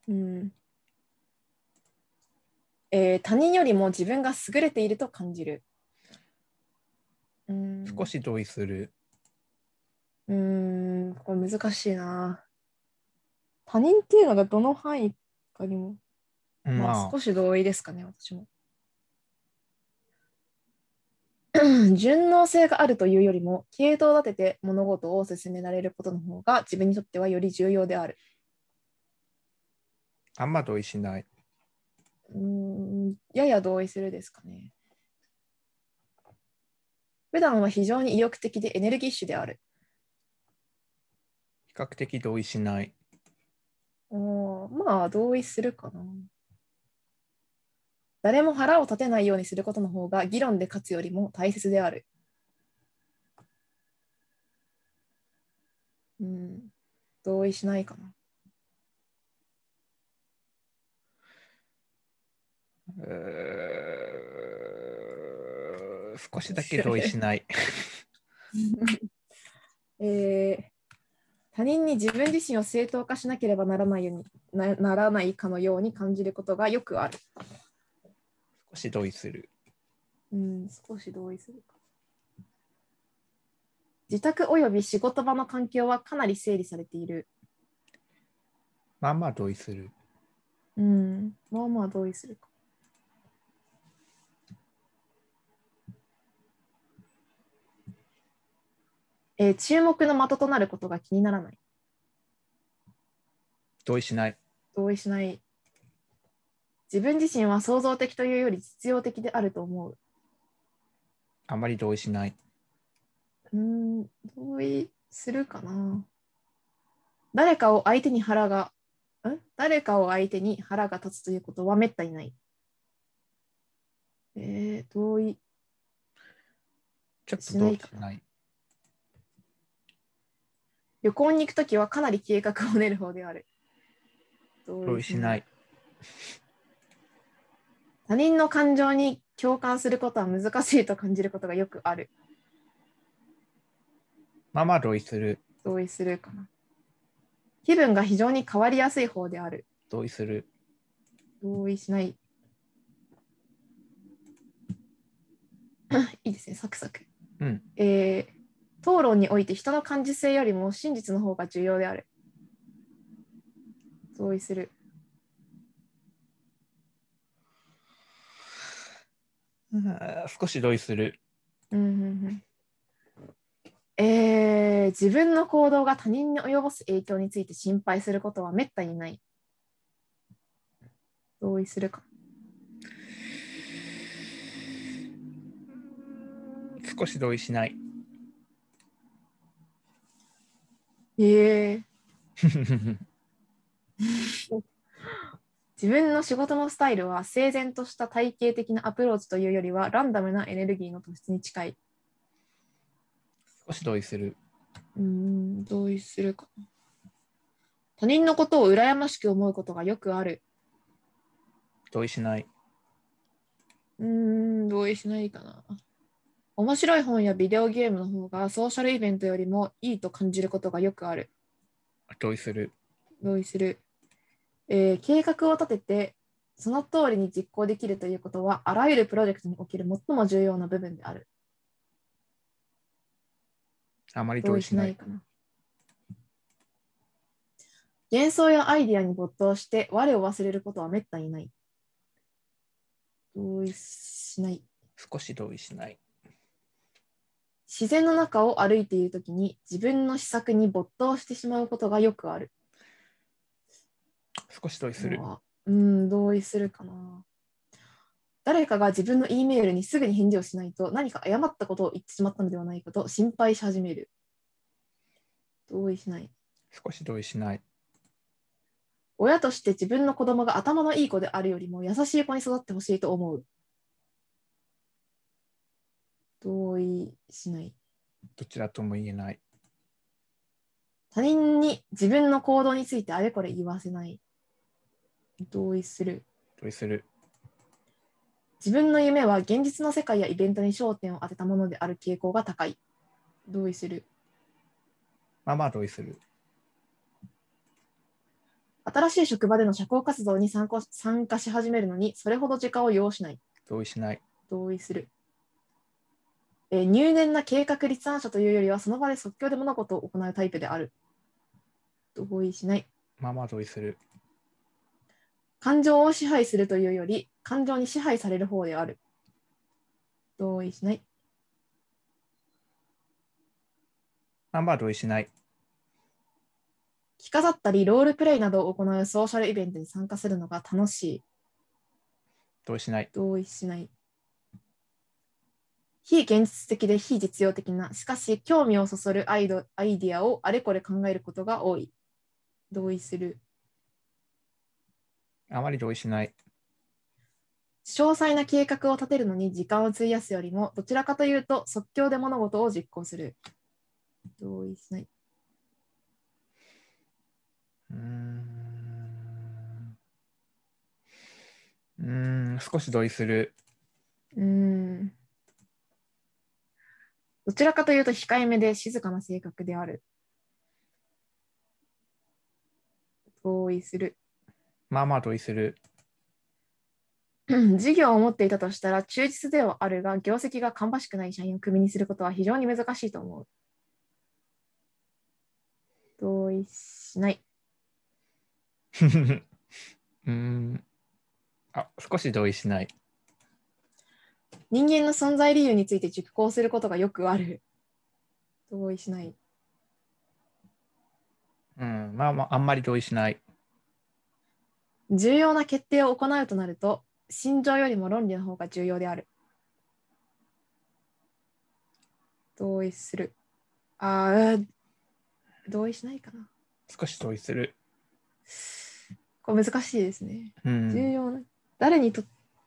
B: うん。えー他人よりも自分が優れていると感じる。うん、
A: 少し同意する。
B: うーん、これ難しいな。他人っていうのがどの範囲かにも、ま
A: ま
B: あ、
A: あ
B: 少、し同意ですかね、私も。 順応性があるというよりも、系統を立てて物事を進められることの方が自分にとってはより重要である。
A: あんま同意しない。
B: うーん、やや同意するですかね。普段は非常に意欲的でエネルギッシュである。
A: 比較的同意しない。
B: おーまあ同意するかな。誰も腹を立てないようにすることの方が議論で勝つよりも大切である。うん、同意しないかな。
A: うー少しだけ同意しない。
B: えー他人に自分自身を正当化しなければならないようになならないかのように感じることがよくある。
A: 少し同意する。
B: うん、少し同意するか。自宅および仕事場の環境はかなり整理されている。
A: まあまあ同意する。
B: うん、まあまあ同意するか。えー注目の的となることが気にならない。
A: 同意しない。
B: 同意しない。自分自身は創造的というより実用的であると思う。
A: あまり同意しない。
B: うーん、同意するかな。誰かを相手に腹が、ん誰かを相手に腹が立つということはめったにない。えー、同意。
A: ちょっと同意しない。
B: 旅行に行くときはかなり計画を練る方である。同。
A: 同意しないい。
B: 他人の感情に共感することは難しいと感じることがよくある。
A: まあまあ同意する。
B: 同意するかな。気分が非常に変わりやすい方である。
A: 同意する。
B: 同意しない。 いいですね、サクサク。
A: うん。
B: えー討論において人の感受性よりも真実の方が重要である。同意する。
A: あー少し同意する。
B: うんうんうんえー自分の行動が他人に及ぼす影響について心配することはめったにない。同意するか。
A: 少し同意しない。
B: えー自分の仕事のスタイルは整然とした体系的なアプローチというよりはランダムなエネルギーの突出に近い。
A: 少し同意する。
B: うーん、同意するかな。他人のことを羨ましく思うことがよくある。
A: 同意しない。
B: うーん、同意しないかな。面白い本やビデオゲームの方がソーシャルイベントよりもいいと感じることがよくある。
A: 同意する。
B: 同意する。えー計画を立てて、その通りに実行できるということは、あらゆるプロジェクトにおける最も重要な部分である。
A: あまり
B: 同
A: 同
B: 意
A: 意
B: し
A: し
B: な
A: ないい。
B: かな。幻想やアイディアに没頭して我を忘れることはめったにない。同意しない。
A: 少し同意しない。
B: 自然の中を歩いているときに自分の施策に没頭してしまうことがよくある。
A: 少し同意する。
B: まあうん、同意するかな。誰かが自分の E メールにすぐに返事をしないと何か誤ったことを言ってしまったのではないかと心配し始める。同意しない。
A: 少し同意しない。
B: 親として自分の子供が頭のいい子であるよりも優しい子に育ってほしいと思う。同意しない。
A: どちらとも言えない。
B: 他人に自分の行動についてあれこれ言わせない。同意する。
A: 同意する。
B: 自分の夢は現実の世界やイベントに焦点を当てたものである傾向が高い。同意する。
A: まあまあ同意する。
B: 新しい職場での社交活動に参加参加し始めるのにそれほど時間を要しない。
A: 同意しない。
B: 同意する。えー入念な計画立案者というよりは、その場で即興で物事を行うタイプである。同意しない。
A: まあまあ同意する。
B: 感情を支配するというより、感情に支配される方である。同意しない。
A: まあまあ同意しない。
B: 着飾ったり、ロールプレイなどを行うソーシャルイベントに参加するのが楽しい。
A: 同意しない。
B: 同意しない。非現実的で非実用的な、しかし興味をそそるアイドアイディアをあれこれ考えることが多い。同意する。
A: あまり同意しない。
B: 詳細な計画を立てるのに時間を費やすよりも、どちらかというと即興で物事を実行する。同意しない。
A: うーん。うーん、少し同意する。
B: うーん。どちらかというと控えめで静かな性格である。同意する。
A: まあまあ同意する。
B: うん事業を持っていたとしたら忠実ではあるが業績が芳しくない社員をクビにすることは非常に難しいと思う。同意しない。
A: うーん。あ、少し同意しない。
B: 人間の存在理由について熟考することがよくある。同意しない。
A: うん、まあまあ、あんまり同意しない。
B: 重要な決定を行うとなると心情よりも論理の方が重要である。同意する。あーうん同意しないかな。
A: 少し同意する。
B: これ難しいですね。
A: う
B: 重
A: ん。
B: 要な誰にと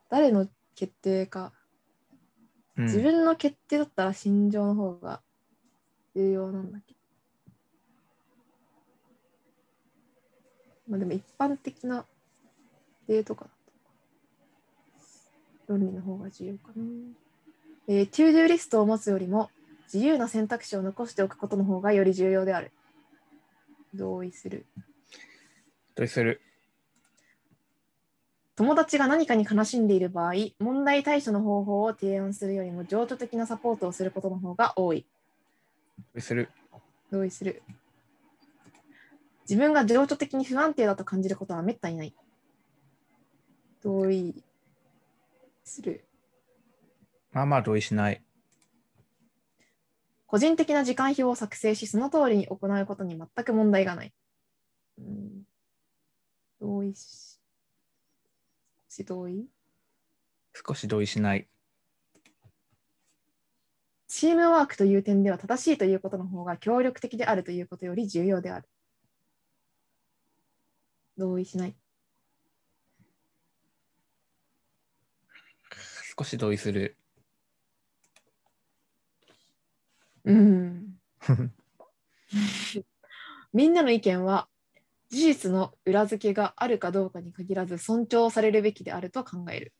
B: 誰の決定か
A: うん
B: 自分の決定だったら心情の方が重要なんだけど、まあでも一般的な例とかだと論理の方が重要かな、えー、トゥードゥーリストを持つよりも自由な選択肢を残しておくことの方がより重要である同意する
A: 同意する。
B: 友達が何かに悲しんでいる場合、問題対処の方法を提案するよりも情緒的なサポートをすることの方が多い。
A: 同意する。
B: 同意する。自分が情緒的に不安定だと感じることはめったにない。同意する。
A: まあまあ同意しない。
B: 個人的な時間表を作成し、その通りに行うことに全く問題がない。うん、同意し、し同意
A: 少し同意しない。
B: チームワークという点では正しいということの方が協力的であるということより重要である。同意しない。
A: 少し同意する。
B: うん。みんなの意見は事実の裏付けがあるかどうかに限らず尊重されるべきであると考える。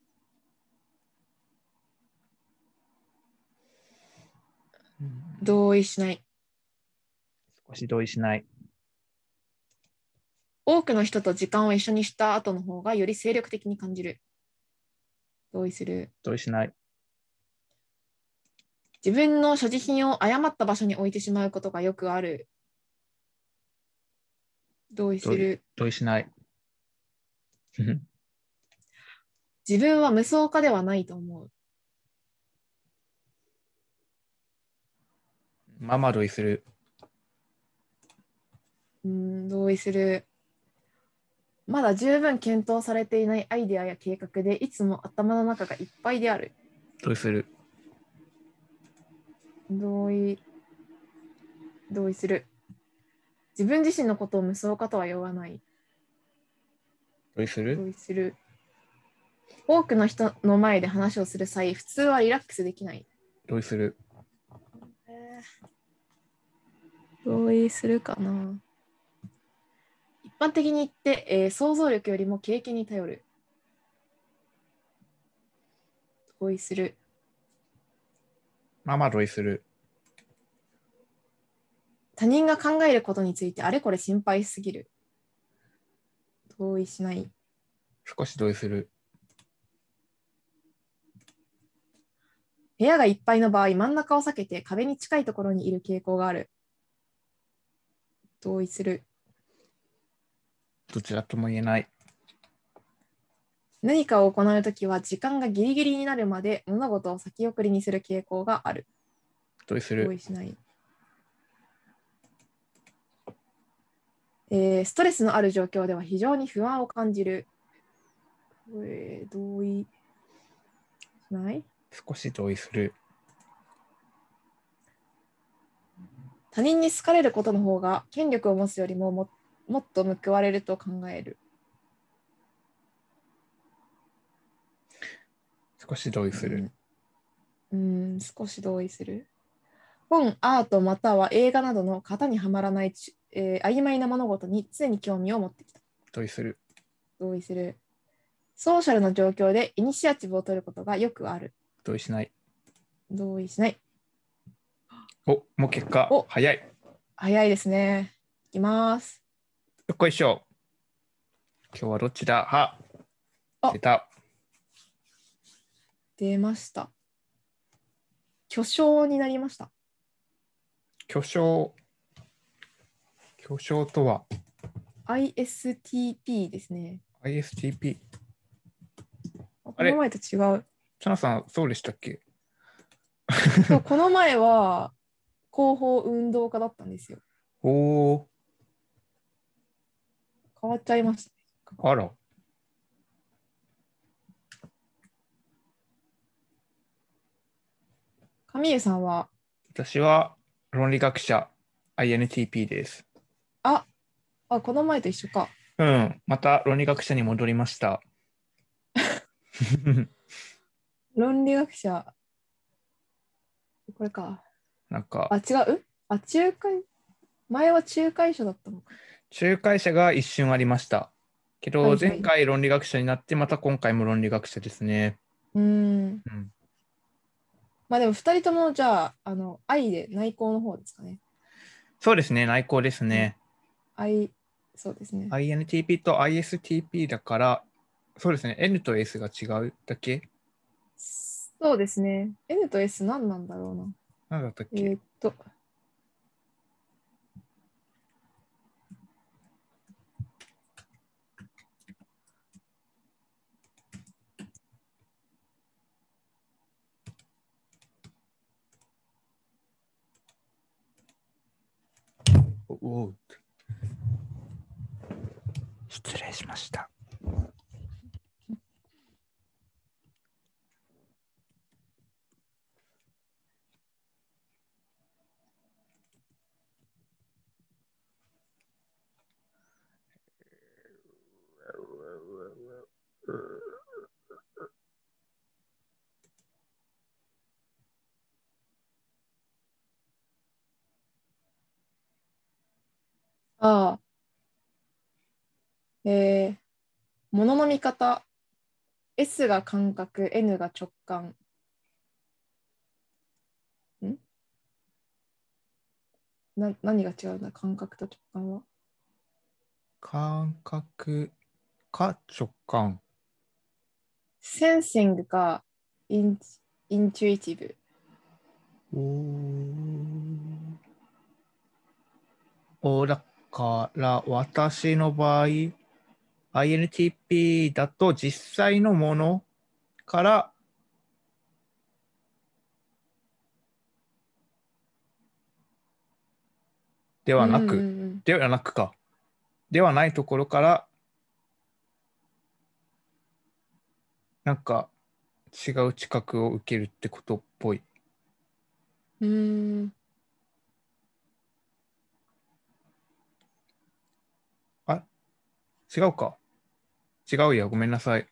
B: 同意しない。
A: 少し同意しない。
B: 多くの人と時間を一緒にした後の方がより精力的に感じる。同意する。
A: 同意しない。
B: 自分の所持品を誤った場所に置いてしまうことがよくある。同意する。
A: 同意しない。
B: 自分は無双家ではないと思う。
A: まあまあ同意する。
B: うーん、同意する。まだ十分検討されていないアイデアや計画でいつも頭の中がいっぱいである。
A: 同意する。
B: 同意。同意する。自分自身のことを無双家とは言わない。
A: 同意する。
B: 同意する。多くの人の前で話をする際、普通はリラックスできない。
A: 同意する。
B: 同意するかな一般的に言って、えー想像力よりも経験に頼る同意する
A: まあまあ同意する。
B: 他人が考えることについてあれこれ心配しすぎる同意しない
A: 少し同意する。
B: 部屋がいっぱいの場合真ん中を避けて壁に近いところにいる傾向がある同意する
A: どちらとも言えない。
B: 何かを行うときは時間がギリギリになるまで物事を先送りにする傾向がある
A: 同意す
B: 同
A: る。
B: 意しない。えーストレスのある状況では非常に不安を感じる。えー同意しない
A: 少し同意する。
B: 他人に好かれることの方が権力を持つよりもももっと報われると考える。
A: 少し同意する。
B: うん、少し同意する。本、アートまたは映画などの型にはまらないち、えー曖昧な物事に常に興味を持ってきた。
A: 同意する。
B: 同意する。ソーシャルな状況でイニシアチブを取ることがよくある。
A: 同意しない。
B: 同意しない。
A: おもう結果
B: お、
A: 早い。
B: 早いですね。いきます。
A: よっこいしょ。今日はどっちだは
B: あ
A: 出た。
B: 出ました。巨匠になりました。
A: 巨匠。巨匠とは
B: ISTP ですね。
A: ISTP。
B: あこ
A: あれ
B: の前と違う。
A: チャナさん、そうでしたっけ
B: そうこの前は広報運動家だったんですよ。
A: おお
B: 変わっちゃいました。
A: ー、あら。
B: 神湯さんは、
A: 私は論理学者 INTP です。
B: あ、この前と一緒か。
A: うん、また論理学者に戻りま した。
B: 論理学者。これか。
A: なんか
B: あ、違う。あ、仲介。前は仲介者だったのか。
A: 仲介者が一瞬ありました。け
B: はい
A: ど
B: はい
A: 前回論理学者になってまた今回も論理学者ですね。
B: うーん。
A: うん、
B: まあでも二人ともじゃあ、あの、愛で内向の方ですかね。
A: そうですね、内向ですね。
B: 愛、そうですね。
A: INTP と ISTP だから、そうですね、N と S が違うだけ
B: そうですね。N と S 何なんだろうな。
A: なんだったっ
B: え
A: け、
B: ーっと。
A: おおう失礼しました。
B: ああ。えー、物の見方。S が感覚、N が直感。んな何が違うんだ感覚と直感は。
A: 感覚か直感。
B: センシングかインインチュイティブ。
A: おおだから私の場合 INTP だと実際のものからではなく、
B: うんうんうん
A: ではなくかではないところからなんか違う知覚を受けるってことっぽい。
B: うーん。
A: 違うか違うやごめんなさい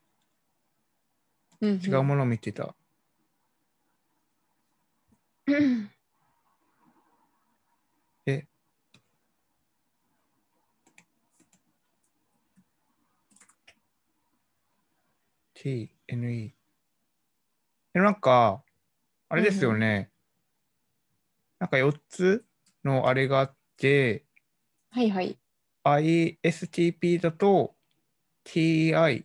B: うんん
A: 違うものを見てた、ええ TNE えなんかあれですよね、なんか4つのあれがあって
B: はいはい。
A: ISTP だと TISENIFE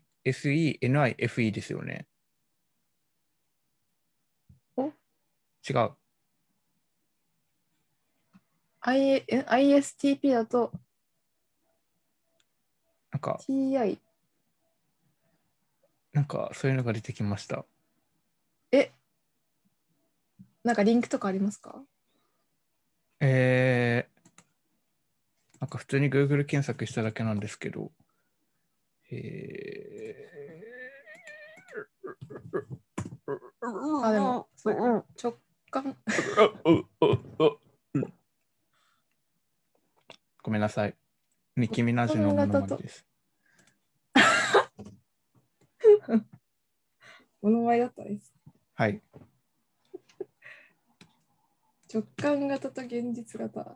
A: ですよね。
B: お
A: 違う。
B: I- え ISTP だと
A: なんか、
B: TI。
A: なんかそういうのが出てきました。
B: なんかリンクとかありますか
A: えー、なんか普通に Google 検索しただけなんですけど、え
B: あ、でも、そう直感。
A: ー、ごめんなさい。ニキ・ミナージュのものまねです。
D: お名前だったんです。
A: はい。
D: 直感型と現実型。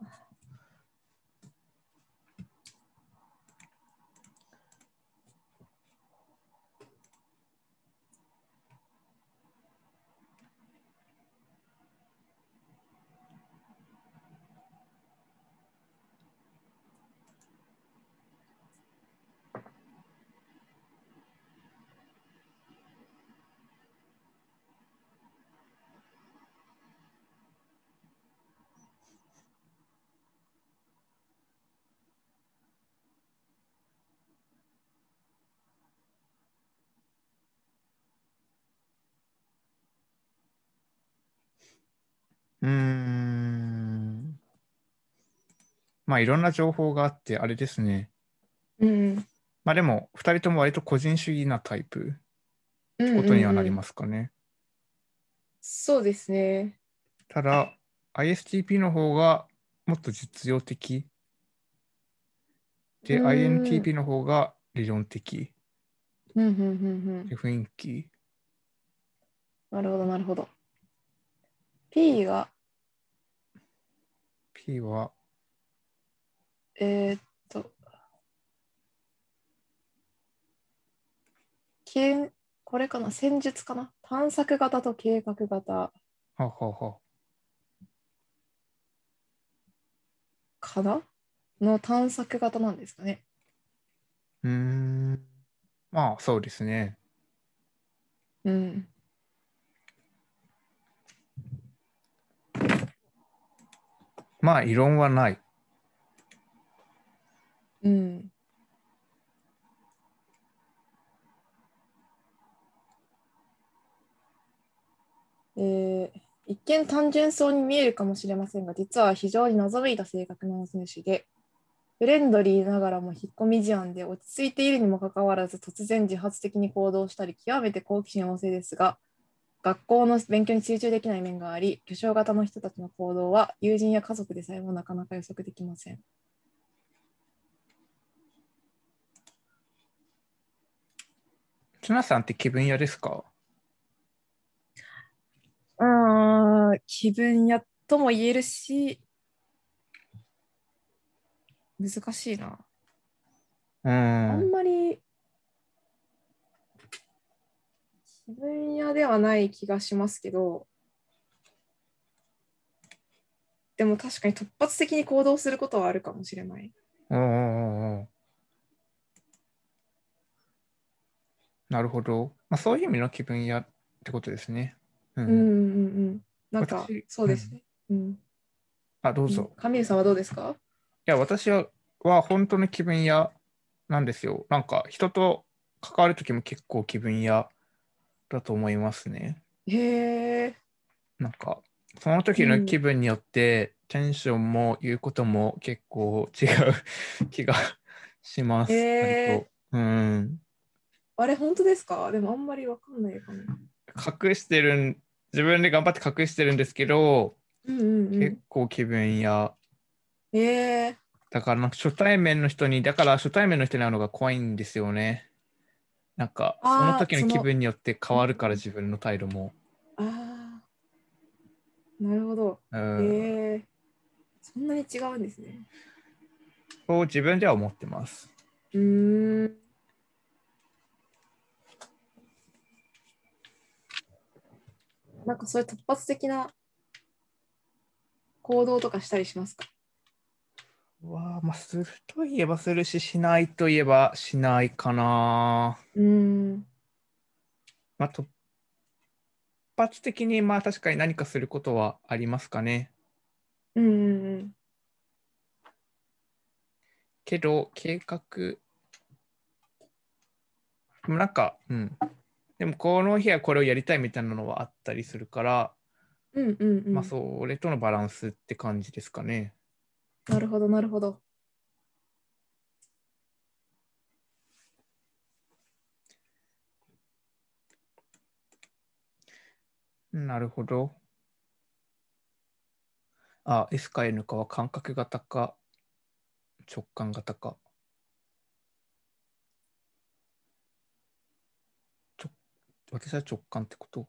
A: うーん。まあいろんな情報があって、あれですね。
D: うん。
A: まあでも、2人とも割と個人主義なタイプ
D: うん
A: ことにはなり
D: す。
A: ますかね。
D: そうですね。
A: ただ、ISTP の方がもっと実用的。で、
D: うーん
A: INTP の方が理論的。
B: うんうんうんうん
A: で雰囲気。
B: なるほどなるほど P が
A: P は、
B: えーっとけこれかな戦術かな探索型と計画型
A: はあはあはあ
B: かなの探索型なんですかね
A: うーん。まあそうですね。
B: うん
A: まあ異論はない。
B: うんえー一見単純そうに見えるかもしれませんが実は非常に謎めいた性格の持ち主でフレンドリーながらも引っ込み思案で落ち着いているにもかかわらず突然自発的に行動したり極めて好奇心旺盛ですが学校の勉強に集中できない面があり巨匠型の人たちの行動は友人や家族でさえもなかなか予測できません。
A: ツナさんって気分屋ですか
B: あー気分やとも言えるし難しいな、
A: う
B: あ
A: ー
B: ん
A: ん。
B: まり
D: 自分屋ではない気がしますけど、でも確かに突発的に行動することはあるかもしれない。
A: おーおーおーなるほど。まあそういう意味の気分屋ってことですね。う
D: うんうんうん。なんか
A: 私、
D: そうですね。うん。
A: あ、どうぞ。
D: カミルさんはどうですか
A: いや、私はは本当の気分屋なんですよ。なんか人と関わるときも結構気分屋だと思いますね。
D: へえ。
A: なんかその時の気分によってテンションも言うことも結構違う 気がします。
D: へー
A: 割とうん。
D: あれ、本当ですかでもあんまりわかんないかも。
A: 隠してるん自分で頑張って隠してるんですけど、
D: うんうんう
A: 結
D: ん。
A: 構気分屋
D: へえ。
A: だからなんか初対面の人に、だから初対面の人に会うのが怖いんですよね。なんかそ
D: あー
A: の時
D: そ
A: の
D: の
A: 気分によって変わるから自分の態度も。
D: ああ。なるほど。
A: うん
D: へえ。そんなに違うんですね。
A: そう自分では思ってます。
D: うーん。なんかそういう突発的な行動とかしたりしますか
A: うわあ、まあするといえばするし、しないといえばしないかな。
D: うーん。
A: まあ突発的にまあ確かに何かすることはありますかね。
D: うんうん
A: けど計画でもなんか、うん。でもこの日はこれをやりたいみたいなのはあったりするから、
D: うん。うんうんうん。
A: まあ、それとのバランスって感じですかね。
D: なるほど、なるほど。
A: なるほど。あ、S か N かは感覚型か直感型か。直私は直感ってこと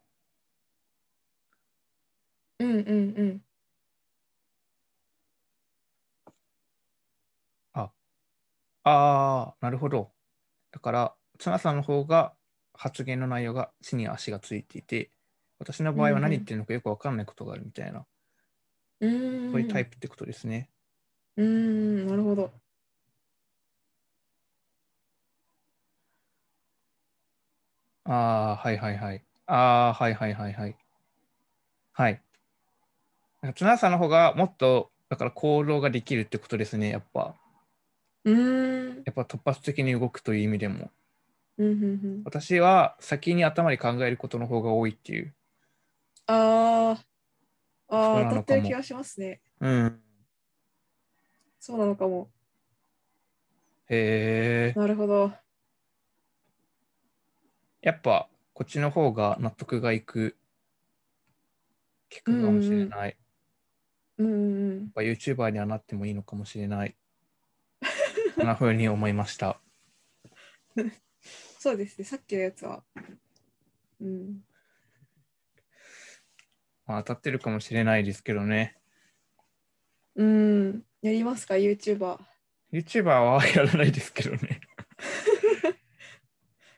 B: うんうんうん。
A: ああ、なるほど。だから、ツナさんの方が発言の内容が地に足がついていて、私の場合は何言ってるのかよく分かんないことがあるみたいな、
B: うーん。
A: そういうタイプってことですね。
B: うーん、なるほど。
A: ああ、はいはいはい。ああ、はいはいはいはい。はい。なんかツナさんの方がもっと、だから行動ができるってことですね、やっぱ。
B: うーん。
A: やっぱ突発的に動くという意味でも。
B: うんうんうん、
A: 私は先に頭に考えることの方が多いっていう。
B: あー
A: そうな
B: あ
A: の
B: ー、当
A: か
B: た
A: も
B: ってる気がしますね。
A: うん。
B: そうなのかも。
A: へえ。
B: なるほど。
A: やっぱこっちの方が納得がいく結果かもしれない。やっ
B: うんうんうん。
A: ぱ YouTuber にはなってもいいのかもしれない。そんな風に思いました。
B: そうですね、さっきのやつは。うん。
A: まあ、当たってるかもしれないですけどね。
B: うん。やりますか、YouTuber。
A: YouTuber は やらないですけどね。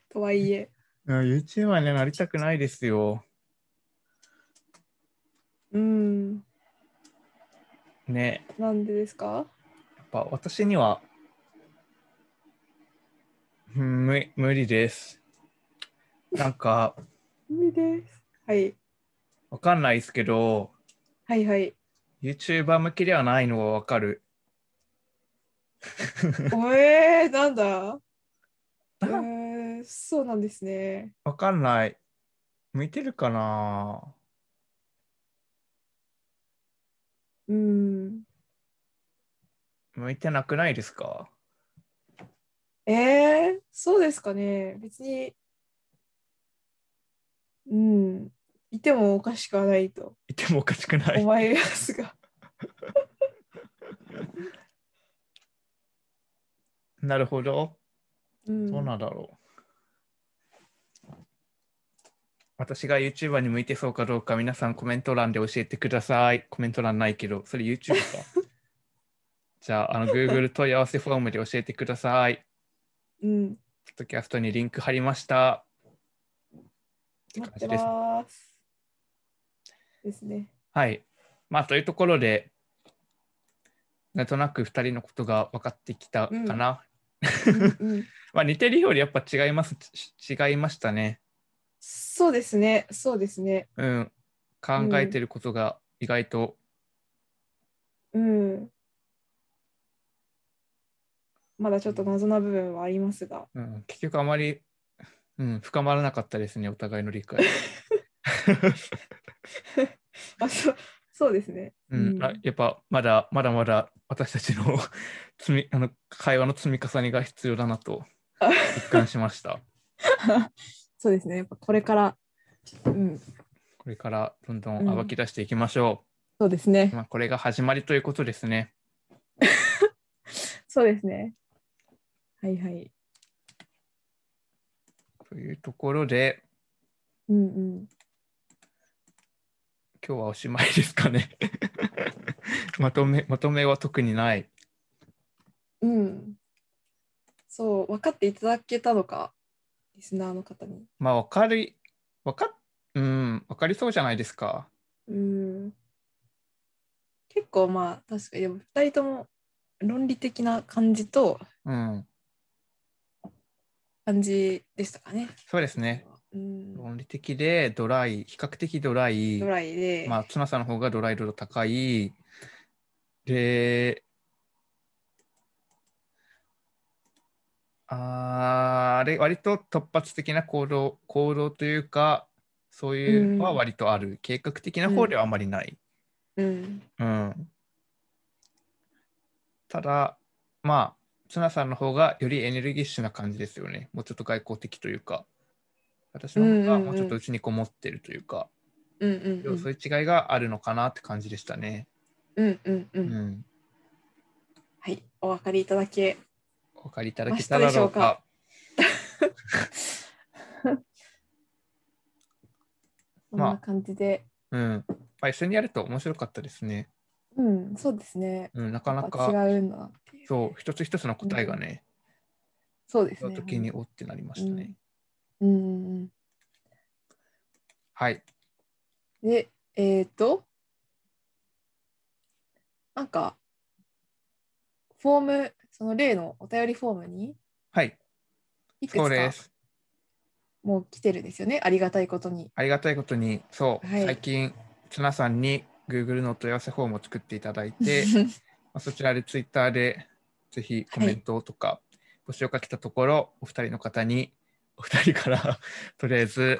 B: とはいえ。
A: うん YouTuber にはなりたくないですよ。
B: うん。
A: ね。
B: なんでですか
A: やっぱ私にはうん無無理です。なんか
B: 無理です。はい。
A: わかんないですけど、
B: はいはい。
A: YouTuber 向きではないのはわかる。
B: おえー、なんだえ
A: な
B: ー、そうなんですね。
A: わかんない。向いてるかな
B: うん。
A: 向いてなくないですか
B: えー、そうですかね。別に、うん、いてもおかしくはないと
A: いてもおかしくない。
B: 思いますが。
A: なるほど。
B: うん、
A: どうなんだろう。私が YouTuber に向いてそうかどうか皆さんコメント欄で教えてください。コメント欄ないけど、それ YouTube か。 じゃあ、あの Google 問い合わせフォームで教えてください。
B: うん、
A: ポッドキャストにリンク貼りました。
B: 待っ
A: じ
B: て
A: です
B: ます。ですね。
A: はい。まあ、というところで、なんとなく2人のことが分かってきたかな。
B: うんうん、
A: まあ、似てるよりやっぱ違います、ち違いましたね。
B: そうですね、そうですね。
A: うん。考えてることが意外と、
B: うん。まだちょっと謎な部分はありますが。
A: うん結局あまり、うん、深まらなかったですね、お互いの理解。
B: あそうそうですね。
A: うん
B: うん
A: あやっぱまだまだまだ私たちの 積みあの会話の積み重ねが必要だなと
B: あ
A: 実感しました。
B: そうですね。やっぱこれから、うん、
A: これからどんどん暴き出していきましょ
B: そうです
A: う。
B: ね。
A: まあ、これが始まりということですね。
B: そうですね。はいはい。
A: というところで、
B: うんうん。
A: 今日はおしまいですかね。 まとめ、まとめは特にない。
B: うん。そう、分かっていただけたのか、リスナーの方に。
A: まあ、わかる、わかっ、うん、わかりそうじゃないですか。
B: うん。結構まあ、確かに、でも2人とも論理的な感じと
A: うん、
B: 感じでしたかね。
A: そうですね。
B: うん。
A: 論理的でドライ、比較的ドライ。
B: ぐらいで、
A: まあ、ツナさんの方がドライ度が高い。で、あーあれ、割と突発的な行動、行動というか、そういうのは割とある。計画的な方ではあまりない。
B: うん。
A: うん。ただ、まあ、ツナさんの方がよりエネルギッシュな感じですよね。もうちょっと外交的というか、私の方がもうちょっとうちにこもってるというか、
B: うんうんう。
A: そうんいう違いがあるのかなって感じでしたね。
B: うんうんう。
A: うんん。
B: はい。お分かりいただけ
A: お分かりいただけたら
B: ました
A: ど
B: でしょ
A: う
B: う
A: か
B: か。こん
A: まあ
B: な感じで。
A: うん。まあ、一緒にやると面白かったですね。
B: うん、そうですね。
A: うん、なかな
B: やっぱ
A: か、
B: 違うんだなっていう。
A: そう、一つ一つの答えがね、
B: そうで
A: そ
B: す
A: の
B: ね。
A: 時におってなりましたね。
B: うんうん
A: はい。
B: うん。で、えっ、と、なんか、フォーム、その例のお便りフォームに、
A: はい。
B: いく
A: そう
B: つ
A: で
B: か
A: す。
B: もう来てるんですよね。ありがたいことに。
A: ありがたいことに、そう、
B: はい
A: 最近、ツナさんに Google のお問い合わせフォームを作っていただいて、まあそちらでツイッターでぜひコメントとか募集をかけたところ、お二人の方にお二人から とりあえず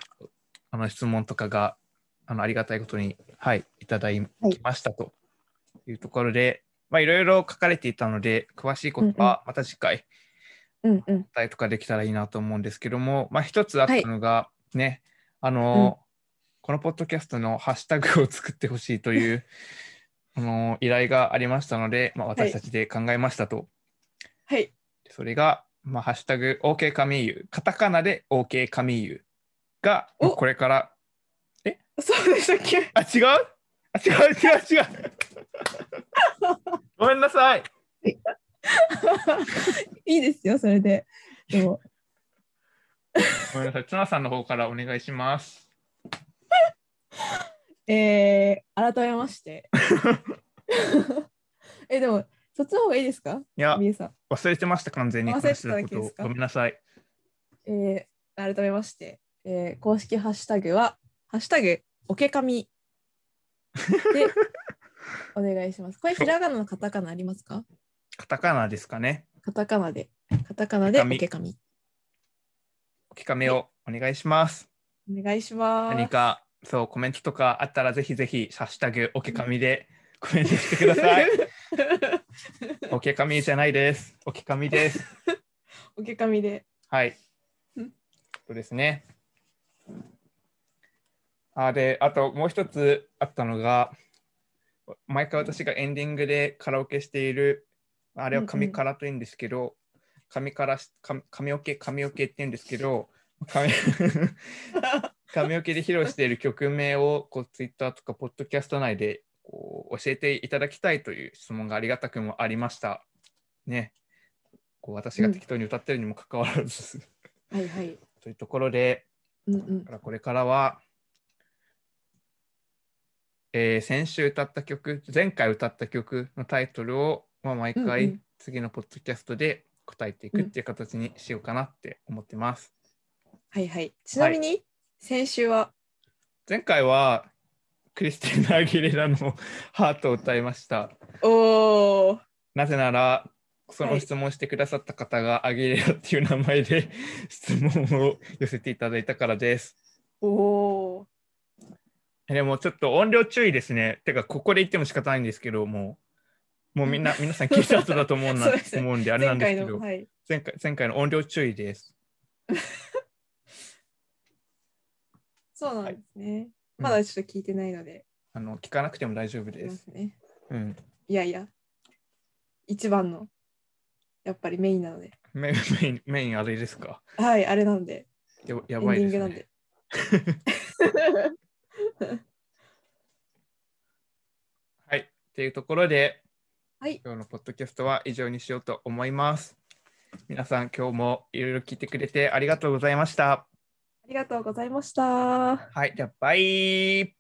A: あの質問とかがあのありがたいことに、はい、いただきましたというところで、まあいろいろ書かれていたので詳しいことはまた次回
B: うんうん。
A: お答えとかできたらいいなと思うんですけども、まあ、一つあったのがね、あの、このポッドキャストのハッシュタグを作ってほしいという あの依頼がありましたので、まあ、私たちで考えましたと、
D: はい。
A: それが、まあ、ハッシュタグ OK カミーユカタカナで OK カミーユが
D: お
A: これから
D: そうでしたっけ
A: あ違うあ違う違う違 うごめんなさい
B: いいですよ、それ で。でも、
A: ごめんなさいツナさんの方からお願いします
B: えー、改めまして。 え、でも、そっちの方がいいですか
A: いや
B: みえさん。
A: 忘れてました完全に
B: 忘れてただ
A: 話して
B: け
A: たこ
B: です
A: と
B: か
A: ごめんなさい
B: えー、改めまして、えー、公式ハッシュタグは、ハッシュタグ、おけかみ。で、お願いします。これ、ひらがなのカタカナありますか
A: カタカナですかね
B: カタカナで。カタカナで、おけかみ。
A: お聞かめをお願いします。
B: お願いします。
A: 何かそうコメントとかあったらぜひぜひ「ハッシュタグおけかみ」で コメントしてください。 おけかみじゃないです。おけかみです。
D: おけかみで。
A: はい。
D: うん
A: そうですね。あであともう一つあったのが毎回私がエンディングでカラオケしているあれは
B: うんう
A: 神
B: ん
A: からというんですけど神からし神神おけ神おけって言うんですけ ど神 髪の毛で披露している曲名をこうツイッターとかポッドキャスト内でこう教えていただきたいという質問がありがたくもありました。ね。こう私が適当に歌ってるにもかかわらず、
B: はいはい。
A: というところで、
B: うんうん
A: だか。らこれからは、えー先週歌った曲、前回歌った曲のタイトルを、まあ、毎
B: うんう
A: 回
B: ん
A: 次のポッドキャストで答えていくっていう形にしようかなって思ってます。
D: はいはい。ちなみに、先週は、
A: 前回はクリスティーナ・アギレラのハートを歌いました。
D: おー、
A: なぜなら、その
D: はい
A: 質問してくださった方がアギレラっていう名前で 質問を寄せていただいたからです。
D: おー、
A: でもちょっと音量注意ですね。てか、ここで言っても仕方ないんですけど、もう、もうみんな、皆さん聞いた後だと思うな
D: そうですね
A: 思うんで、あれな
D: 前回
A: んですけ
D: の、
A: ど、
D: はい。
A: 前回前回の音量注意です。
D: そうなんですね。
A: うん
D: まだちょっと聞いてないので、
A: あの聞かなくても大丈夫
D: い
A: で
D: ますす。ね。
A: うん。
D: いやいや、一番の、やっぱりメインなので。
A: メイン、メイン、メインあれですか。
D: はい、あれなんで、
A: やや
D: エン
A: ば
D: デ
A: い
D: ィ
A: で
D: ン
A: す、
D: グ
A: ね。
D: なんで。
A: はい。っていうところで、
D: はい
A: 今日のポッドキャストは以上にしようと思います。皆さん、今日もいろいろ聞いてくれてありがとうございました。
D: ありがとうございました。
A: はい、じゃあ、バイ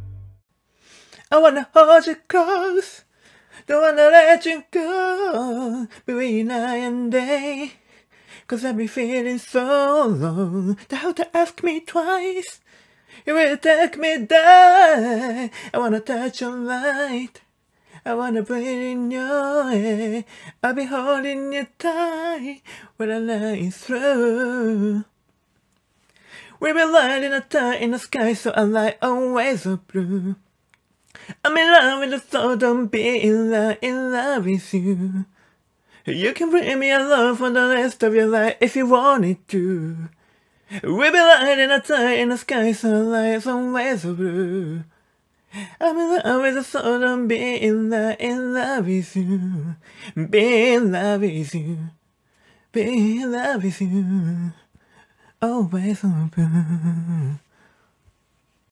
F: 「I wanna hold you close Don't wanna let you go Between night and day Cause I've been feeling so low How to ask me twice You will take me down I wanna touch your light I wanna breathe in your air I'll be holding you tight When I lie through We'll be lighting a star in the sky So I light always so blue I'm in love with the thought of being in love, in love with you. You can bring me along for the rest of your life if you wanted to. We'll be lighting a star in the sky, so light, so way so blue. I'm in love with the thought of being in love, in love with you. Be in love with you. Be in love with you. Always open.